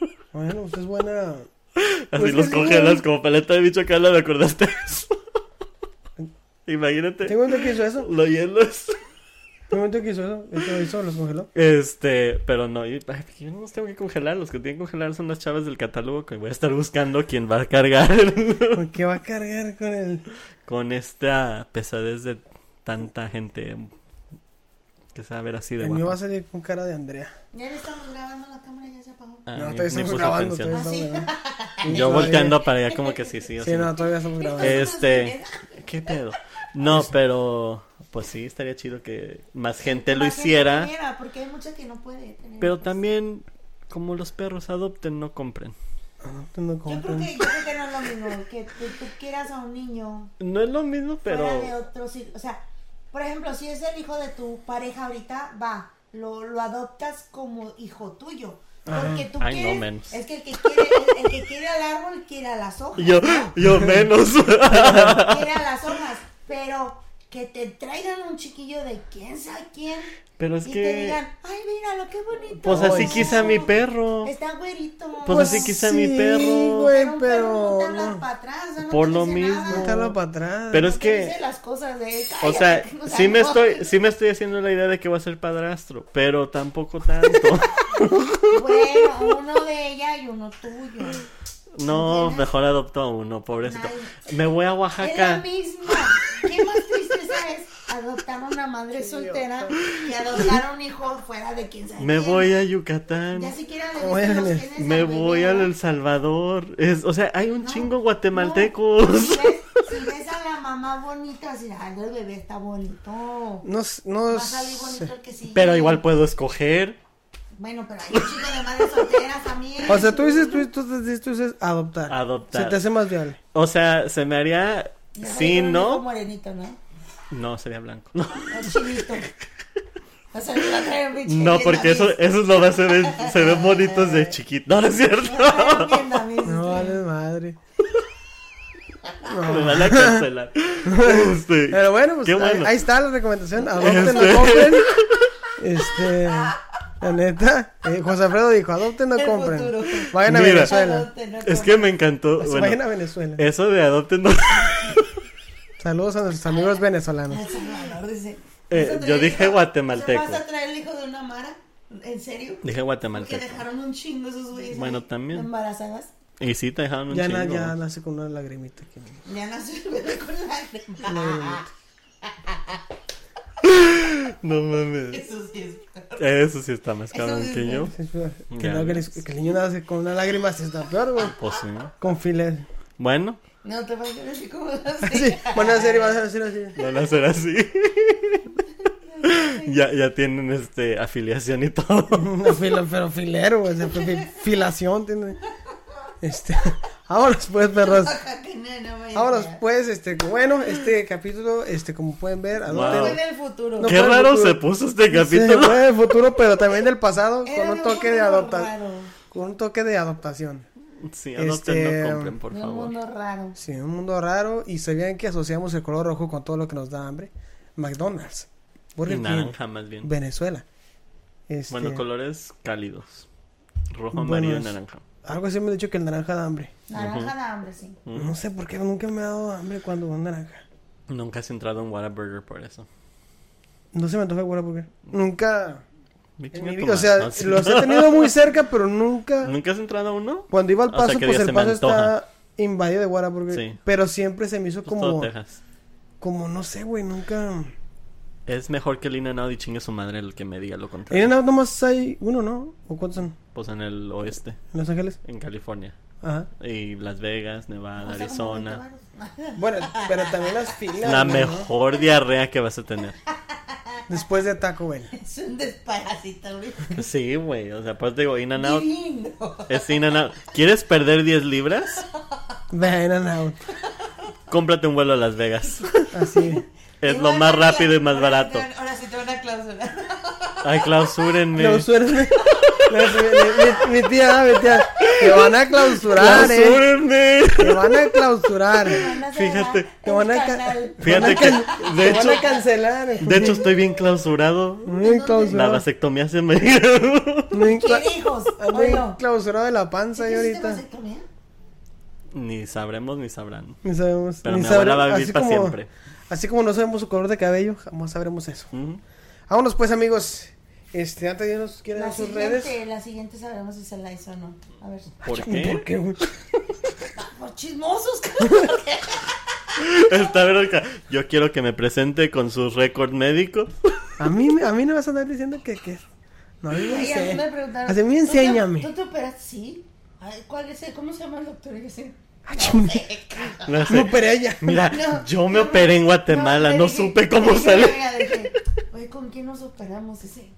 Speaker 1: Bueno, pues es buena.
Speaker 2: Así
Speaker 1: Pues
Speaker 2: los
Speaker 1: que sí.
Speaker 2: congelas como paleta de bicho Carla, ¿me acordaste de eso? Imagínate,
Speaker 1: Tengo un momento que hizo eso.
Speaker 2: lo hielos.
Speaker 1: Tengo un momento que hizo eso. Eso hizo, los congeló.
Speaker 2: Este, pero no, yo, ay, yo no los tengo que congelar. Los que tienen que congelar son las chavas del catálogo que voy a estar buscando quién va a cargar
Speaker 1: ¿Por qué va a cargar con el.?
Speaker 2: con esta pesadez de tanta gente que se va a ver así de
Speaker 1: El mío va
Speaker 2: guapa.
Speaker 1: a salir con cara de Andrea.
Speaker 3: Ya le estamos grabando la cámara, ya se apagó.
Speaker 2: Ah,
Speaker 1: no,
Speaker 2: ni-
Speaker 1: todavía
Speaker 2: ni
Speaker 1: estamos
Speaker 2: puso
Speaker 1: grabando.
Speaker 2: atención.
Speaker 1: Todavía estamos
Speaker 3: Ah,
Speaker 1: grabando.
Speaker 2: Yo
Speaker 1: Todavía-
Speaker 2: volteando para allá como que sí, sí, o
Speaker 1: Sí,
Speaker 2: sí.
Speaker 1: no, todavía estamos grabando.
Speaker 2: Este, ¿qué pedo? No, pero pues sí, estaría chido que más gente lo
Speaker 3: Para que no
Speaker 2: hiciera,
Speaker 3: quiera, porque hay mucha que no puede tener.
Speaker 2: pero también como los perros adopten, no compren.
Speaker 1: Ah, tú no
Speaker 3: Yo creo,
Speaker 1: compras.
Speaker 3: que, yo creo que no es lo mismo, que tú, tú quieras a un niño
Speaker 2: No es lo mismo,
Speaker 3: fuera de
Speaker 2: pero
Speaker 3: otro cir- O sea, por ejemplo, si es el hijo de tu pareja ahorita, va, lo, lo adoptas como hijo tuyo. Porque tú
Speaker 2: Ay, no,
Speaker 3: quieres,
Speaker 2: menos.
Speaker 3: es que el que quiere, el, el que quiere al árbol quiere a las hojas.
Speaker 2: yo yo menos.
Speaker 3: Quiere a las hojas, pero que te traigan un chiquillo de quién sabe quién
Speaker 2: Pero es
Speaker 3: y te
Speaker 2: que
Speaker 3: digan, ay, míralo, qué bonito.
Speaker 2: pues así
Speaker 1: Ay,
Speaker 2: quise a mi perro.
Speaker 3: Está güerito.
Speaker 2: Pues así quise a mi perro.
Speaker 1: güey, pero.
Speaker 3: un perro no te habla
Speaker 1: no.
Speaker 3: para atrás, o sea, no
Speaker 2: Por
Speaker 3: te
Speaker 2: lo
Speaker 3: dice nada.
Speaker 2: mismo.
Speaker 3: No
Speaker 1: Métalo para atrás.
Speaker 2: Pero es
Speaker 3: te
Speaker 2: que
Speaker 3: dice las cosas de,
Speaker 2: O sea,
Speaker 3: "Cállate", o sea,
Speaker 2: sí me
Speaker 3: no.
Speaker 2: estoy sí me estoy haciendo la idea de que va a ser padrastro, pero tampoco tanto.
Speaker 3: Bueno, uno de ella y uno tuyo.
Speaker 2: No, mejor adopto a uno, pobrecito. Me voy a
Speaker 3: Es la
Speaker 2: Oaxaca.
Speaker 3: misma. ¿Qué más tristeza es adoptar a una madre soltera y adoptar a un hijo fuera de quien sabe
Speaker 2: Me
Speaker 3: quién?
Speaker 2: voy a Yucatán.
Speaker 3: Ya siquiera le
Speaker 1: Bueno,
Speaker 3: dicen los genes
Speaker 2: Me
Speaker 3: al
Speaker 2: voy
Speaker 3: bebé.
Speaker 2: a El Salvador. Es, o sea, hay un
Speaker 3: No,
Speaker 2: chingo
Speaker 3: No,
Speaker 2: guatemaltecos.
Speaker 3: si, ves, si ves a la mamá bonita, así, ay, el bebé está bonito.
Speaker 1: No, s- no.
Speaker 3: Va a salir
Speaker 1: sé.
Speaker 3: bonito el que sí.
Speaker 2: Pero igual puedo escoger.
Speaker 3: Bueno, pero hay un chico de madres solteras también.
Speaker 1: O sea, tú dices, tú, tú, dices- tú dices adoptar.
Speaker 2: Adoptar.
Speaker 1: Se te hace más viable.
Speaker 2: O sea, se me haría.
Speaker 3: Ya
Speaker 2: Sí,
Speaker 3: hay un hijo
Speaker 2: no.
Speaker 3: morenito, ¿no?
Speaker 2: No, sería blanco.
Speaker 3: O chinito. O sea, la traen pinche
Speaker 2: No, porque eso,
Speaker 3: vietnamita.
Speaker 2: esos nomás se ven, se ven bonitos de chiquito. No, no es cierto.
Speaker 3: La traen vietnamita.
Speaker 1: No vale madre.
Speaker 2: Me van a cancelar. Este,
Speaker 1: Pero bueno, pues
Speaker 2: Qué
Speaker 1: ahí-
Speaker 2: bueno.
Speaker 1: ahí, está la recomendación. Adopten, compren. Este. La neta. eh, José Alfredo dijo: adopten, no
Speaker 3: El
Speaker 1: compren.
Speaker 3: futuro.
Speaker 1: Vayan a
Speaker 2: Mira.
Speaker 1: Venezuela.
Speaker 3: Adopten, no
Speaker 2: es
Speaker 3: compren.
Speaker 2: que me encantó.
Speaker 1: Pues,
Speaker 2: bueno, Eh.
Speaker 1: Vayan a Venezuela.
Speaker 2: eso de adopten. no-
Speaker 1: Saludos a nuestros amigos venezolanos.
Speaker 3: El Salvador, dice.
Speaker 2: Eh,
Speaker 3: ¿Vas a traer
Speaker 2: yo
Speaker 3: el
Speaker 2: dije
Speaker 3: hijo-
Speaker 2: guatemalteco.
Speaker 3: ¿Vas a traer el hijo de una Mara? ¿En serio?
Speaker 2: Dije
Speaker 3: Que
Speaker 2: guatemalteco.
Speaker 3: dejaron un chingo esos güeyes. ahí,
Speaker 2: Bueno, también.
Speaker 3: Embarazadas.
Speaker 2: Y sí, te dejaron un
Speaker 1: Ya, na-
Speaker 2: chingo.
Speaker 1: ya nace con una lagrimita. aquí.
Speaker 3: Ya nació el bebé con Ah, lágrimas.
Speaker 2: No mames.
Speaker 3: Eso sí es.
Speaker 2: Eso sí está más
Speaker 3: Eso
Speaker 2: cabrón
Speaker 3: sí
Speaker 2: que
Speaker 3: es
Speaker 2: yo.
Speaker 1: Sí, sí, Que,
Speaker 2: Ya
Speaker 1: no, que,
Speaker 2: ves.
Speaker 1: les- que el niño nace con una lágrima, sí está peor, güey.
Speaker 2: Pues sí.
Speaker 1: Con filet.
Speaker 2: Bueno,
Speaker 3: No te vas a ver así como
Speaker 1: Sí,
Speaker 3: así.
Speaker 1: van a ser y van a ser así.
Speaker 2: van a ser así. ya, ya tienen este afiliación y todo.
Speaker 1: No, filo, pero filero, güey. o sea, fi- Filación tiene. Este. Vámonos pues, perros.
Speaker 3: Ojalá que no, no vaya a
Speaker 1: Vámonos
Speaker 3: llegar.
Speaker 1: pues, este, bueno, este capítulo, este, como pueden ver, adopten.
Speaker 2: Wow.
Speaker 3: Fue del futuro.
Speaker 1: No,
Speaker 2: Qué
Speaker 1: fue el
Speaker 2: raro
Speaker 1: futuro.
Speaker 2: se puso este
Speaker 1: Se
Speaker 2: capítulo.
Speaker 1: fue del futuro, pero también del pasado,
Speaker 3: Era
Speaker 1: con un
Speaker 3: muy
Speaker 1: toque de
Speaker 3: raro.
Speaker 1: adoptación. Con un toque de adoptación.
Speaker 2: Sí, adopten,
Speaker 1: Este,
Speaker 2: no compren, por
Speaker 3: de un
Speaker 2: favor.
Speaker 3: mundo raro.
Speaker 1: Sí, un mundo raro. Y sabían que asociamos el color rojo con todo lo que nos da hambre. McDonald's,
Speaker 2: Y
Speaker 1: Burger King,
Speaker 2: naranja, más bien.
Speaker 1: Venezuela. Este,
Speaker 2: Bueno, colores cálidos. Rojo,
Speaker 1: Bueno,
Speaker 2: amarillo y
Speaker 1: es-
Speaker 2: naranja.
Speaker 1: Algo así me han dicho que el naranja da hambre.
Speaker 3: Naranja de hambre, sí.
Speaker 2: Ujú.
Speaker 1: No sé por qué nunca me ha dado hambre cuando un naranja.
Speaker 2: Nunca has entrado en Whataburger por eso.
Speaker 1: No se me antoja el Whataburger. Nunca.
Speaker 2: Me
Speaker 1: en
Speaker 2: chinga
Speaker 1: mi vida,
Speaker 2: tu
Speaker 1: o
Speaker 2: madre.
Speaker 1: sea,
Speaker 2: No, sí.
Speaker 1: los he tenido muy cerca, pero nunca.
Speaker 2: ¿Nunca has entrado a uno?
Speaker 1: Cuando iba al
Speaker 2: O sea,
Speaker 1: paso,
Speaker 2: que
Speaker 1: pues
Speaker 2: ya
Speaker 1: el
Speaker 2: se me
Speaker 1: paso está
Speaker 2: antoja.
Speaker 1: invadido de Whataburger.
Speaker 2: Sí.
Speaker 1: Pero siempre se me hizo
Speaker 2: Pues todo
Speaker 1: como.
Speaker 2: Texas.
Speaker 1: Como no sé, güey, nunca.
Speaker 2: Es mejor que el In-N-Out y chingue su madre el que me diga lo contrario.
Speaker 1: En out nomás hay uno, ¿no? ¿O cuántos son?
Speaker 2: Pues en el oeste,
Speaker 1: ¿En Los Ángeles?
Speaker 2: en California.
Speaker 1: Ajá.
Speaker 2: Y Las Vegas, Nevada,
Speaker 3: O sea, como
Speaker 2: Arizona.
Speaker 1: Bueno, pero también las filas.
Speaker 2: La
Speaker 1: ¿no?
Speaker 2: mejor diarrea que vas a tener.
Speaker 1: Después de Taco Bell.
Speaker 3: Es un desparasito güey.
Speaker 2: Sí, güey. O sea, pues digo, In-N-Out.
Speaker 3: divino.
Speaker 2: Es In-N-Out. ¿Quieres perder 10 libras?
Speaker 1: Ven and out.
Speaker 2: Cómprate un vuelo a Las Vegas.
Speaker 1: Así.
Speaker 2: Es
Speaker 3: Y
Speaker 2: lo
Speaker 3: bueno,
Speaker 2: más
Speaker 3: mira,
Speaker 2: rápido y más
Speaker 3: ahora sí
Speaker 2: barato.
Speaker 3: te van- Ahora sí te van a clausurar.
Speaker 2: Ay, clausúrenme.
Speaker 1: Clausúrenme. Mi, mi- mi tía, mi tía. Te van a clausurar, eh.
Speaker 2: ¡Clausúrenme!
Speaker 1: Te van a clausurar.
Speaker 3: Van a cerrar
Speaker 2: Fíjate.
Speaker 1: Te
Speaker 3: el
Speaker 1: van a, ca-
Speaker 3: canal.
Speaker 1: te van a
Speaker 2: Fíjate que,
Speaker 1: can-
Speaker 2: de
Speaker 1: te van a
Speaker 2: hecho-
Speaker 1: cancelar. eh.
Speaker 2: De hecho, estoy bien clausurado.
Speaker 1: Muy
Speaker 2: La
Speaker 1: clausurado.
Speaker 2: vasectomía se me dio.
Speaker 1: Muy cla-
Speaker 3: ¿Qué hijos?
Speaker 1: ando bien clausurado de la panza y ahorita.
Speaker 2: Ni sabremos ni sabrán.
Speaker 1: Ni sabemos.
Speaker 2: Pero
Speaker 1: ni
Speaker 2: mi abuela va a
Speaker 1: sabremos-
Speaker 2: vivir
Speaker 1: así
Speaker 2: pa'
Speaker 1: como-
Speaker 2: siempre.
Speaker 1: Así como no sabemos su color de cabello, jamás sabremos eso.
Speaker 2: Ujú.
Speaker 1: Vámonos pues amigos. Este, antes de irnos, ¿quieren
Speaker 3: La
Speaker 1: dar sus
Speaker 3: siguiente,
Speaker 1: redes?
Speaker 3: la siguiente sabremos si se la hizo o no. A ver.
Speaker 2: ¿Por qué?
Speaker 1: ¿Por qué, güey?
Speaker 3: Por chismosos, cabrón.
Speaker 2: Está bien acá. Yo quiero que me presente con sus récords médicos.
Speaker 1: A mí, a mí no vas a andar diciendo que, que... No, yo no
Speaker 3: Y a mí
Speaker 1: sé.
Speaker 3: me preguntaron.
Speaker 1: Así, a mí
Speaker 3: "¿Tú te-
Speaker 1: enséñame.
Speaker 3: ¿Tú te operaste? Sí. Ay, ¿Cuál es el? ¿Cómo se llama el doctor? Y yo así,
Speaker 1: Ah, chinga.
Speaker 2: No
Speaker 1: Me
Speaker 2: sé.
Speaker 1: operé allá.
Speaker 2: Mira,
Speaker 3: No,
Speaker 2: yo me
Speaker 3: no,
Speaker 2: operé en Guatemala,
Speaker 3: le
Speaker 2: no,
Speaker 3: dije-
Speaker 2: supe
Speaker 3: le
Speaker 2: cómo
Speaker 3: dije,
Speaker 2: sale.
Speaker 3: "Oiga", le dije, Oye, ¿con quién nos operamos? Dice,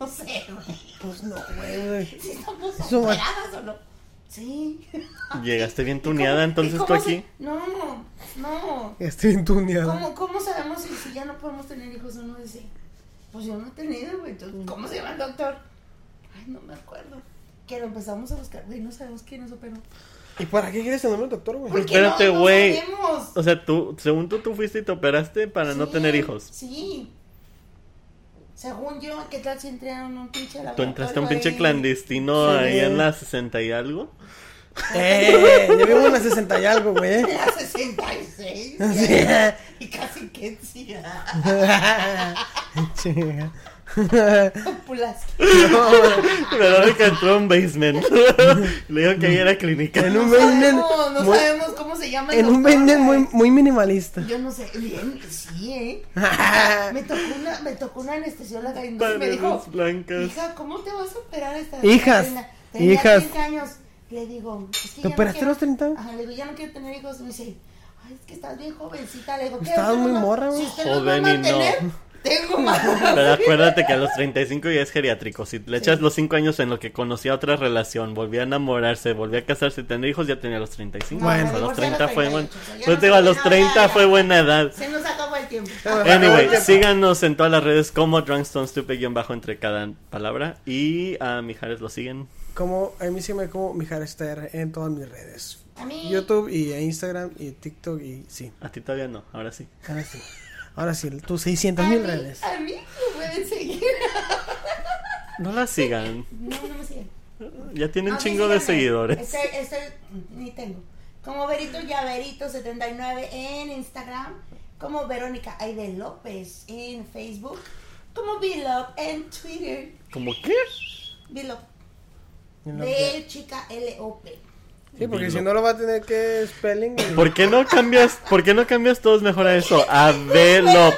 Speaker 3: no sé, güey.
Speaker 1: Pues no, güey.
Speaker 3: Si estamos
Speaker 1: Eso va-
Speaker 3: operadas o no. Sí.
Speaker 2: Llegaste bien
Speaker 3: ¿Cómo-
Speaker 2: tuneada, entonces
Speaker 3: y
Speaker 2: tú
Speaker 3: cómo se-
Speaker 2: aquí.
Speaker 3: No, no.
Speaker 1: Estoy entuneado.
Speaker 3: ¿Cómo, cómo sabemos si, si ya no podemos tener hijos o no? Dice, pues yo no he tenido, güey. Entonces,
Speaker 2: Mm.
Speaker 3: ¿Cómo se llama el doctor? Ay, no me acuerdo. Que lo empezamos a buscar, güey, no sabemos quién nos operó.
Speaker 1: ¿Y para qué quieres el nombre del doctor, güey?
Speaker 3: Porque
Speaker 2: Pues
Speaker 3: no-
Speaker 2: Espérate,
Speaker 3: no
Speaker 2: güey.
Speaker 3: sabemos.
Speaker 2: O sea, tú, según tú, tú fuiste y te operaste para no
Speaker 3: Sí,
Speaker 2: tener hijos.
Speaker 3: Sí. Según yo, ¿qué tal si entré a un pinche
Speaker 2: Tú entraste a un
Speaker 3: laboratorio
Speaker 2: pinche
Speaker 3: ahí?
Speaker 2: clandestino
Speaker 1: Sí.
Speaker 2: ahí en la 60 y algo.
Speaker 1: Eh, yo vivo en la 60 y algo, güey.
Speaker 3: En la 66.
Speaker 1: Sí.
Speaker 3: Y casi que sí. ah.
Speaker 1: Chinga.
Speaker 3: Pulas.
Speaker 2: Verónica entró a un basement. Le digo que ahí era clínica.
Speaker 1: En un
Speaker 3: No
Speaker 1: basement.
Speaker 3: sabemos, no
Speaker 1: muy-
Speaker 3: sabemos cómo se llama. el
Speaker 1: En un
Speaker 3: doctor,
Speaker 1: basement muy,
Speaker 3: güey.
Speaker 1: muy minimalista.
Speaker 3: Yo no sé, bien, sí, ¿eh? Me tocó una, me tocó una anestesióloga y me
Speaker 2: Paredes
Speaker 3: dijo,
Speaker 2: blancas.
Speaker 3: hija, ¿cómo te vas a operar esta
Speaker 1: Hijas,
Speaker 3: Tenía- tenía
Speaker 1: hijas.
Speaker 3: 30 años. Le digo, es que
Speaker 1: ¿Te
Speaker 3: ya
Speaker 1: operaste
Speaker 3: no
Speaker 1: a los 30?
Speaker 3: Ajá, le digo, ya no quiero tener hijos. Me dice, ay, es que estás bien jovencita. Le digo, ¿qué?
Speaker 1: Estabas
Speaker 3: usted
Speaker 1: muy
Speaker 3: los va-
Speaker 1: morra, güey.
Speaker 3: Si usted los va a
Speaker 2: Joven y no.
Speaker 3: mantener, tengo más.
Speaker 2: Pero acuérdate que a los 35 ya es geriátrico. Si le echas los 5 años en lo que conocía otra relación, volví a enamorarse, volví a casarse, tener hijos, ya tenía los 35.
Speaker 3: No,
Speaker 2: Bueno,
Speaker 3: me
Speaker 2: a los
Speaker 3: divorcié a los
Speaker 2: 30 fue
Speaker 3: 38,
Speaker 2: buen.
Speaker 3: o sea, ya
Speaker 2: Pues digo, a
Speaker 3: no tengo
Speaker 2: los
Speaker 3: nada,
Speaker 2: 30
Speaker 3: ya.
Speaker 2: fue buena edad.
Speaker 3: Se nos acabó el tiempo.
Speaker 2: Anyway, síganos en todas las redes como Drunkstone Stupid guión bajo entre cada palabra. Y a Mijares lo siguen.
Speaker 1: Como, a mí sí me como Mijarester en todas mis redes.
Speaker 3: A mí,
Speaker 1: YouTube y Instagram y TikTok y sí.
Speaker 2: A ti todavía no, ahora sí.
Speaker 1: Ahora sí. Ahora sí, tus
Speaker 3: a
Speaker 1: 600
Speaker 3: mí,
Speaker 1: mil redes.
Speaker 3: a mí me pueden seguir.
Speaker 2: No la sigan.
Speaker 3: No, no me siguen.
Speaker 2: Ya
Speaker 3: A
Speaker 2: tienen
Speaker 3: mí
Speaker 2: chingo de
Speaker 3: síganme.
Speaker 2: seguidores.
Speaker 3: Estoy, estoy- ni tengo. Como Verito Llaverito79 en Instagram. Como Verónica Aide López en Facebook. Como Vilop en Twitter.
Speaker 2: ¿Cómo qué?
Speaker 3: Vilop.
Speaker 1: En lo que-
Speaker 3: De chica L-O-P.
Speaker 1: Sí, porque
Speaker 2: Dilo.
Speaker 1: si no lo va a tener que spelling. y-
Speaker 2: ¿Por qué no cambias, por qué no cambias todos mejor a eso? A Velop.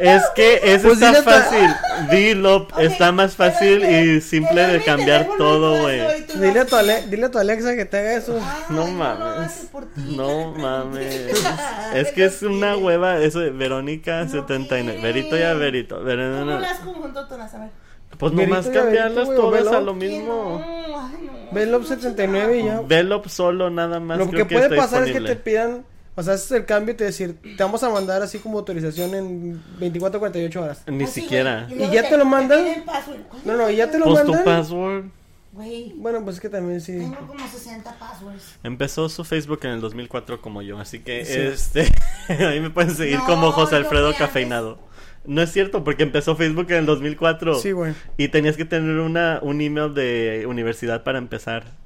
Speaker 2: Es que es
Speaker 1: Pues dile
Speaker 2: está
Speaker 1: hasta-
Speaker 2: fácil. Velop
Speaker 3: Ok,
Speaker 2: está más fácil
Speaker 3: pero
Speaker 2: y
Speaker 3: te- te
Speaker 2: simple
Speaker 3: doy
Speaker 2: de
Speaker 3: mi
Speaker 2: cambiar
Speaker 3: teléfono
Speaker 2: todo,
Speaker 3: y tú
Speaker 2: güey.
Speaker 3: hazlo y tú lo
Speaker 1: Dile a, tu
Speaker 3: haces.
Speaker 1: Ale- dile a tu Alexa que te haga eso.
Speaker 3: Ay,
Speaker 2: No
Speaker 3: lo hace
Speaker 2: mames.
Speaker 3: por ti,
Speaker 2: No
Speaker 3: ya le
Speaker 2: mames.
Speaker 3: pregunté.
Speaker 2: Es que es una
Speaker 3: No
Speaker 2: hueva eso de Verónica 79.
Speaker 3: quiere.
Speaker 2: Verito ya Verito.
Speaker 3: quiere. ¿Cómo las
Speaker 2: Verona.
Speaker 3: conjunto todas? A ver.
Speaker 2: Pues
Speaker 1: Verito
Speaker 2: nomás
Speaker 1: ya Verito,
Speaker 2: cambiarlas
Speaker 1: güey, o
Speaker 2: todas a
Speaker 1: Velop.
Speaker 2: lo
Speaker 3: Que
Speaker 2: mismo.
Speaker 3: no, ay, no,
Speaker 1: Velop
Speaker 3: no,
Speaker 1: 79 y ya.
Speaker 2: Velop solo nada más.
Speaker 1: Lo
Speaker 2: creo
Speaker 1: que puede
Speaker 2: está
Speaker 1: pasar es que
Speaker 2: disponible.
Speaker 1: te pidan, o sea, haces el cambio y te decir, te vamos a mandar así como autorización en 24 48 horas.
Speaker 2: Ni
Speaker 3: Así, Pues güey.
Speaker 2: siquiera.
Speaker 1: ¿Y
Speaker 3: luego
Speaker 1: ya te lo mandan?
Speaker 3: piden password.
Speaker 1: No, no, y ya te lo
Speaker 2: Pues tu
Speaker 1: mandan.
Speaker 2: password.
Speaker 3: Güey,
Speaker 1: Bueno, pues es que también sí.
Speaker 3: tengo como 60 passwords.
Speaker 2: Empezó su Facebook en el 2004 como yo, así que
Speaker 1: Sí.
Speaker 2: este ahí me pueden seguir
Speaker 3: No,
Speaker 2: como José
Speaker 3: yo
Speaker 2: Alfredo
Speaker 3: fui antes.
Speaker 2: Cafeinado. No es cierto, porque empezó Facebook en el 2004
Speaker 1: Sí, güey.
Speaker 2: y tenías que tener una un email de universidad para empezar.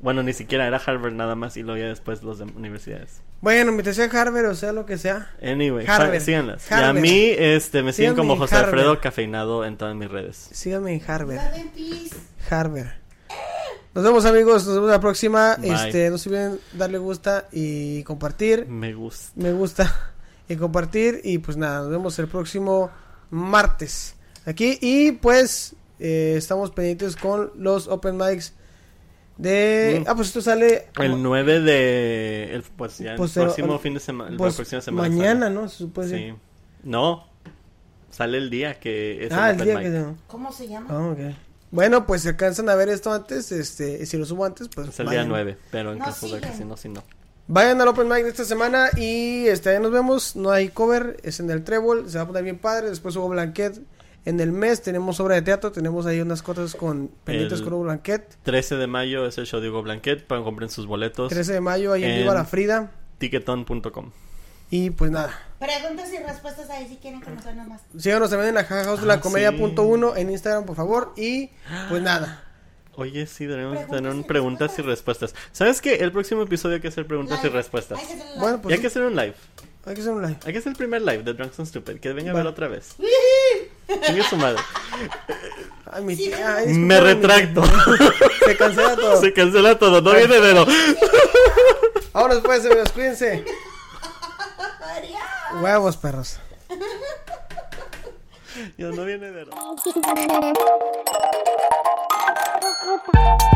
Speaker 2: Bueno, ni siquiera era Harvard nada más y luego ya después los de universidades.
Speaker 1: Bueno, mi sea Harvard o sea lo que sea.
Speaker 2: Anyway,
Speaker 1: Harvard.
Speaker 2: fa- síganlas. Y
Speaker 1: Harvard.
Speaker 2: a mí este me siguen
Speaker 1: Síganme
Speaker 2: como
Speaker 1: en
Speaker 2: José Alfredo
Speaker 1: Harvard.
Speaker 2: Cafeinado en todas mis redes.
Speaker 1: Síganme en Harvard.
Speaker 3: Love and peace.
Speaker 1: Harvard. Nos vemos amigos, nos vemos la próxima.
Speaker 2: Bye.
Speaker 1: Este, no se olviden darle gusta y compartir.
Speaker 2: Me gusta.
Speaker 1: Me gusta y compartir. Y pues nada, nos vemos el próximo martes aquí. Y pues eh, estamos pendientes con los open mics de...
Speaker 2: Mm.
Speaker 1: Ah, pues esto sale...
Speaker 2: El 9 de el, pues ya el
Speaker 1: Pues, pero-
Speaker 2: próximo
Speaker 1: el-
Speaker 2: fin de semana,
Speaker 1: pues,
Speaker 2: la próxima semana.
Speaker 1: Mañana, ¿no? Se supone.
Speaker 2: sale. Sí. No. Sale el día que es
Speaker 1: ah, el
Speaker 2: open
Speaker 1: día
Speaker 2: mic.
Speaker 1: que se...
Speaker 3: ¿Cómo se llama?
Speaker 1: Ah, ok. Bueno, pues si alcanzan a ver esto antes, este, y si lo subo antes, pues
Speaker 2: Es el
Speaker 1: vayan.
Speaker 2: día 9, pero en
Speaker 3: No,
Speaker 2: caso de que
Speaker 3: siguen.
Speaker 2: si no, si no.
Speaker 1: Vayan al Open Mic de esta semana y este, ahí nos vemos. No hay cover, es en el Trébol, se va a poner bien padre. Después Hugo Blanquet. En el mes tenemos obra de teatro, tenemos ahí unas cosas con pendientes
Speaker 2: El-
Speaker 1: con Hugo Blanquet.
Speaker 2: 13 de mayo es el show de Hugo Blanquet, para compren sus boletos
Speaker 1: 13 de mayo ahí en
Speaker 2: en-
Speaker 1: Viva la Frida.
Speaker 2: ticketon.com.
Speaker 1: Y pues nada,
Speaker 3: Preguntas y respuestas ahí si quieren conocernos más.
Speaker 1: síganos también en la jaja house de
Speaker 2: Ah,
Speaker 1: la comedia
Speaker 2: sí.
Speaker 1: punto uno en Instagram, por favor. Y pues nada,
Speaker 2: Oye, sí, debemos
Speaker 3: Preguntas
Speaker 2: tener un
Speaker 3: y
Speaker 2: preguntas y respuestas. ¿Sabes qué? El próximo episodio hay que hacer preguntas y
Speaker 3: Live.
Speaker 2: respuestas.
Speaker 3: Hay que hacer live.
Speaker 1: bueno,
Speaker 2: y hay
Speaker 1: pues
Speaker 2: que hacer un live.
Speaker 1: hay que hacer un live.
Speaker 2: Hay que hacer el primer live de Drunks and Stupid. Que venga a
Speaker 1: Va.
Speaker 2: ver otra vez. Chingue su madre.
Speaker 1: Ay, mi
Speaker 3: Sí,
Speaker 1: tía, ay,
Speaker 2: Me
Speaker 1: discúlpame, mi-
Speaker 2: retracto.
Speaker 1: Se cancela todo.
Speaker 2: Se cancela todo. No viene enero.
Speaker 1: Vámonos pues, amigos, cuídense.
Speaker 3: Adiós.
Speaker 1: Huevos, perros.
Speaker 2: Yo no viene enero.
Speaker 4: Thank you.